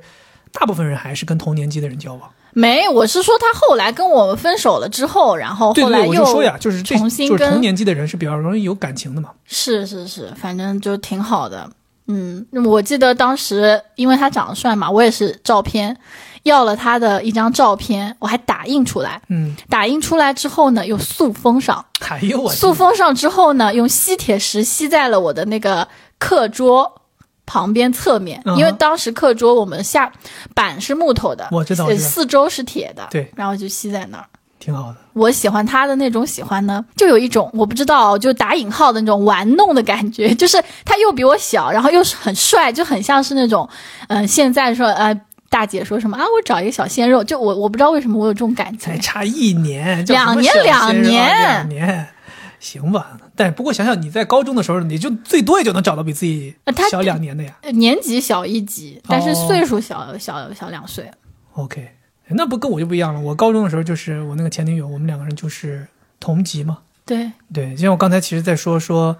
[SPEAKER 1] 大部分人还是跟同年级的人交往。
[SPEAKER 2] 没，我是说他后来跟我们分手了之后，然后
[SPEAKER 1] 对
[SPEAKER 2] 后来
[SPEAKER 1] 对，
[SPEAKER 2] 又
[SPEAKER 1] 我就说呀，就是这
[SPEAKER 2] 重新
[SPEAKER 1] 就是
[SPEAKER 2] 跟
[SPEAKER 1] 同年级的人是比较容易有感情的嘛。
[SPEAKER 2] 是是是，反正就挺好的。嗯，那么我记得当时因为他长得帅嘛，我也是照片要了他的一张照片，我还打印出来，
[SPEAKER 1] 嗯，
[SPEAKER 2] 打印出来之后呢，又塑封上，
[SPEAKER 1] 哎呦我
[SPEAKER 2] 塑封上之后呢，用吸铁石吸在了我的那个课桌旁边侧面，
[SPEAKER 1] 嗯哼
[SPEAKER 2] 因为当时课桌我们下板是木头的，
[SPEAKER 1] 我知道
[SPEAKER 2] 呃
[SPEAKER 1] 我知道
[SPEAKER 2] 四周是铁的，
[SPEAKER 1] 对，
[SPEAKER 2] 然后就吸在那儿。
[SPEAKER 1] 挺好的。
[SPEAKER 2] 我喜欢他的那种喜欢呢，就有一种我不知道，就打引号的那种玩弄的感觉，就是他又比我小，然后又是很帅，就很像是那种，嗯、现在说呃，大姐说什么啊，我找一个小鲜肉，就我我不知道为什么我有这种感
[SPEAKER 1] 才
[SPEAKER 2] 觉，
[SPEAKER 1] 差一年，叫
[SPEAKER 2] 两
[SPEAKER 1] 什么
[SPEAKER 2] 年
[SPEAKER 1] 小鲜肉
[SPEAKER 2] 两
[SPEAKER 1] 啊
[SPEAKER 2] 年
[SPEAKER 1] 两年，行吧。但不过想想你在高中的时候，你就最多也就能找到比自己
[SPEAKER 2] 呃他
[SPEAKER 1] 小两年的呀。
[SPEAKER 2] 呃年级小一级，但是
[SPEAKER 1] 哦
[SPEAKER 2] 岁数小、小小两岁，
[SPEAKER 1] OK，那不跟我就不一样了。我高中的时候就是我那个前女友，我们两个人就是同级嘛。
[SPEAKER 2] 对，
[SPEAKER 1] 对，就像我刚才其实在说说，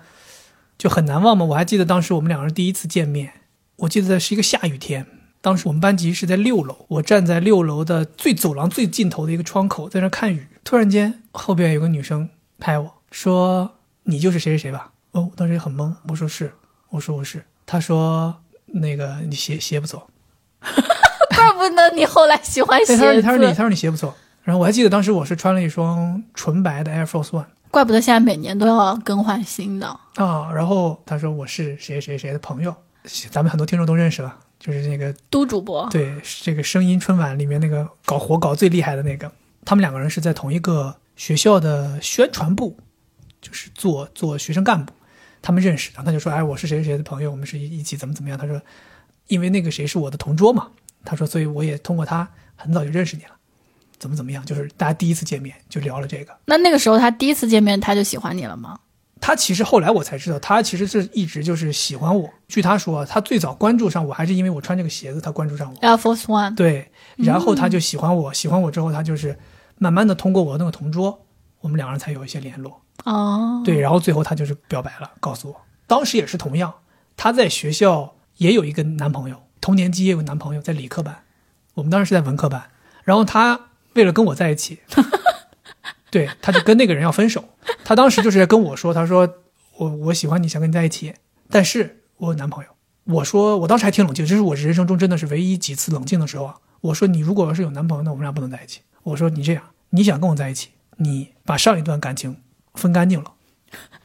[SPEAKER 1] 就很难忘嘛。我还记得当时我们两个人第一次见面，我记得是一个下雨天，当时我们班级是在六楼，我站在六楼的最走廊最尽头的一个窗口，在那看雨。突然间，后边有个女生拍我说：“你就是谁谁谁吧？”哦，我当时也很懵，我说是，我说我是。她说：“那个你鞋鞋不错。”
[SPEAKER 2] *laughs* 怪不得你后来喜欢
[SPEAKER 1] 对，
[SPEAKER 2] 鞋
[SPEAKER 1] 她说：“她说你，
[SPEAKER 2] 子，
[SPEAKER 1] 她说你鞋不错。”然后我还记得当时我是穿了一双纯白的 Air Force One。
[SPEAKER 2] 怪不得现在每年都要更换新的，
[SPEAKER 1] 啊，然后他说我是谁谁谁的朋友，咱们很多听众都认识了，就是那个
[SPEAKER 2] 都主播，
[SPEAKER 1] 对是这个《声音春晚》里面那个搞活搞最厉害的那个，他们两个人是在同一个学校的宣传部，就是做做学生干部，他们认识，然后他就说，哎，我是谁谁谁的朋友，我们是一一起怎么怎么样，他说，因为那个谁是我的同桌嘛，他说，所以我也通过他很早就认识你了，怎么怎么样，就是大家第一次见面就聊了这个。
[SPEAKER 2] 那那个时候他第一次见面他就喜欢你了吗？
[SPEAKER 1] 他其实后来我才知道，他其实是一直就是喜欢我。据他说，他最早关注上我还是因为我穿这个鞋子，他关注上我。
[SPEAKER 2] Air Force One，
[SPEAKER 1] 对，然后他就喜欢我，喜欢我之后，他就是慢慢的通过我那个同桌，我们两人才有一些联络。
[SPEAKER 2] 哦，
[SPEAKER 1] 对，然后最后他就是表白了，告诉我，当时也是同样，他在学校也有一个男朋友，同年级也有个男朋友，在理科班，我们当时是在文科班。然后他为了跟我在一起，对，他就跟那个人要分手。他当时就是跟我说，他说我我喜欢你，想跟你在一起，但是我有男朋友。我说我当时还挺冷静，这是我人生中真的是唯一几次冷静的时候啊。我说你如果要是有男朋友，那我们俩不能在一起。我说你这样，你想跟我在一起，你把上一段感情分干净了，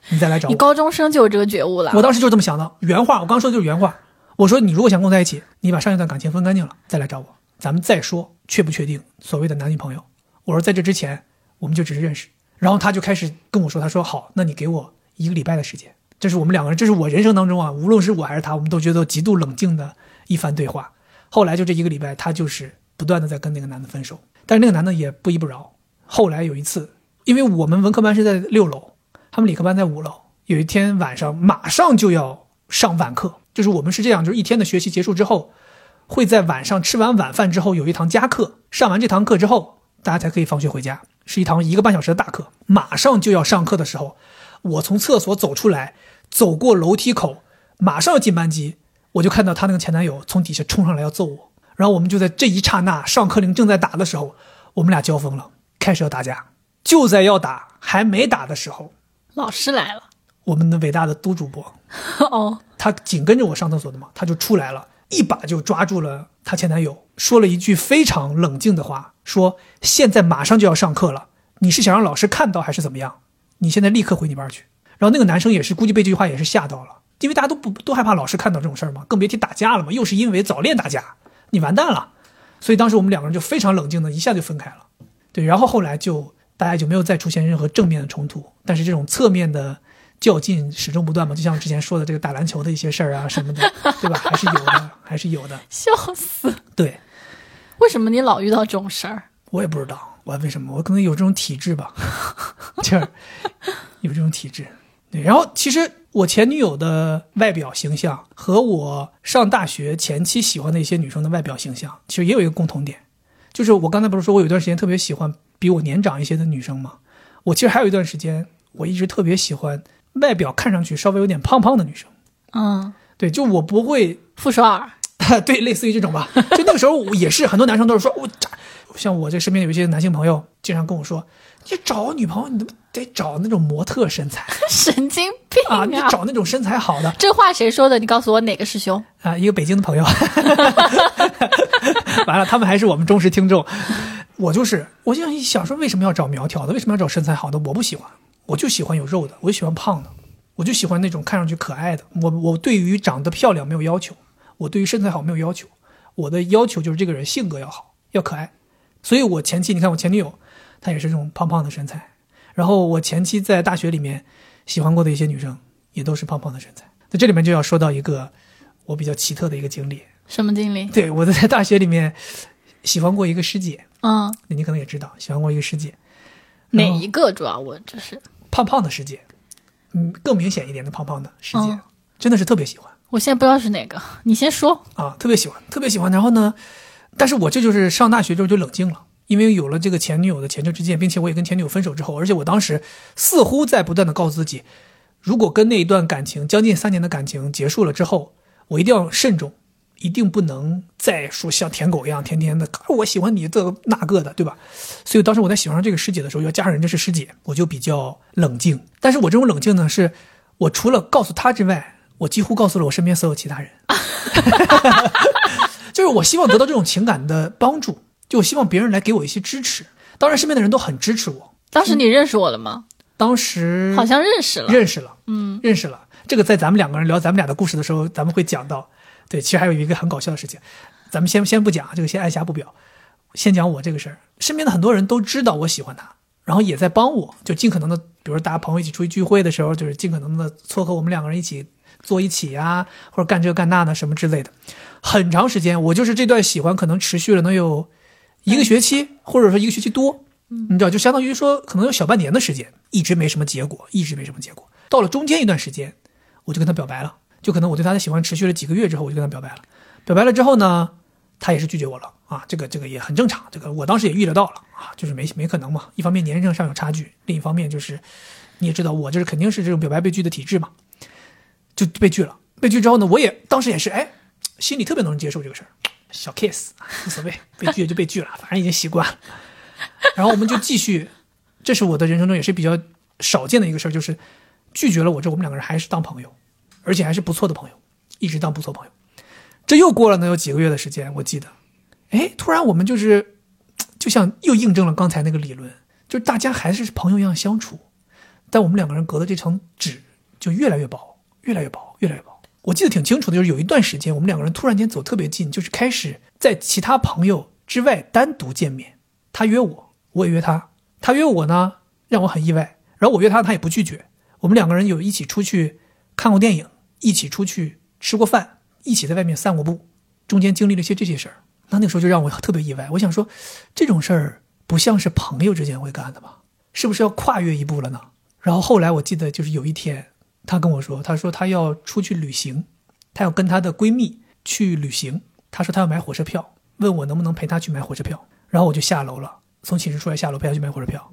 [SPEAKER 1] 你再来找
[SPEAKER 2] 你
[SPEAKER 1] 我。
[SPEAKER 2] 高中生就有这个觉悟了。
[SPEAKER 1] 我当时就这么想的，原话，我刚说的就是原话。我说你如果想跟我在一起，你把上一段感情分干净了，再来找我，咱们再说确不确定所谓的男女朋友。我说在这之前，我们就只是认识。然后他就开始跟我说，他说好，那你给我一个礼拜的时间。这是我们两个人，这是我人生当中啊，无论是我还是他，我们都觉得极度冷静的一番对话。后来就这一个礼拜，他就是不断的在跟那个男的分手，但是那个男的也不依不饶。后来有一次，因为我们文科班是在六楼，他们理科班在五楼。有一天晚上马上就要上晚课，就是我们是这样，就是一天的学习结束之后，会在晚上吃完晚饭之后有一堂加课，上完这堂课之后，大家才可以放学回家，是一堂一个半小时的大课。马上就要上课的时候，我从厕所走出来，走过楼梯口，马上要进班级，我就看到她那个前男友从底下冲上来要揍我，然后我们就在这一刹那，上课铃正在打的时候，我们俩交锋了，开始要打架。就在要打还没打的时候，
[SPEAKER 2] 老师来了， *laughs*
[SPEAKER 1] 我们的伟大的都主播
[SPEAKER 2] 哦，
[SPEAKER 1] 她紧跟着我上厕所的嘛，她就出来了，一把就抓住了她前男友，说了一句非常冷静的话，说现在马上就要上课了，你是想让老师看到还是怎么样？你现在立刻回你班去。然后那个男生也是，估计被这句话也是吓到了，因为大家都不都害怕老师看到这种事儿嘛，更别提打架了嘛，又是因为早恋打架，你完蛋了。所以当时我们两个人就非常冷静的一下就分开了。对，然后后来就大家就没有再出现任何正面的冲突，但是这种侧面的较劲始终不断嘛，就像之前说的这个打篮球的一些事儿啊什么的，对吧？还是有的，还是有的。
[SPEAKER 2] 笑死！
[SPEAKER 1] 对
[SPEAKER 2] 为什么你老遇到这种事儿？
[SPEAKER 1] 我也不知道我为什么，我可能有这种体质吧， *laughs* 就是有这种体质。对，然后其实我前女友的外表形象和我上大学前期喜欢的一些女生的外表形象，其实也有一个共同点，就是我刚才不是说我有一段时间特别喜欢比我年长一些的女生吗？我其实还有一段时间，我一直特别喜欢外表看上去稍微有点胖胖的女生。
[SPEAKER 2] 嗯，
[SPEAKER 1] 对，就我不会
[SPEAKER 2] 傅首尔，
[SPEAKER 1] *laughs*
[SPEAKER 2] *laughs*
[SPEAKER 1] 对，类似于这种吧。就那个时候我也是，很多男生都是说，我咋像我这身边有一些男性朋友，经常跟我说，你找女朋友，你都得找那种模特身材
[SPEAKER 2] 神经病
[SPEAKER 1] 啊，你找那种身材好的
[SPEAKER 2] 这话谁说的？你告诉我哪个师兄？
[SPEAKER 1] 啊。一个北京的朋友， *laughs* 完了，他们还是我们忠实听众。我就是，我就想说，为什么要找苗条的？为什么要找身材好的？我不喜欢，我就喜欢有肉的，我就喜欢胖的，我就喜欢那种看上去可爱的。我我对于长得漂亮没有要求，我对于身材好没有要求，我的要求就是这个人性格要好，要可爱。所以我前期你看我前女友，她也是这种胖胖的身材，然后我前期在大学里面喜欢过的一些女生也都是胖胖的身材。那这里面就要说到一个我比较奇特的一个经历，
[SPEAKER 2] 什么经理？
[SPEAKER 1] 对我在大学里面喜欢过一个师姐，
[SPEAKER 2] 嗯，
[SPEAKER 1] 那你可能也知道，喜欢过一个师姐，
[SPEAKER 2] 哪一个主要我这是
[SPEAKER 1] 胖胖的师姐，嗯，更明显一点的胖胖的师姐，
[SPEAKER 2] 嗯
[SPEAKER 1] 真的是特别喜欢。
[SPEAKER 2] 我现在不知道是哪个，你先说。
[SPEAKER 1] 啊，特别喜欢，特别喜欢。然后呢，但是我这就是上大学之后就冷静了，因为有了这个前女友的前车之鉴，并且我也跟前女友分手之后，而且我当时似乎在不断的告诉自己，如果跟那一段感情将近三年的感情结束了之后，我一定要慎重，一定不能再说像舔狗一样天天的啊我喜欢你这个那个的，对吧？所以当时我在喜欢上这个师姐的时候，要加上人家是师姐，我就比较冷静。但是我这种冷静呢，是我除了告诉她之外，我几乎告诉了我身边所有其他人。就是我希望得到这种情感的帮助，就我希望别人来给我一些支持。当然，身边的人都很支持我。
[SPEAKER 2] 当时你认识我了吗？
[SPEAKER 1] 当时
[SPEAKER 2] 好像认识了。
[SPEAKER 1] 嗯认识了，嗯，认识了。这个在咱们两个人聊咱们俩的故事的时候，咱们会讲到。对，其实还有一个很搞笑的事情，咱们先先不讲啊这个，先按下不表，先讲我这个事儿。身边的很多人都知道我喜欢他，然后也在帮我，就尽可能的，比如说大家朋友一起出去聚会的时候，就是尽可能的撮合我们两个人一起坐一起啊，或者干这干那的什么之类的。很长时间，我就是这段喜欢可能持续了能有一个学期，或者说一个学期多，你知道，就相当于说可能有小半年的时间，一直没什么结果，一直没什么结果。到了中间一段时间，我就跟他表白了，就可能我对他的喜欢持续了几个月之后，我就跟他表白了。表白了之后呢，他也是拒绝我了啊，这个这个也很正常，这个我当时也预料到了啊，就是没没可能嘛。一方面年龄上有差距，另一方面就是你也知道我这是肯定是这种表白被拒的体质嘛，就被拒了。被拒之后呢，我也当时也是哎，心里特别能接受这个事儿，小 kiss 无所谓，被拒就被拒了，反正已经习惯了。然后我们就继续，这是我的人生中也是比较少见的一个事儿，就是拒绝了我之后，我们两个人还是当朋友，而且还是不错的朋友，一直当不错朋友。这又过了能有几个月的时间，我记得，哎，突然我们就是，就像又印证了刚才那个理论，就是大家还是朋友一样相处，但我们两个人隔的这层纸就越来越薄，越来越薄，越来越薄。我记得挺清楚的，就是有一段时间，我们两个人突然间走特别近，就是开始在其他朋友之外单独见面。他约我，我也约他。他约我呢，让我很意外。然后我约他，他也不拒绝。我们两个人有一起出去看过电影，一起出去吃过饭，一起在外面散过步。中间经历了一些这些事儿，那那个时候就让我特别意外。我想说，这种事儿不像是朋友之间会干的吧？是不是要跨越一步了呢？然后后来我记得就是有一天，她跟我说，她说她要出去旅行，她要跟她的闺蜜去旅行，她说她要买火车票，问我能不能陪她去买火车票。然后我就下楼了，从寝室出来下楼陪她去买火车票。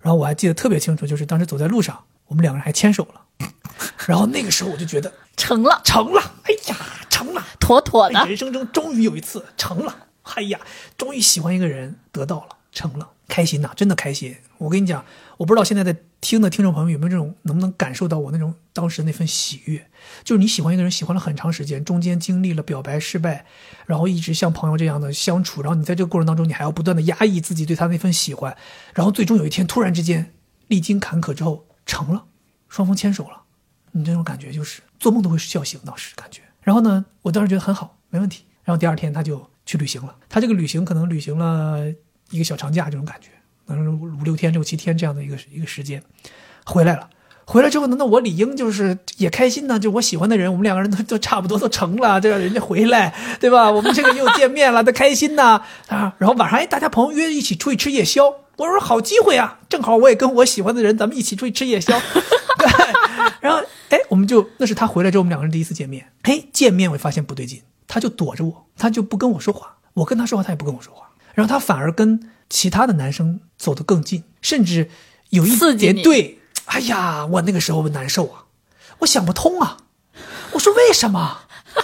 [SPEAKER 1] 然后我还记得特别清楚，就是当时走在路上，我们两个人还牵手了。 *laughs* 然后那个时候我就觉得
[SPEAKER 2] 成了，
[SPEAKER 1] 成了，哎呀，成了。
[SPEAKER 2] 妥妥
[SPEAKER 1] 哎
[SPEAKER 2] 的。
[SPEAKER 1] 人生中终于有一次成了，哎呀，终于喜欢一个人得到了，成了，开心呐、真的开心。我跟你讲，我不知道现在在听的听众朋友有没有这种，能不能感受到我那种当时那份喜悦？就是你喜欢一个人，喜欢了很长时间，中间经历了表白失败，然后一直像朋友这样的相处，然后你在这个过程当中，你还要不断的压抑自己对他那份喜欢，然后最终有一天突然之间，历经坎坷之后成了，双方牵手了。你这种感觉就是做梦都会叫醒，当时感觉。然后呢，我当时觉得很好，没问题。然后第二天他就去旅行了，他这个旅行可能旅行了一个小长假这种感觉，可能五六天、六七天这样的一个一个时间，回来了。回来之后呢，那我理应就是也开心呢，就我喜欢的人，我们两个人都都 *laughs* 差不多都成了，这个人家回来，对吧？我们这个又见面了，他开心呐啊！然后晚上哎，大家朋友约一起出去吃夜宵，我说好机会啊，正好我也跟我喜欢的人，咱们一起出去吃夜宵。 *laughs* 然后，哎，我们就那是他回来之后，我们两个人第一次见面。哎，见面我就发现不对劲，他就躲着我，他就不跟我说话。我跟他说话，他也不跟我说话。然后他反而跟其他的男生走得更近，甚至有一
[SPEAKER 2] 刺激
[SPEAKER 1] 点
[SPEAKER 2] 你
[SPEAKER 1] 对。哎呀，我那个时候难受啊，我想不通啊。我说为什么？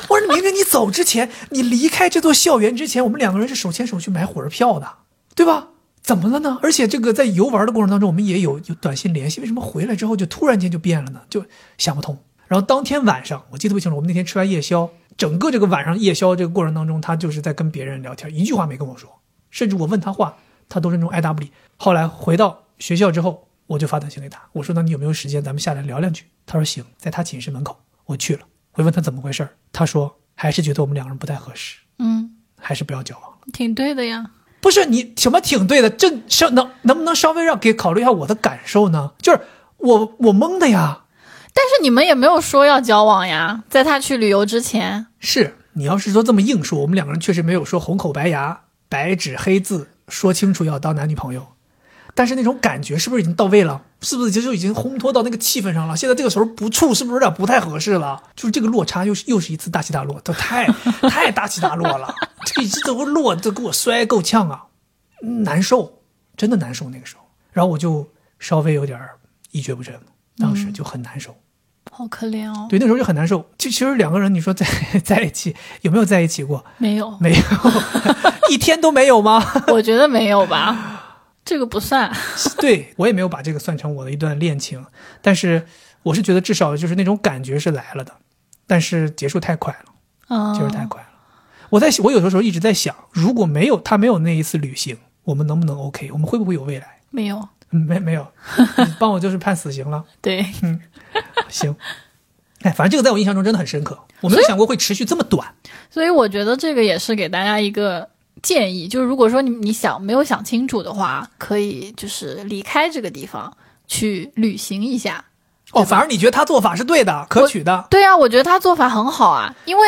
[SPEAKER 1] 我说明明你走之前，你离开这座校园之前，我们两个人是手牵手去买火车票的，对吧？怎么了呢？而且这个在游玩的过程当中，我们也有有短信联系，为什么回来之后就突然间就变了呢？就想不通。然后当天晚上，我记得特别清楚，我们那天吃完夜宵，整个这个晚上夜宵这个过程当中，他就是在跟别人聊天，一句话没跟我说，甚至我问他话，他都是那种爱答不理。后来回到学校之后，我就发短信给他，我说：“那你有没有时间，咱们下来聊两句？”他说：“行。”在他寝室门口，我去了，我问他怎么回事儿，他说：“还是觉得我们两个人不太合适，
[SPEAKER 2] 嗯，
[SPEAKER 1] 还是不要交往了。”
[SPEAKER 2] 挺对的呀。
[SPEAKER 1] 不是你什么挺对的，这稍能能不能稍微让给考虑一下我的感受呢？就是我我懵的呀，
[SPEAKER 2] 但是你们也没有说要交往呀，在他去旅游之前，
[SPEAKER 1] 是你要是说这么硬说，我们两个人确实没有说红口白牙、白纸黑字说清楚要当男女朋友，但是那种感觉是不是已经到位了？是不是就就已经烘托到那个气氛上了？现在这个时候不处是不是有点不太合适了？就是这个落差又是又是一次大起大落，都太太大起大落了，这一直都落都给我摔够呛啊！难受，真的难受那个时候。然后我就稍微有点儿一蹶不振了，当时就很难受。
[SPEAKER 2] 好可怜哦。
[SPEAKER 1] 对，那时候就很难受。就其实两个人，你说在 *laughs* 在一起有没有在一起过？
[SPEAKER 2] 没有，
[SPEAKER 1] 没有， *laughs* 一天都没有吗？ *laughs*
[SPEAKER 2] 我觉得没有吧，这个不算。
[SPEAKER 1] 对我也没有把这个算成我的一段恋情，但是我是觉得至少就是那种感觉是来了的，但是结束太快了。
[SPEAKER 2] 嗯，
[SPEAKER 1] 就是太快了。我在我有的时候一直在想，如果没有他没有那一次旅行，我们能不能 OK？我们会不会有未来？
[SPEAKER 2] 没有。
[SPEAKER 1] 嗯没没有，你帮我就是判死刑了。 *laughs*
[SPEAKER 2] 对，
[SPEAKER 1] 行，哎，反正这个在我印象中真的很深刻，我没有想过会持续这么短。
[SPEAKER 2] 所以我觉得这个也是给大家一个建议，就是如果说你你想没有想清楚的话，可以就是离开这个地方去旅行一下。
[SPEAKER 1] 哦，反而你觉得他做法是对的、可取的，
[SPEAKER 2] 对啊，我觉得他做法很好啊，因为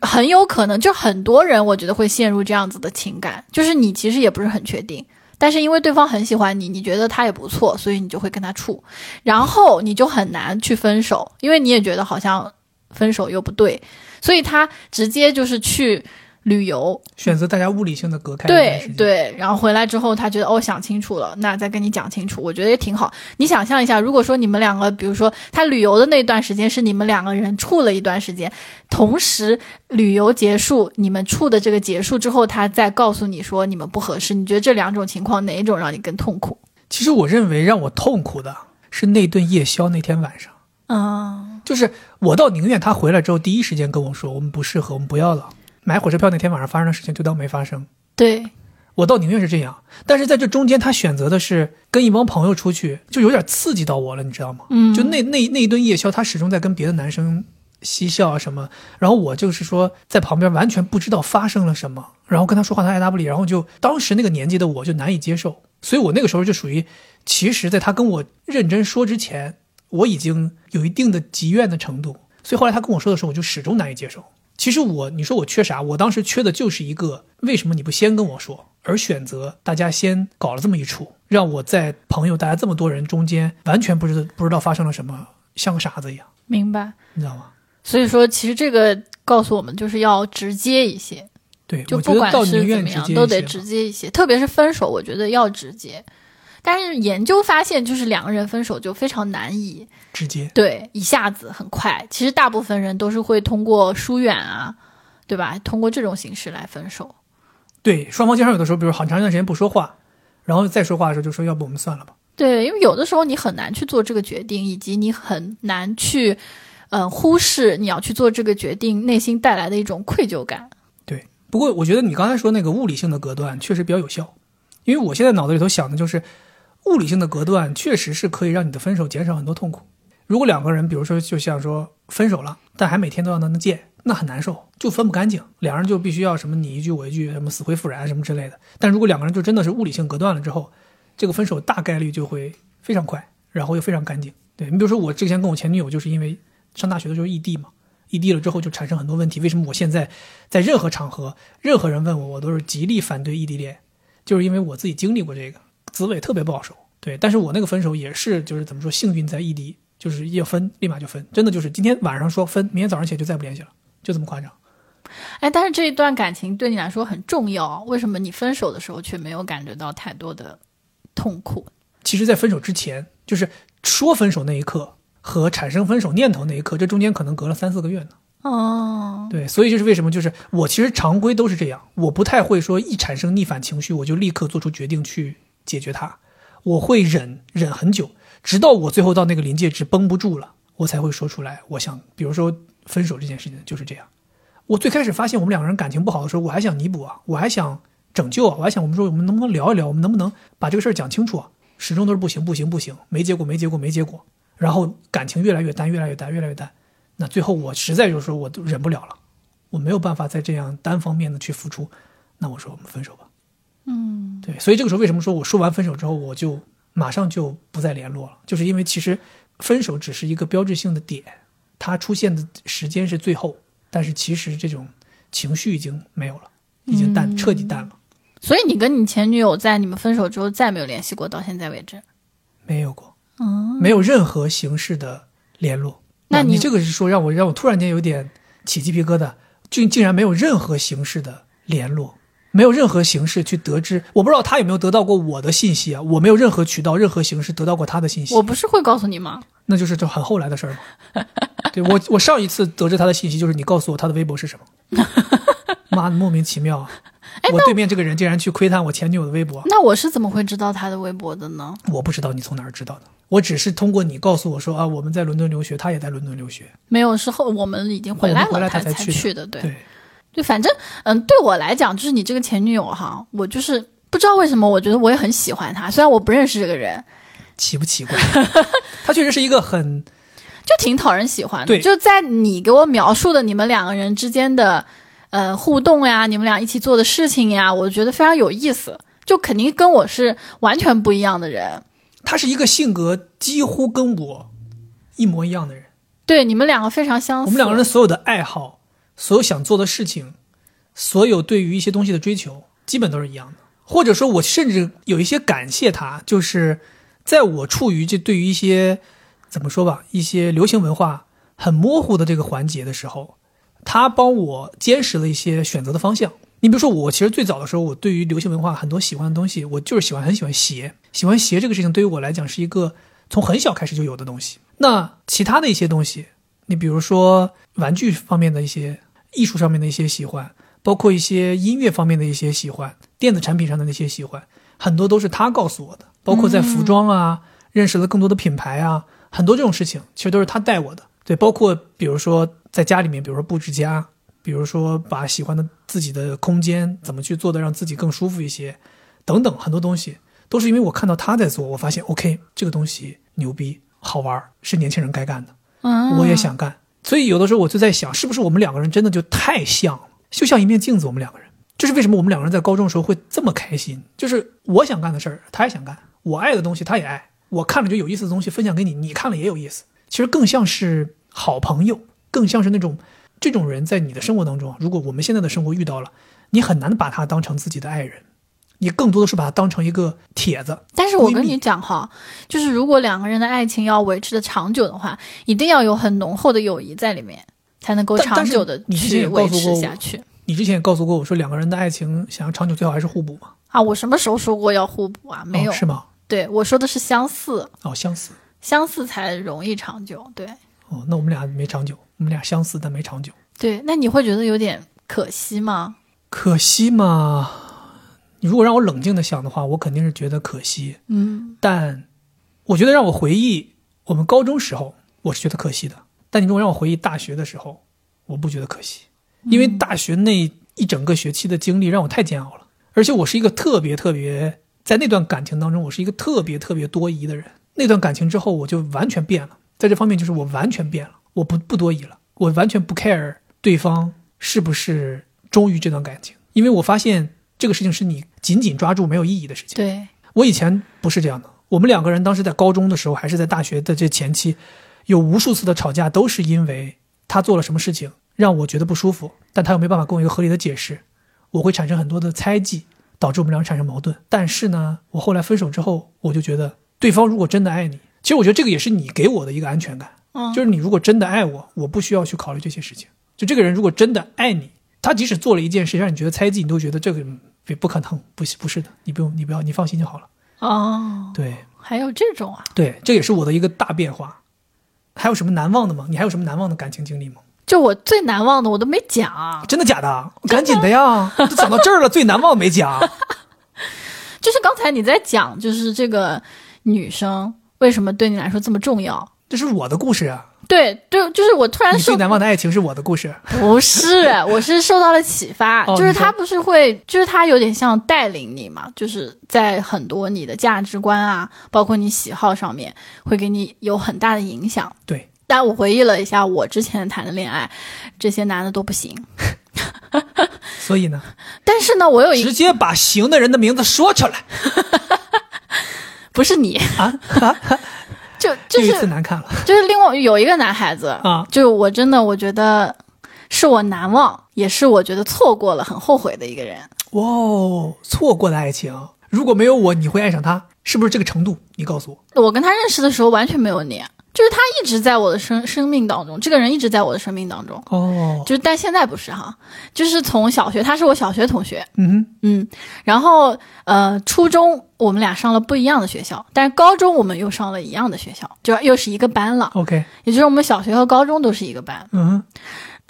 [SPEAKER 2] 很有可能就很多人，我觉得会陷入这样子的情感，就是你其实也不是很确定，但是因为对方很喜欢你，你觉得他也不错，所以你就会跟他处，然后你就很难去分手，因为你也觉得好像分手又不对，所以他直接就是去旅游，
[SPEAKER 1] 选择大家物理性的隔开。
[SPEAKER 2] 对，对，然后回来之后，他觉得哦想清楚了，那再跟你讲清楚，我觉得也挺好。你想象一下，如果说你们两个，比如说他旅游的那段时间是你们两个人处了一段时间，同时旅游结束，你们处的这个结束之后，他再告诉你说你们不合适，你觉得这两种情况哪一种让你更痛苦？
[SPEAKER 1] 其实我认为让我痛苦的是那顿夜宵那天晚上，
[SPEAKER 2] 嗯，
[SPEAKER 1] 就是我倒宁愿他回来之后第一时间跟我说我们不适合，我们不要了。买火车票那天晚上发生的事情就当没发生，
[SPEAKER 2] 对，
[SPEAKER 1] 我倒宁愿是这样。但是在这中间，他选择的是跟一帮朋友出去，就有点刺激到我了，你知道吗？
[SPEAKER 2] 嗯，
[SPEAKER 1] 就那那那一顿夜宵，他始终在跟别的男生嬉笑啊什么，然后我就是说在旁边完全不知道发生了什么，然后跟他说话他爱答不理，然后就当时那个年纪的我就难以接受，所以我那个时候就属于，其实在他跟我认真说之前，我已经有一定的积怨的程度，所以后来他跟我说的时候，我就始终难以接受。其实我，你说我缺啥？我当时缺的就是一个，为什么你不先跟我说，而选择大家先搞了这么一出，让我在朋友大家这么多人中间完全不知道不知道发生了什么，像个傻子一样，
[SPEAKER 2] 明白。
[SPEAKER 1] 你知道吗？
[SPEAKER 2] 所以说，其实这个告诉我们，就是要直接一些，
[SPEAKER 1] 对，
[SPEAKER 2] 就
[SPEAKER 1] 我
[SPEAKER 2] 不
[SPEAKER 1] 觉得
[SPEAKER 2] 管
[SPEAKER 1] 到
[SPEAKER 2] 是
[SPEAKER 1] 宁
[SPEAKER 2] 怎
[SPEAKER 1] 愿
[SPEAKER 2] 么
[SPEAKER 1] 直
[SPEAKER 2] 样，
[SPEAKER 1] 接
[SPEAKER 2] 都
[SPEAKER 1] 一些
[SPEAKER 2] 得
[SPEAKER 1] 吧
[SPEAKER 2] 直接一些。特别是分手，我觉得要直接。但是研究发现，就是两个人分手就非常难以
[SPEAKER 1] 直接。
[SPEAKER 2] 对一下子很快。其实大部分人都是会通过疏远啊，对吧？通过这种形式来分手。
[SPEAKER 1] 对，双方经常有的时候，比如很长一段时间不说话，然后再说话的时候就说，要不我们算了吧。
[SPEAKER 2] 对，因为有的时候你很难去做这个决定，以及你很难去，嗯、忽视你要去做这个决定内心带来的一种愧疚感。
[SPEAKER 1] 对，不过我觉得你刚才说那个物理性的隔断确实比较有效，因为我现在脑子里头想的就是，物理性的隔断确实是可以让你的分手减少很多痛苦。如果两个人，比如说就像说分手了，但还每天都要那那见，那很难受，就分不干净，两人就必须要什么你一句我一句，什么死灰复燃什么之类的。但如果两个人就真的是物理性隔断了之后，这个分手大概率就会非常快，然后又非常干净。对你比如说我之前跟我前女友就是因为上大学的时候异地嘛，异地了之后就产生很多问题。为什么我现在在任何场合，任何人问我，我都是极力反对异地恋，就是因为我自己经历过这个，滋味特别不好受。对，但是我那个分手也是，就是怎么说，幸运在异地，就是要分立马就分，真的就是今天晚上说分，明天早上起来就再不联系了，就这么夸张。
[SPEAKER 2] 哎，但是这一段感情对你来说很重要，啊为什么你分手的时候却没有感觉到太多的痛苦？
[SPEAKER 1] 其实，在分手之前，就是说分手那一刻和产生分手念头那一刻，这中间可能隔了三四个月呢。
[SPEAKER 2] 哦，
[SPEAKER 1] 对，所以就是为什么，就是我其实常规都是这样，我不太会说一产生逆反情绪我就立刻做出决定去解决它，我会忍忍很久，直到我最后到那个临界值绷不住了，我才会说出来。我想，比如说分手这件事情就是这样。我最开始发现我们两个人感情不好的时候，我还想弥补啊，我还想拯救啊，我还想我们说我们能不能聊一聊，我们能不能把这个事儿讲清楚啊？始终都是不行，不行，不行，没结果，没结果，没结果。然后感情越来越淡，越来越淡，越来越淡。那最后我实在就是说我都忍不了了，我没有办法再这样单方面的去付出，那我说我们分手吧。嗯，对，所以这个时候为什么说我说完分手之后我就马上就不再联络了，就是因为其实分手只是一个标志性的点，它出现的时间是最后，但是其实这种情绪已经没有了，已经淡，彻底淡了，
[SPEAKER 2] 所以你跟你前女友在你们分手之后再没有联系过，到现在为止。
[SPEAKER 1] 没有过，没有任何形式的联络。
[SPEAKER 2] 哦那
[SPEAKER 1] 哇
[SPEAKER 2] 你
[SPEAKER 1] 你这个是说让我让我突然间有点起鸡皮疙瘩，竟竟然没有任何形式的联络，没有任何形式去得知，我不知道他有没有得到过我的信息啊，我没有任何渠道、任何形式得到过他的信息
[SPEAKER 2] 我，不是会告诉你吗？
[SPEAKER 1] 那就是就很后来的事儿嘛。对我，我上一次得知他的信息就是你告诉我他的微博是什么，
[SPEAKER 2] *laughs*
[SPEAKER 1] 妈的莫名其妙啊！
[SPEAKER 2] 哎
[SPEAKER 1] 我对面这个人竟然去窥探我前女友的微博，
[SPEAKER 2] 那我是怎么会知道他的微博的呢？
[SPEAKER 1] 我不知道你从哪儿知道的，我只是通过你告诉我说啊，我们在伦敦留学，他也在伦敦留学，
[SPEAKER 2] 没有，是后我们已经回来
[SPEAKER 1] 我们回
[SPEAKER 2] 了，
[SPEAKER 1] 来
[SPEAKER 2] 他
[SPEAKER 1] 他才
[SPEAKER 2] 才
[SPEAKER 1] 去的
[SPEAKER 2] 去的。对，
[SPEAKER 1] 对，
[SPEAKER 2] 就反正，嗯，对我来讲，就是你这个前女友哈，我就是不知道为什么，我觉得我也很喜欢她，虽然我不认识这个人，
[SPEAKER 1] 奇不奇怪？ *laughs* 他确实是一个很
[SPEAKER 2] 就挺讨人喜欢的。
[SPEAKER 1] 对
[SPEAKER 2] 就在你给我描述的你们两个人之间的呃互动呀，你们俩一起做的事情呀，我觉得非常有意思。就肯定跟我是完全不一样的人。
[SPEAKER 1] 他是一个性格几乎跟我一模一样的人。
[SPEAKER 2] 对，你们两个非常相似。
[SPEAKER 1] 我们两个人所有的爱好、所有想做的事情、所有对于一些东西的追求，基本都是一样的。或者说，我甚至有一些感谢他，就是在我处于这对于一些怎么说吧，一些流行文化很模糊的这个环节的时候，他帮我坚实了一些选择的方向。你比如说，我其实最早的时候，我对于流行文化很多喜欢的东西，我就是喜欢很喜欢鞋，喜欢鞋这个事情对于我来讲是一个从很小开始就有的东西。那其他的一些东西，你比如说玩具方面的一些、艺术上面的一些喜欢，包括一些音乐方面的一些喜欢、电子产品上的那些喜欢，很多都是他告诉我的。包括在服装啊，认识了更多的品牌啊，很多这种事情其实都是他带我的。对，包括比如说在家里面，比如说布置家，比如说把喜欢的自己的空间怎么去做的让自己更舒服一些，等等很多东西都是因为我看到他在做，我发现 OK 这个东西牛逼好玩儿，是年轻人该干的，
[SPEAKER 2] 嗯，
[SPEAKER 1] 我也想干。所以有的时候我就在想，是不是我们两个人真的就太像了，就像一面镜子，我们两个人。这是为什么我们两个人在高中的时候会这么开心，就是我想干的事儿，他也想干；我爱的东西，他也爱；我看了就有意思的东西分享给你，你看了也有意思。其实更像是好朋友，更像是那种这种人在你的生活当中，如果我们现在的生活遇到了，你很难把他当成自己的爱人，你更多的是把他当成一个帖子。
[SPEAKER 2] 但是我
[SPEAKER 1] 闺
[SPEAKER 2] 跟
[SPEAKER 1] 蜜
[SPEAKER 2] 你讲哈，就是如果两个人的爱情要维持的长久的话，一定要有很浓厚的友谊在里面，才能够
[SPEAKER 1] 但
[SPEAKER 2] 长
[SPEAKER 1] 但是
[SPEAKER 2] 久的
[SPEAKER 1] 你之前
[SPEAKER 2] 去
[SPEAKER 1] 也告
[SPEAKER 2] 维
[SPEAKER 1] 诉过
[SPEAKER 2] 持
[SPEAKER 1] 我
[SPEAKER 2] 下去。
[SPEAKER 1] 你之前也告诉过我说，两个人的爱情想要长久，最好还是互补嘛？
[SPEAKER 2] 啊，我什么时候说过要互补啊？没有，
[SPEAKER 1] 哦、是吗？
[SPEAKER 2] 对我说的是相似，
[SPEAKER 1] 哦，相似
[SPEAKER 2] 相似才容易长久。对
[SPEAKER 1] 哦，那我们俩没长久，我们俩相似但没长久。
[SPEAKER 2] 对，那你会觉得有点可惜吗？
[SPEAKER 1] 可惜嘛，你如果让我冷静的想的话，我肯定是觉得可惜。
[SPEAKER 2] 嗯，
[SPEAKER 1] 但我觉得让我回忆我们高中时候，我是觉得可惜的。但你如果让我回忆大学的时候，我不觉得可惜，因为大学那一整个学期的经历让我太煎熬了，而且我是一个特别特别在那段感情当中，我是一个特别特别多疑的人。那段感情之后，我就完全变了，在这方面就是我完全变了，我不不多疑了，我完全不 care 对方是不是忠于这段感情，因为我发现这个事情是你紧紧抓住没有意义的事情。
[SPEAKER 2] 对，
[SPEAKER 1] 我以前不是这样的。我们两个人当时在高中的时候，还是在大学的这前期，有无数次的吵架，都是因为他做了什么事情让我觉得不舒服，但他又没办法给我一个合理的解释，我会产生很多的猜忌，导致我们俩产生矛盾。但是呢，我后来分手之后，我就觉得对方如果真的爱你，其实我觉得这个也是你给我的一个安全感，
[SPEAKER 2] 嗯
[SPEAKER 1] 就是你如果真的爱我，我不需要去考虑这些事情。就这个人如果真的爱你，他即使做了一件事让你觉得猜忌，你都觉得这个嗯不不可能，不是不是的，你不用你不要你放心就好了。
[SPEAKER 2] 哦，
[SPEAKER 1] 对
[SPEAKER 2] 还有这种啊，
[SPEAKER 1] 对，这也是我的一个大变化。还有什么难忘的吗？你还有什么难忘的感情经历吗？
[SPEAKER 2] 就我最难忘的我都没讲啊、
[SPEAKER 1] 真的假的？赶紧的呀！都讲到这儿了，最难忘没啊讲。
[SPEAKER 2] 就是刚才你在讲，就是这个女生为什么对你来说这么重要？
[SPEAKER 1] *laughs* 这是我的故事啊！
[SPEAKER 2] 对对，就是我突然
[SPEAKER 1] 你
[SPEAKER 2] 受
[SPEAKER 1] 最难忘的爱情是我的故事。啊
[SPEAKER 2] 不是，我是受到了启发，
[SPEAKER 1] 哦
[SPEAKER 2] 就是
[SPEAKER 1] 你说
[SPEAKER 2] 他不是会，就是他有点像带领你嘛，就是在很多你的价值观啊，包括你喜好上面，会给你有很大的影响。
[SPEAKER 1] 对，
[SPEAKER 2] 但我回忆了一下我之前谈的恋爱，这些男的都不行。
[SPEAKER 1] 所以呢，
[SPEAKER 2] 但是呢，我有一
[SPEAKER 1] 直接把行的人的名字说出来
[SPEAKER 2] 不是你，
[SPEAKER 1] 啊！
[SPEAKER 2] *laughs* 就
[SPEAKER 1] 这
[SPEAKER 2] 就是
[SPEAKER 1] 一次难看了
[SPEAKER 2] 就是另外有一个男孩子，
[SPEAKER 1] 啊！
[SPEAKER 2] 就我真的我觉得是我难忘，也是我觉得错过了很后悔的一个人。
[SPEAKER 1] 哇哦，错过的爱情，如果没有我，你会爱上他，是不是这个程度？你告诉我。
[SPEAKER 2] 我跟他认识的时候完全没有你，就是他一直在我的生生命当中，这个人一直在我的生命当中。
[SPEAKER 1] 哦，
[SPEAKER 2] 就是但现在不是哈，就是从小学，他是我小学同学，
[SPEAKER 1] 嗯
[SPEAKER 2] 嗯，然后呃，初中我们俩上了不一样的学校，但是高中我们又上了一样的学校，就又是一个班了，
[SPEAKER 1] 哼，OK，
[SPEAKER 2] 也就是我们小学和高中都是一个班。
[SPEAKER 1] 嗯哼，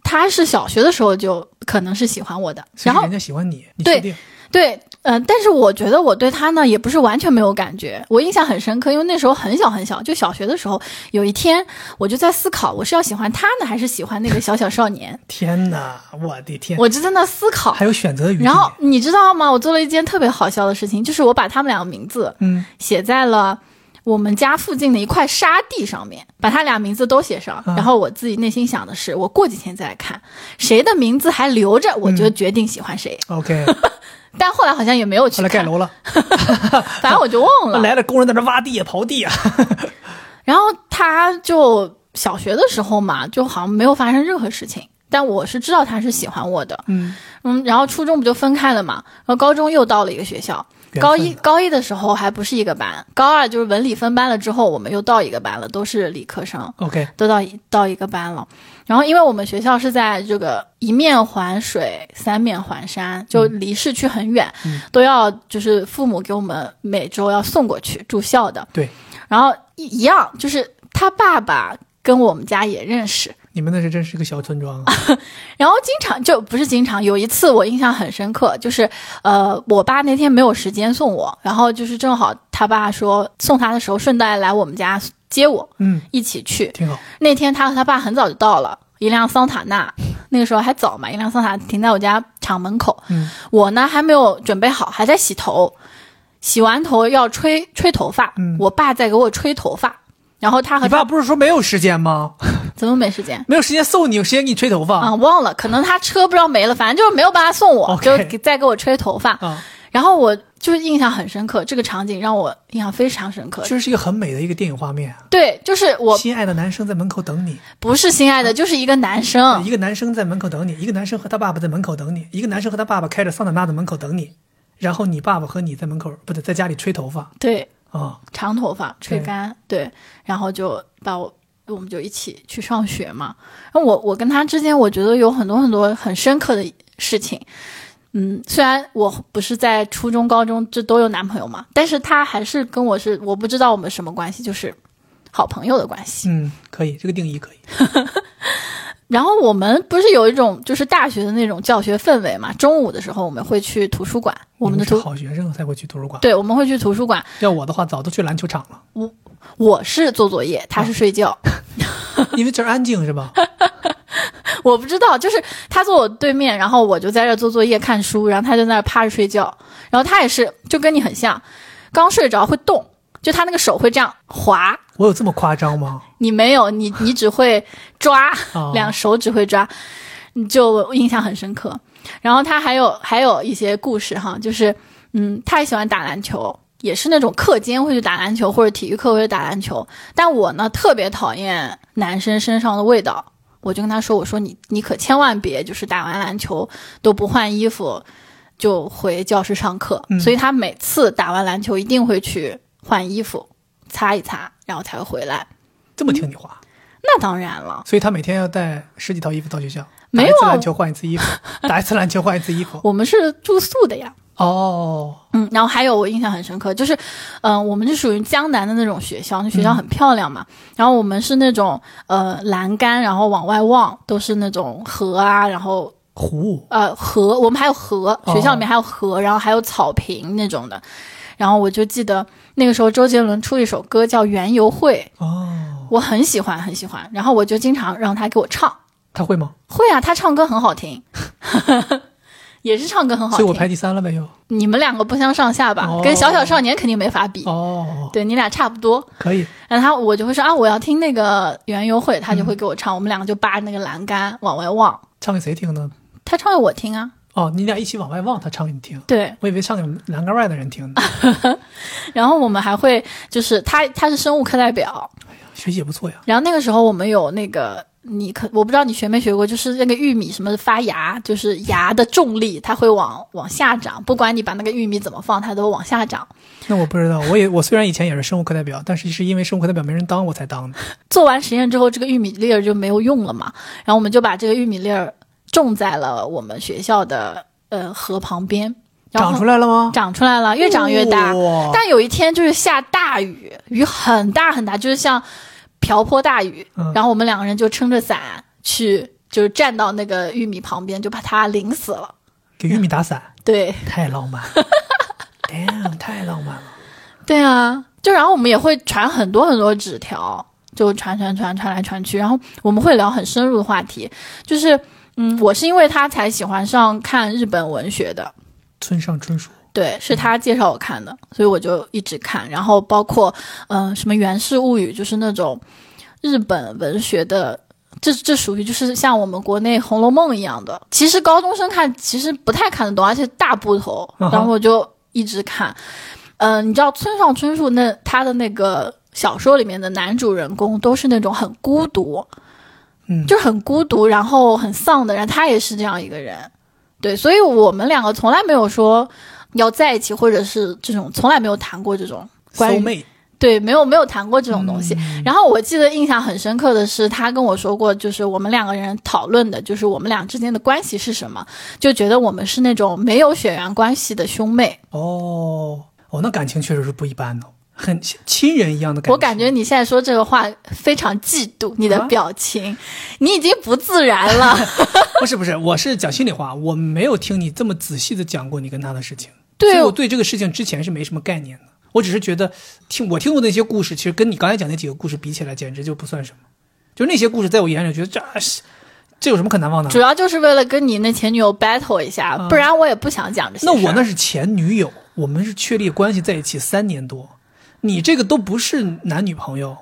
[SPEAKER 2] 他是小学的时候就可能是喜欢我的，
[SPEAKER 1] 所
[SPEAKER 2] 然
[SPEAKER 1] 以
[SPEAKER 2] 后
[SPEAKER 1] 人家喜欢你，你
[SPEAKER 2] 对
[SPEAKER 1] 确定？
[SPEAKER 2] 对，嗯、但是我觉得我对他呢也不是完全没有感觉，我印象很深刻，因为那时候很小很小，就小学的时候，有一天我就在思考，我是要喜欢他呢，还是喜欢那个小小少年？
[SPEAKER 1] 天哪，我的天！
[SPEAKER 2] 我就在那思考。
[SPEAKER 1] 还有选择的余地。
[SPEAKER 2] 然后你知道吗？我做了一件特别好笑的事情，就是我把他们俩的名字
[SPEAKER 1] 嗯
[SPEAKER 2] 写在了我们家附近的一块沙地上面，把他俩名字都写上。
[SPEAKER 1] 啊
[SPEAKER 2] 然后我自己内心想的是，我过几天再来看谁的名字还留着，我就
[SPEAKER 1] 嗯
[SPEAKER 2] 决定喜欢谁。 *laughs*
[SPEAKER 1] ，OK，
[SPEAKER 2] 但后来好像也没有去
[SPEAKER 1] 后来盖
[SPEAKER 2] 看， *laughs*
[SPEAKER 1] 楼了，
[SPEAKER 2] 反正我就忘了。
[SPEAKER 1] 来了工人在那挖地啊、刨地啊。
[SPEAKER 2] *laughs* 然后他就小学的时候嘛，就好像没有发生任何事情，但我是知道他是喜欢我的，
[SPEAKER 1] 嗯，
[SPEAKER 2] 嗯，然后初中不就分开了嘛，然后高中又到了一个学校，
[SPEAKER 1] 缘分
[SPEAKER 2] 高一高一的时候还不是一个班，高二就是文理分班了之后，我们又到一个班了，都是理科生，
[SPEAKER 1] OK，
[SPEAKER 2] 都到一到一个班了。然后因为我们学校是在这个一面环水，三面环山，就离市区很远，
[SPEAKER 1] 嗯
[SPEAKER 2] 都要就是父母给我们每周要送过去住校的。
[SPEAKER 1] 对，
[SPEAKER 2] 然后一一样就是他爸爸跟我们家也认识，
[SPEAKER 1] 你们那是真是个小村庄啊，
[SPEAKER 2] 然后经常就不是经常，有一次我印象很深刻，就是呃，我爸那天没有时间送我，然后就是正好他爸说送他的时候顺带来我们家接我，
[SPEAKER 1] 嗯，
[SPEAKER 2] 一起去。
[SPEAKER 1] 挺好。
[SPEAKER 2] 那天他和他爸很早就到了，一辆桑塔纳，那个时候还早嘛，一辆桑塔纳停在我家厂门口，
[SPEAKER 1] 嗯
[SPEAKER 2] 我呢还没有准备好，还在洗头，洗完头要吹吹头发，
[SPEAKER 1] 嗯
[SPEAKER 2] 我爸在给我吹头发，然后他和
[SPEAKER 1] 你
[SPEAKER 2] 他
[SPEAKER 1] 爸不是说没有时间
[SPEAKER 2] *laughs*
[SPEAKER 1] 吗？
[SPEAKER 2] 怎么没时间？
[SPEAKER 1] 没有时间送你，有时间给你吹头发
[SPEAKER 2] 啊、忘了，可能他车不知道没了，反正就是没有办法送我
[SPEAKER 1] OK
[SPEAKER 2] 就给再给我吹头发。
[SPEAKER 1] 啊！
[SPEAKER 2] 然后我就是印象很深刻，这个场景让我印象非常深刻。
[SPEAKER 1] 这是一个很美的一个电影画面啊，
[SPEAKER 2] 对，就是我
[SPEAKER 1] 心爱的男生在门口等你，
[SPEAKER 2] 不是心爱的，就是一个男生，
[SPEAKER 1] 一个男生在门口等你，一个男生和他爸爸在门口等你，一个男生和他爸爸开着桑塔纳的门口等你，然后你爸爸和你在门口不对，在家里吹头发
[SPEAKER 2] 对，
[SPEAKER 1] 啊，
[SPEAKER 2] 长头发吹干，对，然后就把我我们就一起去上学嘛。然后我我跟他之间，我觉得有很多很多很深刻的事情。嗯，虽然我不是在初中、高中这都有男朋友嘛，但是他还是跟我是我不知道我们什么关系，就是好朋友的关系。
[SPEAKER 1] 嗯，可以，这个定义可以，
[SPEAKER 2] 然后我们不是有一种就是大学的那种教学氛围嘛？中午的时候我们会去图书馆，我们的
[SPEAKER 1] 你是
[SPEAKER 2] 图
[SPEAKER 1] 好学生才会去图书馆，
[SPEAKER 2] 对我们会去图书馆。
[SPEAKER 1] 要我的话早都去篮球场了，
[SPEAKER 2] 我是做作业，他是
[SPEAKER 1] 哦
[SPEAKER 2] 睡觉。
[SPEAKER 1] 因为这儿安静是吧？
[SPEAKER 2] *laughs* 我不知道，就是他坐我对面，然后我就在这做作业看书，然后他就在那儿趴着睡觉。然后他也是就跟你很像，刚睡着会动，就他那个手会这样滑。
[SPEAKER 1] 我有这么夸张吗？
[SPEAKER 2] 你没有，你你只会抓，
[SPEAKER 1] 啊，
[SPEAKER 2] *laughs* 两手指会抓，你就印象很深刻。然后他还有还有一些故事哈，就是嗯，他也喜欢打篮球，也是那种课间会去打篮球，或者体育课会去打篮球。但我呢，特别讨厌男生身上的味道。我就跟他说：“我说你你可千万别就是打完篮球都不换衣服就回教室上课。
[SPEAKER 1] 嗯
[SPEAKER 2] 所以他每次打完篮球一定会去换衣服，擦一擦，然后才会回来。
[SPEAKER 1] 这么听你话，
[SPEAKER 2] 那当然了，
[SPEAKER 1] 所以他每天要带十几套衣服到学校，
[SPEAKER 2] 没
[SPEAKER 1] 打
[SPEAKER 2] 有
[SPEAKER 1] 一次
[SPEAKER 2] 啊
[SPEAKER 1] 篮球换一次衣服，打一次篮球换一次衣服。
[SPEAKER 2] 我们是住宿的呀。
[SPEAKER 1] 哦，
[SPEAKER 2] 嗯，然后还有我印象很深刻，就是，嗯、我们是属于江南的那种学
[SPEAKER 1] 嗯
[SPEAKER 2] 校，那学校很漂亮嘛。然后我们是那种呃栏杆，然后往外望都是那种河啊，然后
[SPEAKER 1] 湖
[SPEAKER 2] 呃河，我们还有河，
[SPEAKER 1] 哦
[SPEAKER 2] 学校里面还有河，然后还有草坪那种的。然后我就记得那个时候周杰伦出了一首歌叫《园游会
[SPEAKER 1] 哦》，，
[SPEAKER 2] 我很喜欢很喜欢，然后我就经常让他给我唱。
[SPEAKER 1] 他会吗？
[SPEAKER 2] 会啊，他唱歌很好听， *laughs* 也是唱歌很好
[SPEAKER 1] 所以我
[SPEAKER 2] 听。
[SPEAKER 1] 排第三了呗又。
[SPEAKER 2] 你们两个不相上下吧，
[SPEAKER 1] 哦
[SPEAKER 2] 跟小小少年肯定没法比。
[SPEAKER 1] 哦，
[SPEAKER 2] 对你俩差不多，
[SPEAKER 1] 可以，
[SPEAKER 2] 然后他我就会说啊，我要听那个园游会，他就会给我唱，我们两个就扒着那个栏杆往外望，
[SPEAKER 1] 唱给谁听呢？
[SPEAKER 2] 他唱给我听啊，
[SPEAKER 1] 哦，你俩一起往外望，他唱给你听。
[SPEAKER 2] 对，
[SPEAKER 1] 我以为唱给栏杆外的人听呢。
[SPEAKER 2] 然后我们还会就是他他是生物课代表，
[SPEAKER 1] 学习也不错呀。
[SPEAKER 2] 然后那个时候我们有那个你可我不知道你学没学过，就是那个玉米什么发芽，就是芽的重力它会往往下长，不管你把那个玉米怎么放，它都往下长。
[SPEAKER 1] 那我不知道，我也我虽然以前也是生物课代表，但是是因为生物课代表没人当我才当的。
[SPEAKER 2] 做完实验之后，这个玉米粒儿就没有用了嘛。然后我们就把这个玉米粒儿种在了我们学校的呃河旁边，然后
[SPEAKER 1] 长出来了哦吗？
[SPEAKER 2] 长出来了，越长越大。
[SPEAKER 1] 哇
[SPEAKER 2] 但有一天就是下大雨，雨很大很大，就是像瓢泼大雨。
[SPEAKER 1] 嗯
[SPEAKER 2] 然后我们两个人就撑着伞去，就是站到那个玉米旁边，就把它淋死了。
[SPEAKER 1] 给玉米打伞，
[SPEAKER 2] 对，
[SPEAKER 1] 太浪漫。Damn，太浪漫了。
[SPEAKER 2] 对啊，就然后我们也会传很多很多纸条，就传传传传来传去，然后我们会聊很深入的话题，就是嗯，我是因为他才喜欢上看日本文学的，
[SPEAKER 1] 村上春树，
[SPEAKER 2] 对，是
[SPEAKER 1] 嗯
[SPEAKER 2] 他介绍我看的，所以我就一直看，然后包括嗯、呃什么《源氏物语》，就是那种日本文学的。这这属于就是像我们国内《红楼梦》一样的，其实高中生看其实不太看得懂，而且大部头，
[SPEAKER 1] 嗯哼
[SPEAKER 2] 然后我就一直看。嗯、你知道村上春树那他的那个小说里面的男主人公都是那种很孤独，
[SPEAKER 1] 嗯，
[SPEAKER 2] 就是很孤独，然后很丧的人，他也是这样一个人。对，所以我们两个从来没有说要在一起，或者是这种从来没有谈过这种关
[SPEAKER 1] soul
[SPEAKER 2] 于
[SPEAKER 1] mate，
[SPEAKER 2] 对没有没有谈过这种东西。
[SPEAKER 1] 嗯
[SPEAKER 2] 然后我记得印象很深刻的是，他跟我说过，就是我们两个人讨论的，就是我们俩之间的关系是什么，就觉得我们是那种没有血缘关系的兄妹。
[SPEAKER 1] 哦哦，那感情确实是不一般的，很亲人一样的感情。
[SPEAKER 2] 我感觉你现在说这个话非常嫉妒，你的
[SPEAKER 1] 啊
[SPEAKER 2] 表情，你已经不自然
[SPEAKER 1] *laughs*
[SPEAKER 2] 了。
[SPEAKER 1] 不是不是，我是讲心里话，我没有听你这么仔细的讲过你跟他的事情，
[SPEAKER 2] 对
[SPEAKER 1] 所以我对这个事情之前是没什么概念的。我只是觉得听我听过那些故事，其实跟你刚才讲那几个故事比起来，简直就不算什么。就那些故事，在我眼里觉得这这有什么可难忘的
[SPEAKER 2] 主？要就是为了跟你那前女友 battle 一下，
[SPEAKER 1] 嗯
[SPEAKER 2] 不然我也不想讲这些事
[SPEAKER 1] 那
[SPEAKER 2] 儿。
[SPEAKER 1] 我那是前女友，我们是确立关系在一起三年多，你这个都不是男女朋友。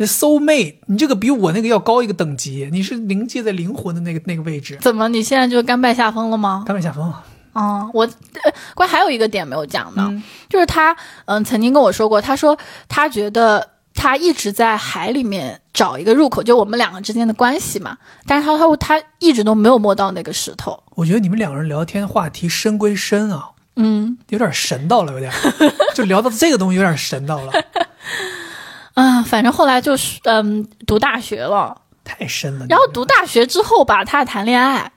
[SPEAKER 1] soul mate，你这个比我那个要高一个等级，你是临界在灵魂的那个那个位置。
[SPEAKER 2] 怎么你现在就甘拜下风了吗？
[SPEAKER 1] 甘拜下风啊，
[SPEAKER 2] 嗯，我呃关于还有一个点没有讲呢，
[SPEAKER 1] 嗯
[SPEAKER 2] 就是他嗯曾经跟我说过，他说他觉得他一直在海里面找一个入口，就我们两个之间的关系嘛，但是他他他一直都没有摸到那个石头。
[SPEAKER 1] 我觉得你们两个人聊天话题深归深啊，
[SPEAKER 2] 嗯
[SPEAKER 1] 有点神到了，
[SPEAKER 2] *laughs*
[SPEAKER 1] 有点，就聊到这个东西有点神到了，
[SPEAKER 2] 啊，反正后来就是嗯读大学了，
[SPEAKER 1] 太深了。
[SPEAKER 2] 然后读大学之后吧，他谈恋爱，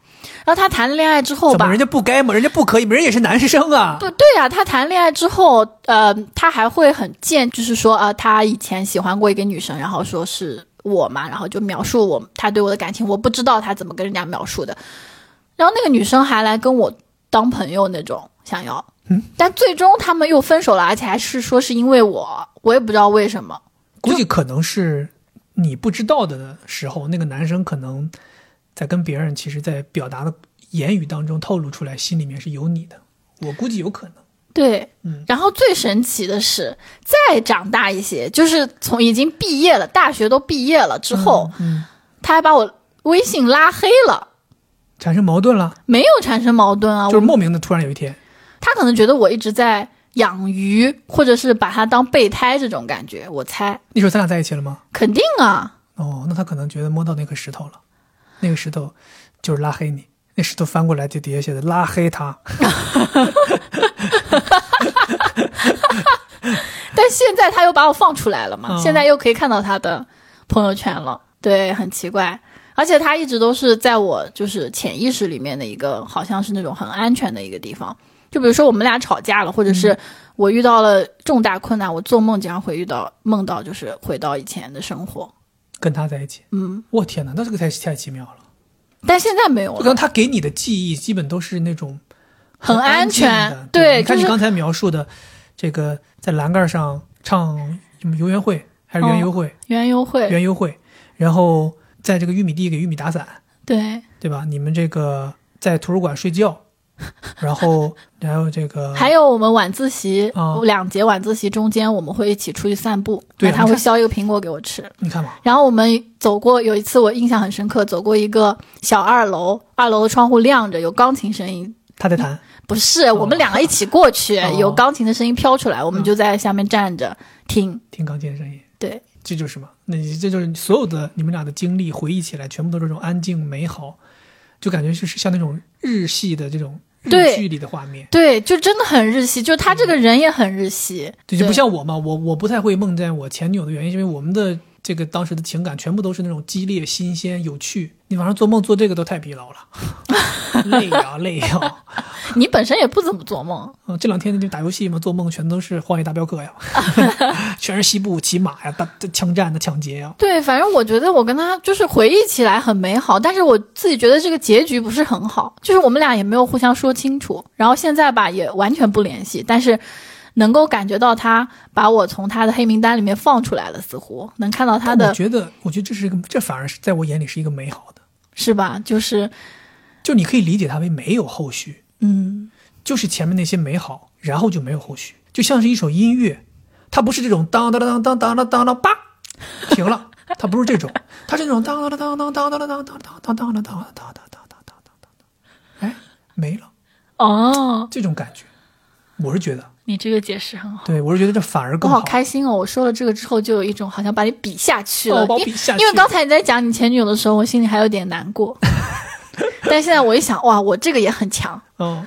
[SPEAKER 2] 然后他谈恋爱之后
[SPEAKER 1] 怎
[SPEAKER 2] 吧，
[SPEAKER 1] 么人家不该吗？人家不可以吗，人家也是男生啊。
[SPEAKER 2] 不对呀、他谈恋爱之后，呃，他还会很贱，就是说啊、他以前喜欢过一个女生，然后说是我嘛，然后就描述我他对我的感情，我不知道他怎么跟人家描述的。然后那个女生还来跟我当朋友那种，想要，
[SPEAKER 1] 嗯，
[SPEAKER 2] 但最终他们又分手了，而且还是说是因为我，我也不知道为什么。
[SPEAKER 1] 估计可能是你不知道的时候，那个男生可能在跟别人，其实在表达的言语当中透露出来，心里面是有你的。我估计有可能。
[SPEAKER 2] 对，
[SPEAKER 1] 嗯
[SPEAKER 2] 然后最神奇的是，再长大一些，就是从已经毕业了，大学都毕业了之后，
[SPEAKER 1] 嗯，嗯，
[SPEAKER 2] 他还把我微信拉黑了。
[SPEAKER 1] 产生矛盾了，
[SPEAKER 2] 没有产生矛盾啊，
[SPEAKER 1] 就是
[SPEAKER 2] 我
[SPEAKER 1] 莫名的突然有一天，
[SPEAKER 2] 他可能觉得我一直在养鱼，或者是把它当备胎这种感觉，我猜
[SPEAKER 1] 那时候咱俩在一起了吗？
[SPEAKER 2] 肯定啊，
[SPEAKER 1] 哦，那他可能觉得摸到那颗石头了，那个石头就是拉黑你，那石头翻过来就底下写的拉黑他。
[SPEAKER 2] 但现在他又把我放出来了嘛，
[SPEAKER 1] 嗯
[SPEAKER 2] 现在又可以看到他的朋友圈了，对，很奇怪。而且他一直都是在我就是潜意识里面的一个，好像是那种很安全的一个地方。就比如说我们俩吵架了，或者
[SPEAKER 1] 嗯
[SPEAKER 2] 是我遇到了重大困难，我做梦经常会遇到梦到就是回到以前的生活，
[SPEAKER 1] 跟他在一起，
[SPEAKER 2] 嗯，
[SPEAKER 1] 我天哪，那这个太太奇妙了。
[SPEAKER 2] 但现在没有
[SPEAKER 1] 我刚
[SPEAKER 2] 了，
[SPEAKER 1] 他给你的记忆基本都是那种
[SPEAKER 2] 很安
[SPEAKER 1] 安静
[SPEAKER 2] 全，
[SPEAKER 1] 的，
[SPEAKER 2] 对，
[SPEAKER 1] 你看你
[SPEAKER 2] 就是
[SPEAKER 1] 刚才描述的这个在栏杆上唱什么游园会还是
[SPEAKER 2] 哦
[SPEAKER 1] 园游会？
[SPEAKER 2] 园游会，
[SPEAKER 1] 园游会，然后在这个玉米地给玉米打伞，
[SPEAKER 2] 对，
[SPEAKER 1] 对吧？你们这个在图书馆睡觉，然
[SPEAKER 2] *laughs*
[SPEAKER 1] 后还有这个
[SPEAKER 2] 还有我们晚自习、
[SPEAKER 1] 啊
[SPEAKER 2] 两节晚自习中间，我们会一起出去散步，
[SPEAKER 1] 对啊
[SPEAKER 2] 然后他
[SPEAKER 1] 你
[SPEAKER 2] 会
[SPEAKER 1] 看
[SPEAKER 2] 削一个苹果给我吃。
[SPEAKER 1] 你看嘛，
[SPEAKER 2] 然后我们走过有一次，我印象很深刻，走过一个小二楼，二楼的窗户亮着，有钢琴声音。
[SPEAKER 1] 他在弹。
[SPEAKER 2] 不是，我们两个一起过去，
[SPEAKER 1] *laughs* 哦嗯
[SPEAKER 2] 有钢琴的声音飘出来，我们就在下面站着听。
[SPEAKER 1] 听钢琴的声音。
[SPEAKER 2] 对，
[SPEAKER 1] 这就是嘛，那你这就是所有的你们俩的经历回忆起来，全部都是这种安静美好，就感觉就是像那种日系的这种日
[SPEAKER 2] 对
[SPEAKER 1] 剧里的画面。
[SPEAKER 2] 对，就真的很日系，就他这个人也很日系，
[SPEAKER 1] 嗯对，就不像我嘛，我我不太会梦见我前女友的原因，是因为我们的这个当时的情感全部都是那种激烈、新鲜、有趣。你晚上做梦做这个都太疲劳了， *laughs* 累呀、累呀、
[SPEAKER 2] 你本身也不怎么做梦，
[SPEAKER 1] 嗯，这两天就打游戏嘛，做梦全都是《荒野大镖客》呀， *laughs* 全是西部骑马呀、大枪战的抢劫呀。
[SPEAKER 2] 对，反正我觉得我跟他就是回忆起来很美好，但是我自己觉得这个结局不是很好，就是我们俩也没有互相说清楚，然后现在吧也完全不联系，但是能够感觉到他把我从他的黑名单里面放出来了，似乎能看到他
[SPEAKER 1] 但我
[SPEAKER 2] 的
[SPEAKER 1] 觉得，我觉得这是一个，这反而是在我眼里是一个美好的。
[SPEAKER 2] 是吧？就是
[SPEAKER 1] 就你可以理解它为没有后续，
[SPEAKER 2] 嗯，
[SPEAKER 1] 就是前面那些美好，然后就没有后续，就像是一首音乐，它不是这种当当当当当当当当叭停了，它不是这种，它是那种当当当当当当当当当当当当当当当当当当当当，哎，没了
[SPEAKER 2] 哦，
[SPEAKER 1] 这种感觉，我是觉得，
[SPEAKER 2] 你这个解释很好，
[SPEAKER 1] 对我是觉得这反而
[SPEAKER 2] 我
[SPEAKER 1] 更
[SPEAKER 2] 好开心哦！我说了这个之后，就有一种好像把你比下去了，
[SPEAKER 1] 哦把我
[SPEAKER 2] 因
[SPEAKER 1] 比下
[SPEAKER 2] 因为
[SPEAKER 1] 去
[SPEAKER 2] *laughs* 刚才你在讲你前女友的时候，我心里还有点难过。但现在我一想，哇，我这个也很强，
[SPEAKER 1] 嗯，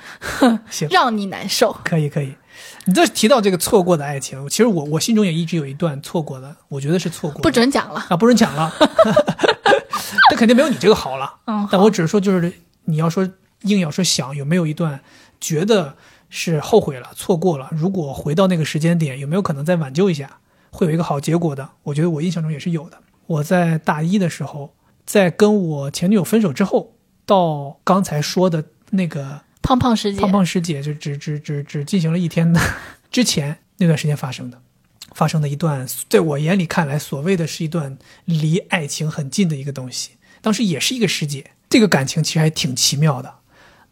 [SPEAKER 1] 行
[SPEAKER 2] 让你难受。
[SPEAKER 1] 可以可以。你这提到这个错过的爱情，其实我我心中也一直有一段错过的，我觉得是错过的
[SPEAKER 2] 不准讲了，
[SPEAKER 1] 啊，不准讲了，这肯定没有你这个好了。
[SPEAKER 2] 嗯，
[SPEAKER 1] 但我只是说，就是你要说硬要说想有没有一段觉得是后悔了、错过了，如果回到那个时间点，有没有可能再挽救一下，会有一个好结果的？我觉得我印象中也是有的。我在大一的时候，在跟我前女友分手之后，到刚才说的那个
[SPEAKER 2] 胖胖师姐，
[SPEAKER 1] 胖胖师姐就只只只只进行了一天的之前那段时间发生的，发生的一段，在我眼里看来，所谓的是一段离爱情很近的一个东西。当时也是一个师姐，这个感情其实还挺奇妙的。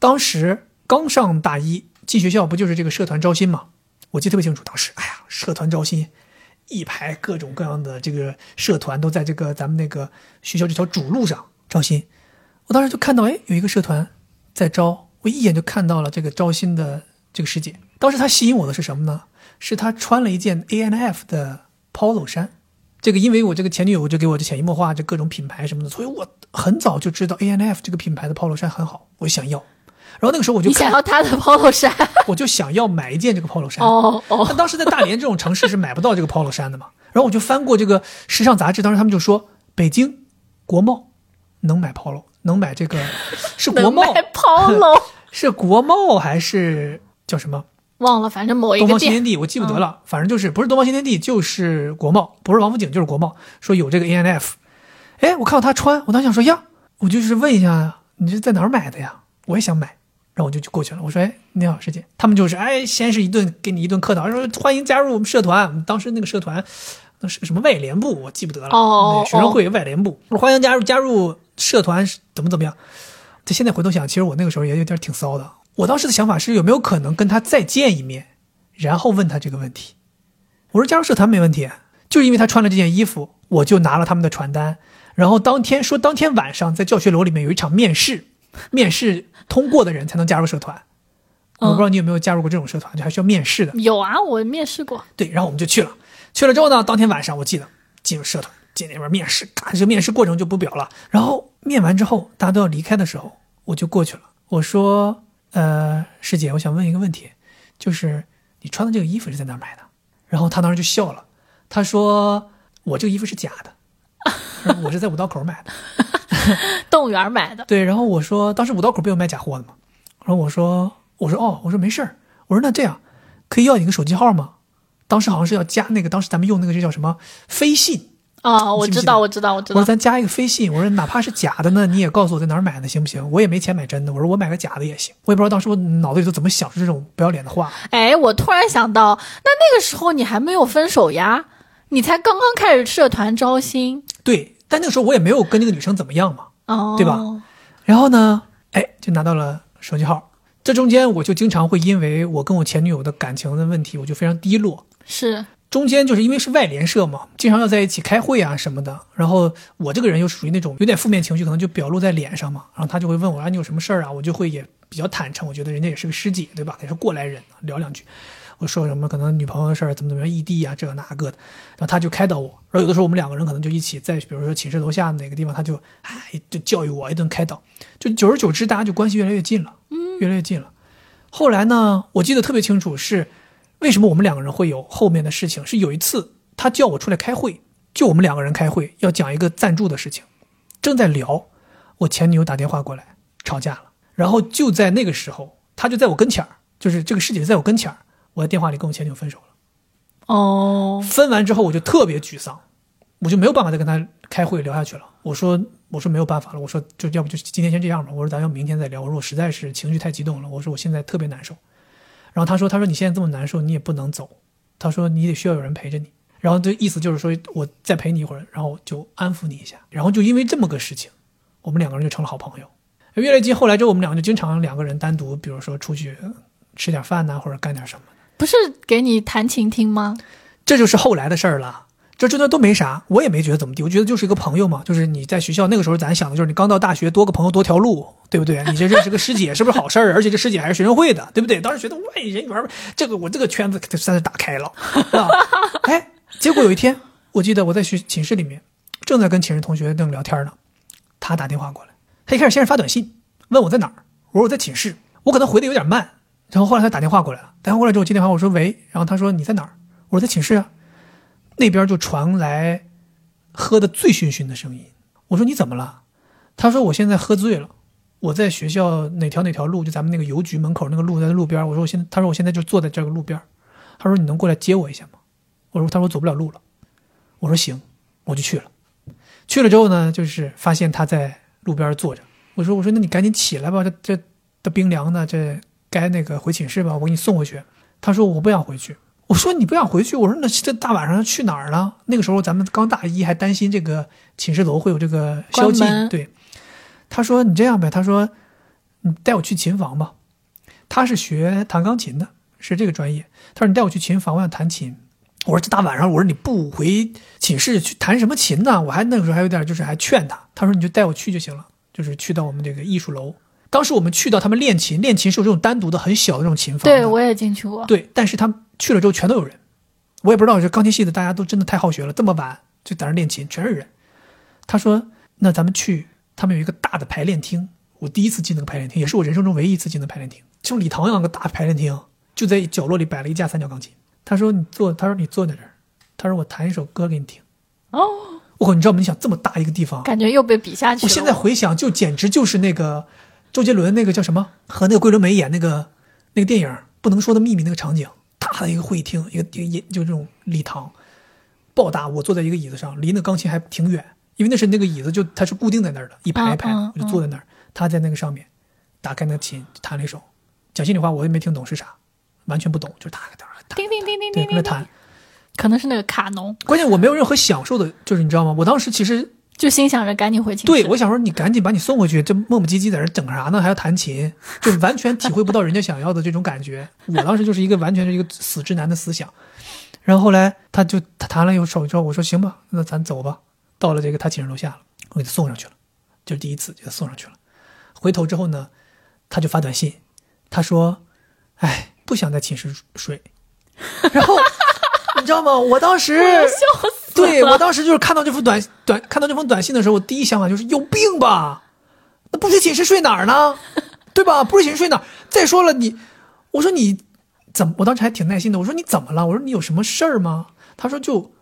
[SPEAKER 1] 当时刚上大一，进学校不就是这个社团招新嘛？我记得特别清楚，当时哎呀，社团招新。一排各种各样的这个社团都在这个咱们那个学校这条主路上招新，我当时就看到，哎，有一个社团在招，我一眼就看到了这个招新的这个师姐。当时她吸引我的是什么呢？是她穿了一件 A N F 的 polo 衫。这个因为我这个前女友就给我就潜移默化这各种品牌什么的，所以我很早就知道 A N F 这个品牌的 polo 衫很好，我就想要。然后那个时候我就
[SPEAKER 2] 你想
[SPEAKER 1] 看，
[SPEAKER 2] 要他的 polo
[SPEAKER 1] *laughs*
[SPEAKER 2] 衫？
[SPEAKER 1] 我就想要买一件这个 polo 衫。
[SPEAKER 2] 哦
[SPEAKER 1] *laughs*
[SPEAKER 2] 哦，
[SPEAKER 1] 但当时在大连这种城市是买不到这个 polo 衫的嘛。然后我就翻过这个时尚杂志，当时他们就说北京国贸能买 polo，能买这个是国
[SPEAKER 2] 能
[SPEAKER 1] 贸
[SPEAKER 2] 卖
[SPEAKER 1] *laughs*
[SPEAKER 2] polo，
[SPEAKER 1] 是国贸还是叫什么
[SPEAKER 2] 忘了，反正哦某一
[SPEAKER 1] 东
[SPEAKER 2] 个
[SPEAKER 1] 方新
[SPEAKER 2] 店嗯
[SPEAKER 1] 天地？我记不得了，反正就是不是东方新天地就是国贸，不是王府井就是国贸。说有这个 A N F，哎，我看到他穿，我当时想说呀，我就是问一下呀，你这在哪儿买的呀？我也想买。然后我就就过去了，我说：“哎，你好，师姐。”他们就是哎，先是一顿给你一顿客套，说欢迎加入我们社团。我们当时那个社团，那是个什么外联部，我记不得了。
[SPEAKER 2] 哦
[SPEAKER 1] 对学生会外联部，我说欢迎加入加入社团，怎么怎么样？这现在回头想，其实我那个时候也有点挺骚的。我当时的想法是，有没有可能跟他再见一面，然后问他这个问题？我说加入社团没问题，就是因为他穿了这件衣服，我就拿了他们的传单，然后当天说当天晚上在教学楼里面有一场面试，面试通过的人才能加入社团。我不知道你有没有加入过这种社团，就还需要面试的。
[SPEAKER 2] 有啊，我面试过。
[SPEAKER 1] 对，然后我们就去了。去了之后呢，当天晚上我记得进入社团，进那边面试，咔，这个面试过程就不表了。然后面完之后，大家都要离开的时候，我就过去了。我说：“呃，师姐，我想问一个问题，就是你穿的这个衣服是在哪儿买的？”然后她当时就笑了，她说：“我这个衣服是假的，然后我是在五道口买的。”
[SPEAKER 2] 动物园买的，
[SPEAKER 1] 对，然后我说，当时五道口不有卖假货的嘛，然后我说，我说哦，我说没事儿，我说那这样，可以要你个手机号吗？当时好像是要加那个，当时咱们用那个就叫什么飞信，
[SPEAKER 2] 啊，我
[SPEAKER 1] 你记不
[SPEAKER 2] 知
[SPEAKER 1] 记得
[SPEAKER 2] 道，我知道，我知
[SPEAKER 1] 我说
[SPEAKER 2] 道。
[SPEAKER 1] 咱加一个飞信，我说哪怕是假的呢，你也告诉我在哪儿买的行不行？我也没钱买真的，我说我买个假的也行。我也不知道当时我脑子里头怎么想出这种不要脸的话，
[SPEAKER 2] 哎，我突然想到，那那个时候你还没有分手呀，你才刚刚开始社团招新，
[SPEAKER 1] 对，但那个时候我也没有跟那个女生怎么样嘛，
[SPEAKER 2] 哦，
[SPEAKER 1] 对吧？然后呢，哎，就拿到了手机号。这中间我就经常会因为我跟我前女友的感情的问题，我就非常低落。
[SPEAKER 2] 是，
[SPEAKER 1] 中间就是因为是外联社嘛，经常要在一起开会啊什么的。然后我这个人又属于那种有点负面情绪，可能就表露在脸上嘛。然后他就会问我啊，你有什么事儿啊？我就会也比较坦诚，我觉得人家也是个师姐，对吧？也是过来人，聊两句。啊我说什么可能女朋友的事儿怎么怎么样异地啊，这个那个的，然后他就开导我。然后有的时候我们两个人可能就一起在，比如说寝室楼下哪个地方，他就哎就教育我一顿开导，就久而久之大家就关系越来越近了，越来越近了。后来呢，我记得特别清楚是为什么我们两个人会有后面的事情，是有一次他叫我出来开会，就我们两个人开会要讲一个赞助的事情，正在聊，我前女友打电话过来吵架了，然后就在那个时候，他就在我跟前儿，就是这个师姐在我跟前儿，我在电话里跟我前女友分手了。
[SPEAKER 2] 哦，
[SPEAKER 1] 分完之后我就特别沮丧，我就没有办法再跟他开会聊下去了。我说我说没有办法了，我说就要不就今天先这样吧。我说咱要明天再聊。我说我实在是情绪太激动了，我说我现在特别难受。然后他说他说你现在这么难受，你也不能走，他说你得需要有人陪着你。然后这意思就是说我再陪你一会儿，然后就安抚你一下。然后就因为这么个事情，我们两个人就成了好朋友。越来越近，后来之后我们两个就经常两个人单独，比如说出去呃吃点饭呐、或者干点什么。
[SPEAKER 2] 不是给你弹琴听吗？
[SPEAKER 1] 这就是后来的事儿了。这这段都没啥，我也没觉得怎么地，我觉得就是一个朋友嘛，就是你在学校那个时候，咱想的就是你刚到大学，多个朋友多条路，对不对？你这认识个师姐是不是好事儿？而且这师姐还是学生会的，对不对？当时觉得哇，人缘儿这个我这个圈子可算是打开了，啊！哎，结果有一天，我记得我在学寝室里面，正在跟寝室同学正聊天呢，他打电话过来，他一开始先是发短信，问我在哪儿，我说我在寝室，我可能回的有点慢，然后后来他打电话过来了，打电话过来之后我接电话，我说喂，然后他说你在哪儿？我说在寝室啊，那边就传来喝的醉醺醺的声音，我说你怎么了？他说我现在喝醉了。我在学校哪条哪条路，就咱们那个邮局门口那个路，在那路边儿。我说我现在，他说我现在就坐在这个路边儿。他说你能过来接我一下吗？我说他说我走不了路了。我说行，我就去了。去了之后呢，就是发现他在路边儿坐着。我说我说那你赶紧起来吧，这这的冰凉呢，这该那个回寝室吧，我给你送回去。他说我不想回去。我说你不想回去？我说那这大晚上去哪儿呢？那个时候咱们刚大一，还担心这个寝室楼会有这个宵禁
[SPEAKER 2] 关，门
[SPEAKER 1] 对。他说：“你这样呗。”他说：“你带我去琴房吧。”他是学弹钢琴的，是这个专业。他说：“你带我去琴房，我想弹琴。”我说：“这大晚上，我说你不回寝室去弹什么琴呢？”我还那个时候还有点就是还劝他，他说：“你就带我去就行了，就是去到我们这个艺术楼。”当时我们去到他们练琴，练琴是有这种单独的很小的这种琴房的，
[SPEAKER 2] 对我也进去过，
[SPEAKER 1] 对，但是他们去了之后全都有人，我也不知道这钢琴系的大家都真的太好学了，这么晚就在那儿练琴，全是人。他说：“那咱们去，他们有一个大的排练厅，我第一次进那个排练厅，也是我人生中唯一一次进的排练厅，就礼堂一样的大排练厅，就在角落里摆了一架三角钢琴。”他说：“你坐，他说你坐在这儿，他说我弹一首歌给你听。”
[SPEAKER 2] 哦，
[SPEAKER 1] 我靠，你知道吗？你想这么大一个地方，
[SPEAKER 2] 感觉又被比下去
[SPEAKER 1] 我
[SPEAKER 2] 了。
[SPEAKER 1] 现在回想，就简直就是那个周杰伦那个叫什么，和那个桂纶镁演那个那个电影《不能说的秘密》那个场景，大的一个会议厅，一个一个一就这种礼堂，爆大。我坐在一个椅子上，离那钢琴还挺远，因为那是那个椅子就它是固定在那儿的，一排一排，
[SPEAKER 2] 嗯嗯
[SPEAKER 1] 我就坐在那儿。他在那个上面打开那个琴，弹了一首。讲心里话，我也没听懂是啥，完全不懂，就是哒哒哒，
[SPEAKER 2] 叮叮叮叮
[SPEAKER 1] 对，
[SPEAKER 2] 叮
[SPEAKER 1] 跟着
[SPEAKER 2] 叮
[SPEAKER 1] 弹
[SPEAKER 2] 叮，。可能是那个卡农，
[SPEAKER 1] 关键我没有任何享受的，就是你知道吗？我当时其实
[SPEAKER 2] 就心想着赶紧回寝室。
[SPEAKER 1] 对，我想说你赶紧把你送回去，这磨磨唧唧在这整啥呢？还要弹琴，就完全体会不到人家想要的这种感觉。我当时就是一个完全是一个死直男的思想。然后后来他就他弹了一首之后，我说行吧，那咱走吧。到了这个他寝室楼下了，我给他送上去了，就是第一次给他送上去了。回头之后呢，他就发短信，他说：“哎，不想在寝室睡。”然后你知道吗？我当时
[SPEAKER 2] 哎呦笑死了。
[SPEAKER 1] *laughs* 对我当时就是看到这封短短看到这封短信的时候，我第一想法就是有病吧？那不睡寝室睡哪儿呢？对吧？不睡寝室睡哪儿？再说了你，我说你怎么？我当时还挺耐心的，我说你怎么了？我说你有什么事儿吗？他说就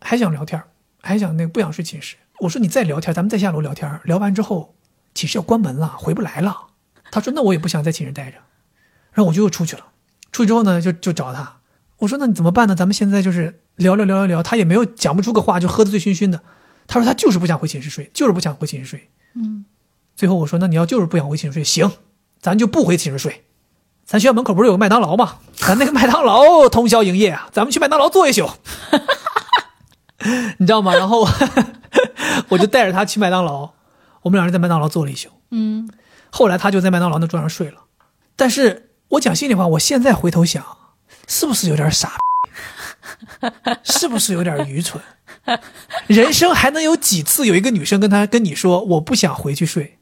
[SPEAKER 1] 还想聊天儿，还想那个不想睡寝室。我说你再聊天儿，咱们再下楼聊天儿。聊完之后，寝室要关门了，回不来了。他说那我也不想在寝室待着，然后我就又出去了。出去之后呢，就就找他。我说那你怎么办呢？咱们现在就是聊聊聊聊聊，他也没有讲不出个话，就喝得醉醺醺的。他说他就是不想回寝室睡，就是不想回寝室睡。
[SPEAKER 2] 嗯，
[SPEAKER 1] 最后我说那你要就是不想回寝室睡，行，咱就不回寝室睡。咱学校门口不是有个麦当劳吗？咱那个麦当劳 *laughs* 通宵营业啊，咱们去麦当劳坐一宿， *laughs* 你知道吗？然后 *laughs* 我就带着他去麦当劳，我们两人在麦当劳坐了一宿。
[SPEAKER 2] 嗯，
[SPEAKER 1] 后来他就在麦当劳那桌上睡了。但是我讲心里话，我现在回头想，是不是有点傻？是不是有点愚蠢？人生还能有几次有一个女生跟他跟你说我不想回去睡？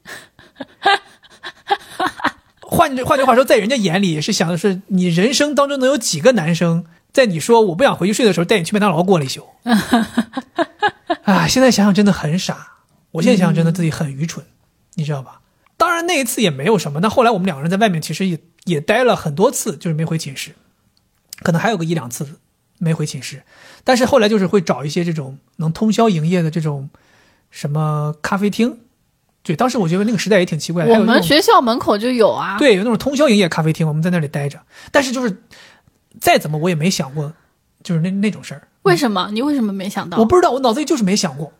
[SPEAKER 1] 换句换句话说，在人家眼里也是想的是，你人生当中能有几个男生在你说我不想回去睡的时候带你去麦当劳过了一宿？啊，现在想想真的很傻，我现在想想真的自己很愚蠢，你知道吧？当然那一次也没有什么，那后来我们两个人在外面其实也也待了很多次，就是没回寝室，可能还有个一两次没回寝室，但是后来就是会找一些这种能通宵营业的这种什么咖啡厅，对，当时我觉得那个时代也挺奇怪的，还
[SPEAKER 2] 我
[SPEAKER 1] 有那
[SPEAKER 2] 们
[SPEAKER 1] 种
[SPEAKER 2] 学校门口就有啊。，
[SPEAKER 1] 对，有那种通宵营业咖啡厅，我们在那里待着。但是就是再怎么我也没想过，就是那那种事儿，
[SPEAKER 2] 为什么？你为什么没想到？
[SPEAKER 1] 我不知道，我脑子里就是没想过，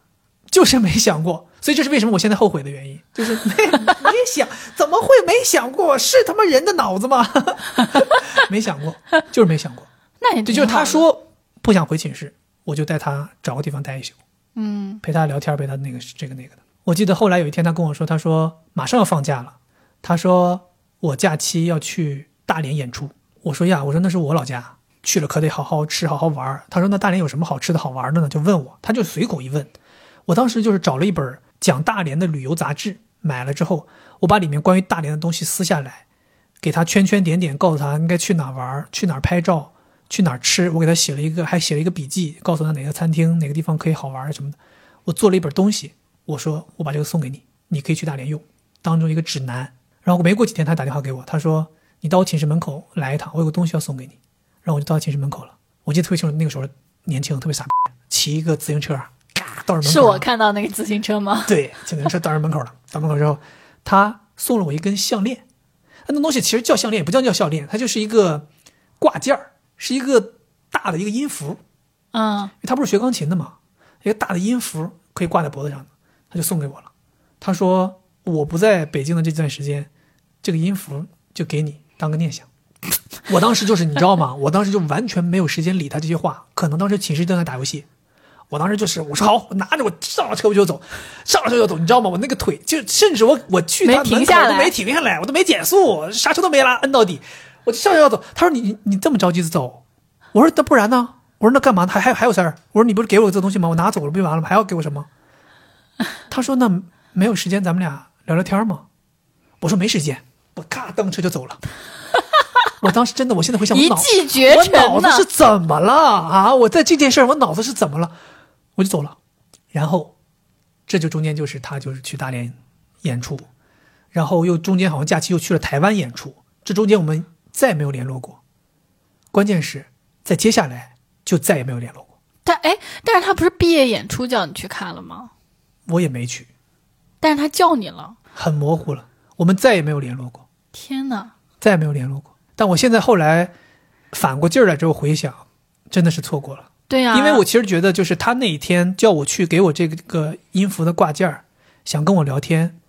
[SPEAKER 1] 就是没想过。所以这是为什么我现在后悔的原因，就是没没想，怎么会没想过？是他妈人的脑子吗？ *laughs* 没想过，就是没想 *laughs* 过。
[SPEAKER 2] *laughs* 那也
[SPEAKER 1] 对，
[SPEAKER 2] 挺
[SPEAKER 1] 就是
[SPEAKER 2] 好
[SPEAKER 1] 他
[SPEAKER 2] 的，
[SPEAKER 1] 说不想回寝室，我就带他找个地方待一宿。
[SPEAKER 2] 嗯，
[SPEAKER 1] 陪他聊天，陪他那个这个那个的。我记得后来有一天，他跟我说，他说马上要放假了，他说我假期要去大连演出。我说呀，我说那是我老家，去了可得好好吃，好好玩儿。他说那大连有什么好吃的好玩的呢？就问我，他就随口一问。我当时就是找了一本讲大连的旅游杂志，买了之后，我把里面关于大连的东西撕下来，给他圈圈点点，告诉他应该去哪儿玩儿，去哪儿拍照，去哪儿吃。我给他写了一个，还写了一个笔记，告诉他哪个餐厅、哪个地方可以好玩儿什么的。我做了一本东西，我说我把这个送给你，你可以去大连用，当中一个指南。然后没过几天，他打电话给我，他说：“你到我寝室门口来一趟，我有个东西要送给你。”然后我就到他寝室门口了。我记得特别清楚，那个时候年轻，特别傻逼，骑一个自行车，啊嘎到人门口。
[SPEAKER 2] 是我看到那个自行车吗？
[SPEAKER 1] 对，自行车到人门口了。到门口之后，他送了我一根项链。那东西其实叫项链，也不叫叫项链，它就是一个挂件儿，是一个大的一个音符。
[SPEAKER 2] 嗯，
[SPEAKER 1] 因为他不是学钢琴的嘛，一个大的音符可以挂在脖子上的，他就送给我了。他说我不在北京的这段时间，这个音符就给你当个念想。我当时就是你知道 *laughs* 吗？我当时就完全没有时间理他这些话，可能当时寝室都在打游戏。我当时就是我说好，我拿着我上了车我就走，上了车就走，你知道吗？我那个腿就甚至我我去他
[SPEAKER 2] 没停
[SPEAKER 1] 门口
[SPEAKER 2] 下
[SPEAKER 1] 我都
[SPEAKER 2] 来
[SPEAKER 1] 没停下来，我都没减速，刹车都没拉，摁到底，我就上车要走。他说你你你这么着急走，我说那不然呢？我说那干嘛呢？还还还有事儿？我说你不是给我这东西吗？我拿走了不就完了吗？还要给我什么？他说那没有时间，咱们俩聊聊天吗？我说没时间，我咔蹬车就走了。 *laughs* 我当时真的，我现在回想，我
[SPEAKER 2] 一
[SPEAKER 1] 脑
[SPEAKER 2] 骑绝
[SPEAKER 1] 我
[SPEAKER 2] 尘
[SPEAKER 1] 脑
[SPEAKER 2] 呢
[SPEAKER 1] 子。是怎么了啊？我在这件事儿，我脑子是怎么了？我就走了。然后，这就中间就是他就是去大连演出，然后又中间好像假期又去了台湾演出，这中间我们再没有联络过。关键是在接下来就再也没有联络过，
[SPEAKER 2] 但哎，但是他不是毕业演出叫你去看了吗？
[SPEAKER 1] 我也没去，
[SPEAKER 2] 但是他叫你了，
[SPEAKER 1] 很模糊了。我们再也没有联络过。
[SPEAKER 2] 天哪！
[SPEAKER 1] 再也没有联络过。但我现在后来反过劲儿来之后回想，真的是错过了，
[SPEAKER 2] 对呀、
[SPEAKER 1] 因为我其实觉得就是他那一天叫我去给我这个呃音符的挂件儿，想跟我聊天，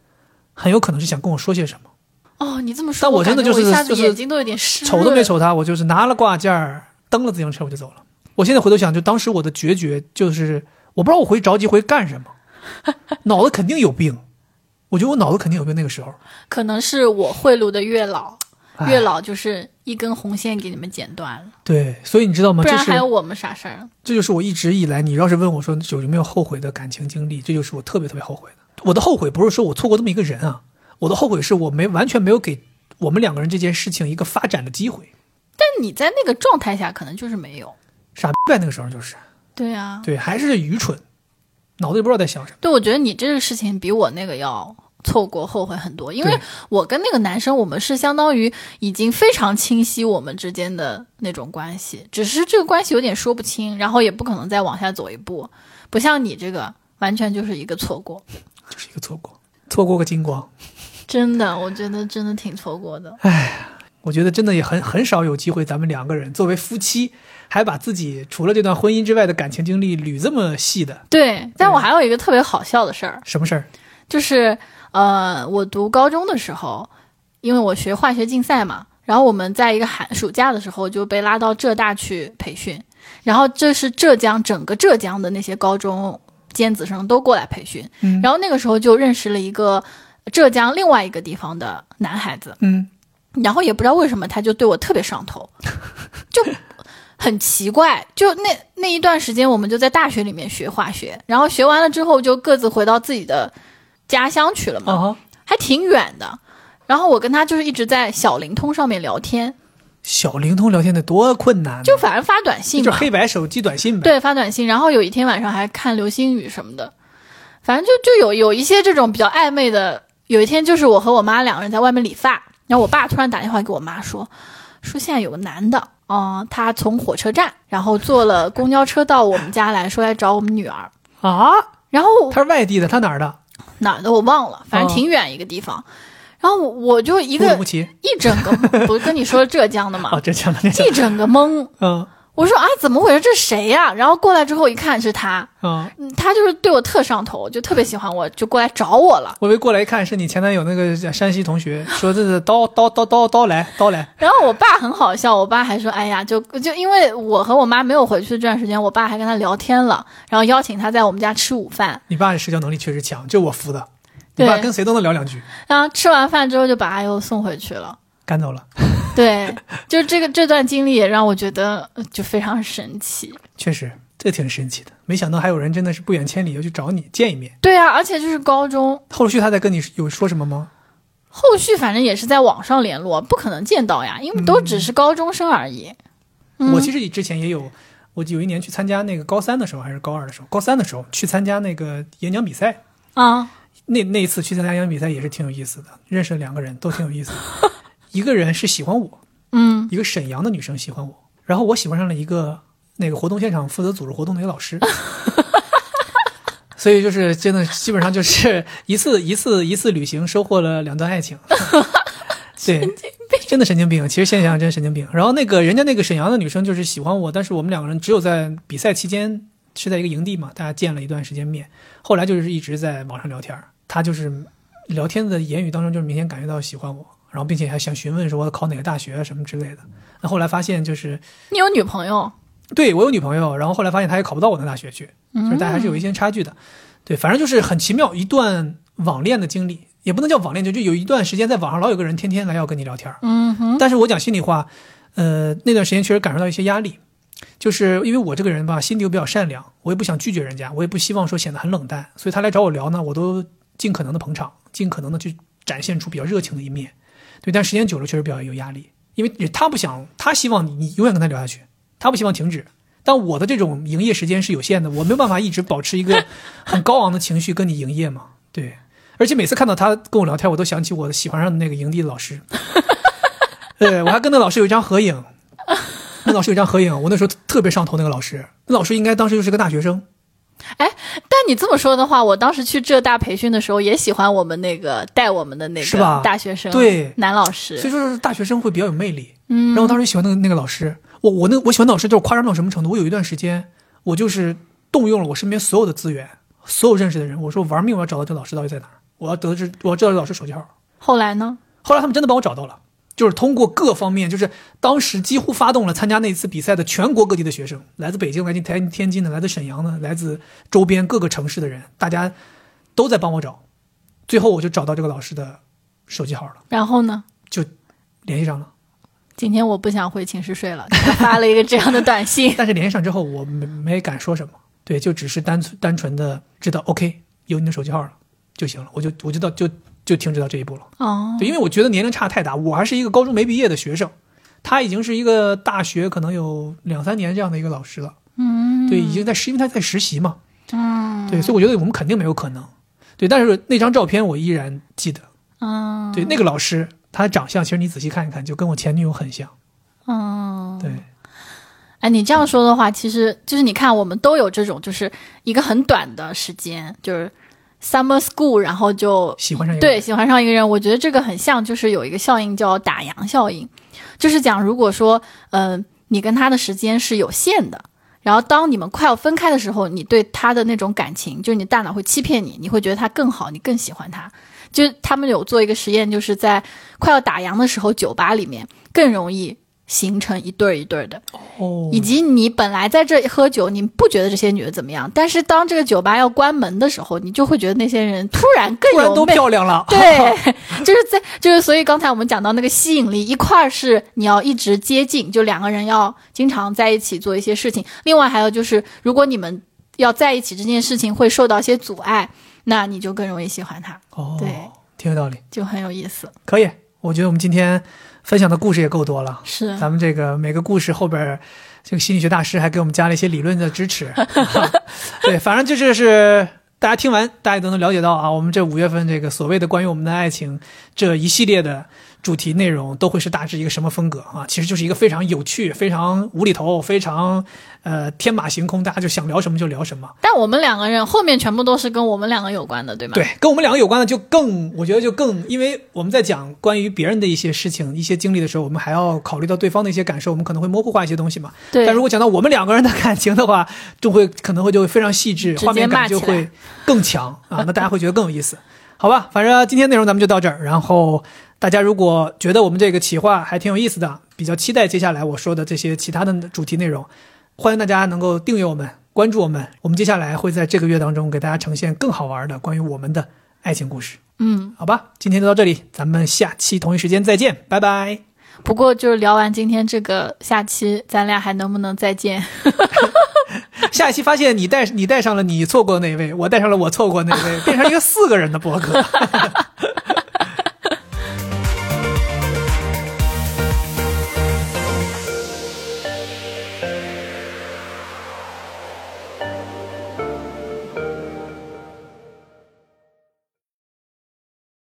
[SPEAKER 1] 很有可能是想跟我说些什么。
[SPEAKER 2] 哦，你这么说，
[SPEAKER 1] 但我真的
[SPEAKER 2] 感觉
[SPEAKER 1] 就是
[SPEAKER 2] 一下子
[SPEAKER 1] 就是
[SPEAKER 2] 眼睛都有点湿润，
[SPEAKER 1] 瞅都没瞅他，我就是拿了挂件儿，蹬了自行车我就走了。我现在回头想，就当时我的决绝就是，我不知道我回着急回干
[SPEAKER 2] *laughs*
[SPEAKER 1] 什么，脑子肯定有病。我觉得我脑子肯定有病。那个时候，
[SPEAKER 2] 可能是我贿赂的月老，
[SPEAKER 1] 哎
[SPEAKER 2] 月老就是一根红线给你们剪断了，
[SPEAKER 1] 对，所以你知道吗？
[SPEAKER 2] 不
[SPEAKER 1] 这
[SPEAKER 2] 然
[SPEAKER 1] 是
[SPEAKER 2] 还有我们啥事儿？
[SPEAKER 1] 这就是我一直以来，你要是问我说有没有后悔的感情经历，这就是我特别特别后悔的。我的后悔不是说我错过这么一个人啊，我的后悔是我没完全没有给我们两个人这件事情一个发展的机会。
[SPEAKER 2] 但你在那个状态下，可能就是没有。
[SPEAKER 1] 傻逼在那个时候就是，
[SPEAKER 2] 对呀、
[SPEAKER 1] 对，还是愚蠢，脑子也不知道在想什么。
[SPEAKER 2] 对，我觉得你这个事情比我那个要错过后悔很多，因为
[SPEAKER 1] 对
[SPEAKER 2] 我跟那个男生，我们是相当于已经非常清晰我们之间的那种关系，只是这个关系有点说不清，然后也不可能再往下走一步，不像你这个完全就是一个错过，
[SPEAKER 1] 就是一个错过，错过个精光。
[SPEAKER 2] 真的，我觉得真的挺错过的。
[SPEAKER 1] 我觉得真的也很很少有机会，咱们两个人作为夫妻，还把自己除了这段婚姻之外的感情经历捋这么细的。
[SPEAKER 2] 对，但我还有一个特别好笑的事儿，
[SPEAKER 1] 什么事儿？
[SPEAKER 2] 就是呃，我读高中的时候，因为我学化学竞赛嘛，然后我们在一个寒暑假的时候就被拉到浙大去培训，然后这是浙江整个浙江的那些高中尖子生都过来培训，
[SPEAKER 1] 嗯
[SPEAKER 2] 然后那个时候就认识了一个浙江另外一个地方的男孩子，
[SPEAKER 1] 嗯，
[SPEAKER 2] 然后也不知道为什么他就对我特别上
[SPEAKER 1] *laughs*
[SPEAKER 2] 头，就很奇怪。就那那一段时间，我们就在大学里面学化学，然后学完了之后就各自回到自己的家乡去了嘛，
[SPEAKER 1] 啊哈，
[SPEAKER 2] 还挺远的。然后我跟他就是一直在小灵通上面聊天，
[SPEAKER 1] 小灵通聊天得多困难、呢啊
[SPEAKER 2] 就反正发短信
[SPEAKER 1] 就是
[SPEAKER 2] 嘛，
[SPEAKER 1] 黑白手机短信呗。
[SPEAKER 2] 对，发短信。然后有一天晚上还看流星雨什么的，反正就就有有一些这种比较暧昧的。有一天就是我和我妈两个人在外面理发，然后我爸突然打电话给我妈说，说现在有个男的，嗯、他从火车站然后坐了公交车到我们家来说来找我们女儿，
[SPEAKER 1] 啊，
[SPEAKER 2] 然后我
[SPEAKER 1] 他是外地的，他哪儿的？
[SPEAKER 2] 哪儿的我忘了，反正
[SPEAKER 1] 哦
[SPEAKER 2] 挺远一个地方。然后我我就一
[SPEAKER 1] 乌
[SPEAKER 2] 个
[SPEAKER 1] 鲁木齐
[SPEAKER 2] 一整个，不是跟你说浙
[SPEAKER 1] *laughs*
[SPEAKER 2] 江的
[SPEAKER 1] 啊，
[SPEAKER 2] 嘛，
[SPEAKER 1] 浙江的，浙江
[SPEAKER 2] 一整个懵。
[SPEAKER 1] 嗯
[SPEAKER 2] 我说啊，怎么回事？这谁呀、然后过来之后一看是他，
[SPEAKER 1] 嗯，
[SPEAKER 2] 嗯他就是对我特上头，就特别喜欢我，就过来找我了。
[SPEAKER 1] 我以为过来一看是你前男友那个山西同学，说这是刀刀刀刀刀来刀来，
[SPEAKER 2] 然后我爸很好笑，我爸还说：“哎呀，就就因为我和我妈没有回去这段时间，我爸还跟他聊天了，然后邀请他在我们家吃午饭。
[SPEAKER 1] 你爸的社交能力确实强，这我服的。你爸
[SPEAKER 2] 对
[SPEAKER 1] 跟谁都能聊两句，
[SPEAKER 2] 然后吃完饭之后就把他又送回去了。
[SPEAKER 1] 赶走了，
[SPEAKER 2] 对，就这个这段经历也让我觉得呃就非常神奇。
[SPEAKER 1] 确实这挺神奇的。没想到还有人真的是不远千里要去找你见一面。
[SPEAKER 2] 对啊，而且就是高中
[SPEAKER 1] 后续他在跟你有说什么吗？
[SPEAKER 2] 后续，反正也是在网上联络，不可能见到呀，因为都
[SPEAKER 1] 嗯
[SPEAKER 2] 只是高中生而已。嗯
[SPEAKER 1] 我其实之前也有，我有一年去参加那个高三的时候还是高二的时候，高三的时候去参加那个演讲比赛，
[SPEAKER 2] 啊，
[SPEAKER 1] 那那一次去参加英语比赛也是挺有意思的，认识了两个人都挺有意思的一个人是喜欢我，
[SPEAKER 2] 嗯，
[SPEAKER 1] 一个沈阳的女生喜欢我，然后我喜欢上了一个那个活动现场负责组织活动的一个老师，所以就是真的基本上就是一次一次一次旅行收获了两段爱情，对，真的神经病。其实现在想想真神经病。然后那个人家那个沈阳的女生就是喜欢我，但是我们两个人只有在比赛期间是在一个营地嘛，大家见了一段时间面，后来就是一直在网上聊天儿，她就是聊天的言语当中就是明显感觉到喜欢我。然后，并且还想询问说我考哪个大学啊什么之类的。那后来发现就是，
[SPEAKER 2] 你有女朋友？
[SPEAKER 1] 对我有女朋友，然后后来发现她也考不到我那大学去，
[SPEAKER 2] 嗯
[SPEAKER 1] 就是大家还是有一些差距的。对，反正就是很奇妙一段网恋的经历，也不能叫网恋，就就有一段时间在网上老有个人天天来要跟你聊天儿。
[SPEAKER 2] 嗯哼，
[SPEAKER 1] 但是我讲心里话，呃，那段时间确实感受到一些压力，就是因为我这个人吧，心地又比较善良，我也不想拒绝人家，我也不希望说显得很冷淡，所以他来找我聊呢，我都尽可能的捧场，尽可能的去展现出比较热情的一面。对，但时间久了确实比较有压力，因为他不想，他希望你你永远跟他聊下去，他不希望停止。但我的这种营业时间是有限的，我没有办法一直保持一个很高昂的情绪跟你营业嘛。对，而且每次看到他跟我聊天，我都想起我喜欢上的那个营地的老师。 *laughs* 对，我还跟那老师有一张合影， *laughs* 那老师有一张合影，我那时候特别上头。那个老师，那老师应该当时就是个大学生，
[SPEAKER 2] 但你这么说的话，我当时去浙大培训的时候，也喜欢我们那个带我们的那
[SPEAKER 1] 是
[SPEAKER 2] 个
[SPEAKER 1] 吧
[SPEAKER 2] 大学生，
[SPEAKER 1] 对
[SPEAKER 2] 男老
[SPEAKER 1] 所
[SPEAKER 2] 师，
[SPEAKER 1] 以说是大学生会比较有魅力。
[SPEAKER 2] 嗯，
[SPEAKER 1] 然后我当时喜欢那个那个老师，我我那我喜欢的老师就是夸张到什么程度？我有一段时间，我就是动用了我身边所有的资源，所有认识的人，我说玩命我要找到这老师到底在哪儿，我要得知我要知道这老师手机号。
[SPEAKER 2] 后来呢？
[SPEAKER 1] 后来他们真的帮我找到了，就是通过各方面，就是当时几乎发动了参加那次比赛的全国各地的学生，来自北京、来自天天津的、来自沈阳的、来自周边各个城市的人，大家都在帮我找。最后我就找到这个老师的手机号了，
[SPEAKER 2] 然后呢？
[SPEAKER 1] 就联系上了。。
[SPEAKER 2] 今天我不想回寝室睡了，给他发了一个这样的短信
[SPEAKER 1] *laughs* 但是联系上之后，我没没敢说什么，对，就只是单纯单纯的知道 OK 有你的手机号了就行了，我就我就到就就停止到这一步了。
[SPEAKER 2] 哦，
[SPEAKER 1] 对，因为我觉得年龄差太大，我还是一个高中没毕业的学生，他已经是一个大学可能有两三年这样的一个老师了，
[SPEAKER 2] 嗯，
[SPEAKER 1] 对，已经在实，因为他在实习嘛，
[SPEAKER 2] 嗯，
[SPEAKER 1] 对，所以我觉得我们肯定没有可能，对，但是那张照片我依然记得，
[SPEAKER 2] 嗯，
[SPEAKER 1] 对，那个老师他的长相其实你仔细看一看，就跟我前女友很像，
[SPEAKER 2] 嗯，
[SPEAKER 1] 对，
[SPEAKER 2] 哎，你这样说的话，其实就是你看，我们都有这种，就是一个很短的时间，就是 summer school，然后就
[SPEAKER 1] 喜欢上一个
[SPEAKER 2] 对
[SPEAKER 1] 人，
[SPEAKER 2] 喜欢上一个人。我觉得这个很像，就是有一个效应叫打烊效应，就是讲如果说，嗯、你跟他的时间是有限的。然后，当你们快要分开的时候，你对他的那种感情，就是你大脑会欺骗你，你会觉得他更好，你更喜欢他。就是他们有做一个实验，就是在快要打烊的时候，酒吧里面更容易形成一对儿一对儿的，
[SPEAKER 1] 哦，
[SPEAKER 2] 以及你本来在这喝酒，你不觉得这些女的怎么样，但是当这个酒吧要关门的时候，你就会觉得那些人突然更
[SPEAKER 1] 突然
[SPEAKER 2] 有
[SPEAKER 1] 都
[SPEAKER 2] 魅力。
[SPEAKER 1] 漂亮 *laughs* 了，
[SPEAKER 2] 对，就是在就是，所以刚才我们讲到那个吸引力，一块儿是你要一直接近，就两个人要经常在一起做一些事情；，另外还有就是，如果你们要在一起这件事情会受到一些阻碍，那你就更容易喜欢他，
[SPEAKER 1] 哦
[SPEAKER 2] 对，
[SPEAKER 1] 挺有道理，
[SPEAKER 2] 就很有意思。
[SPEAKER 1] 可以，我觉得我们今天分享的故事也够多了。
[SPEAKER 2] 是，
[SPEAKER 1] 咱们这个每个故事后边儿，这个心理学大师还给我们加了一些理论的支持。 *laughs* 对，反正就这是大家听完，大家都能了解到啊，我们这五月份这个所谓的关于我们的爱情这一系列的主题内容，都会是大致一个什么风格啊？其实就是一个非常有趣、非常无厘头、非常呃天马行空，大家就想聊什么就聊什么。
[SPEAKER 2] 但我们两个人后面全部都是跟我们两个有关的，对吗？
[SPEAKER 1] 对，跟我们两个有关的就更，我觉得就更，因为我们在讲关于别人的一些事情、一些经历的时候，我们还要考虑到对方的一些感受，我们可能会模糊化一些东西嘛。
[SPEAKER 2] 对
[SPEAKER 1] 但如果讲到我们两个人的感情的话， *laughs* 就会可能会就会非常细致，
[SPEAKER 2] 直接
[SPEAKER 1] 画面
[SPEAKER 2] 骂
[SPEAKER 1] 感
[SPEAKER 2] 起
[SPEAKER 1] 就
[SPEAKER 2] 来
[SPEAKER 1] 会更强啊， *laughs* 那大家会觉得更有意思，好吧？反正今天内容咱们就到这儿，然后大家如果觉得我们这个企划还挺有意思的，比较期待接下来我说的这些其他的主题内容，欢迎大家能够订阅我们，关注我们，我们接下来会在这个月当中给大家呈现更好玩的关于我们的爱情故事，
[SPEAKER 2] 嗯，
[SPEAKER 1] 好吧？今天就到这里，咱们下期同一时间再见，拜拜。
[SPEAKER 2] 不过就是聊完今天这个，下期咱俩还能不能再见？
[SPEAKER 1] *laughs* 下一期发现你带你带上了你错过的那一位，我带上了我错过的那一位，变成一个四个人的博客。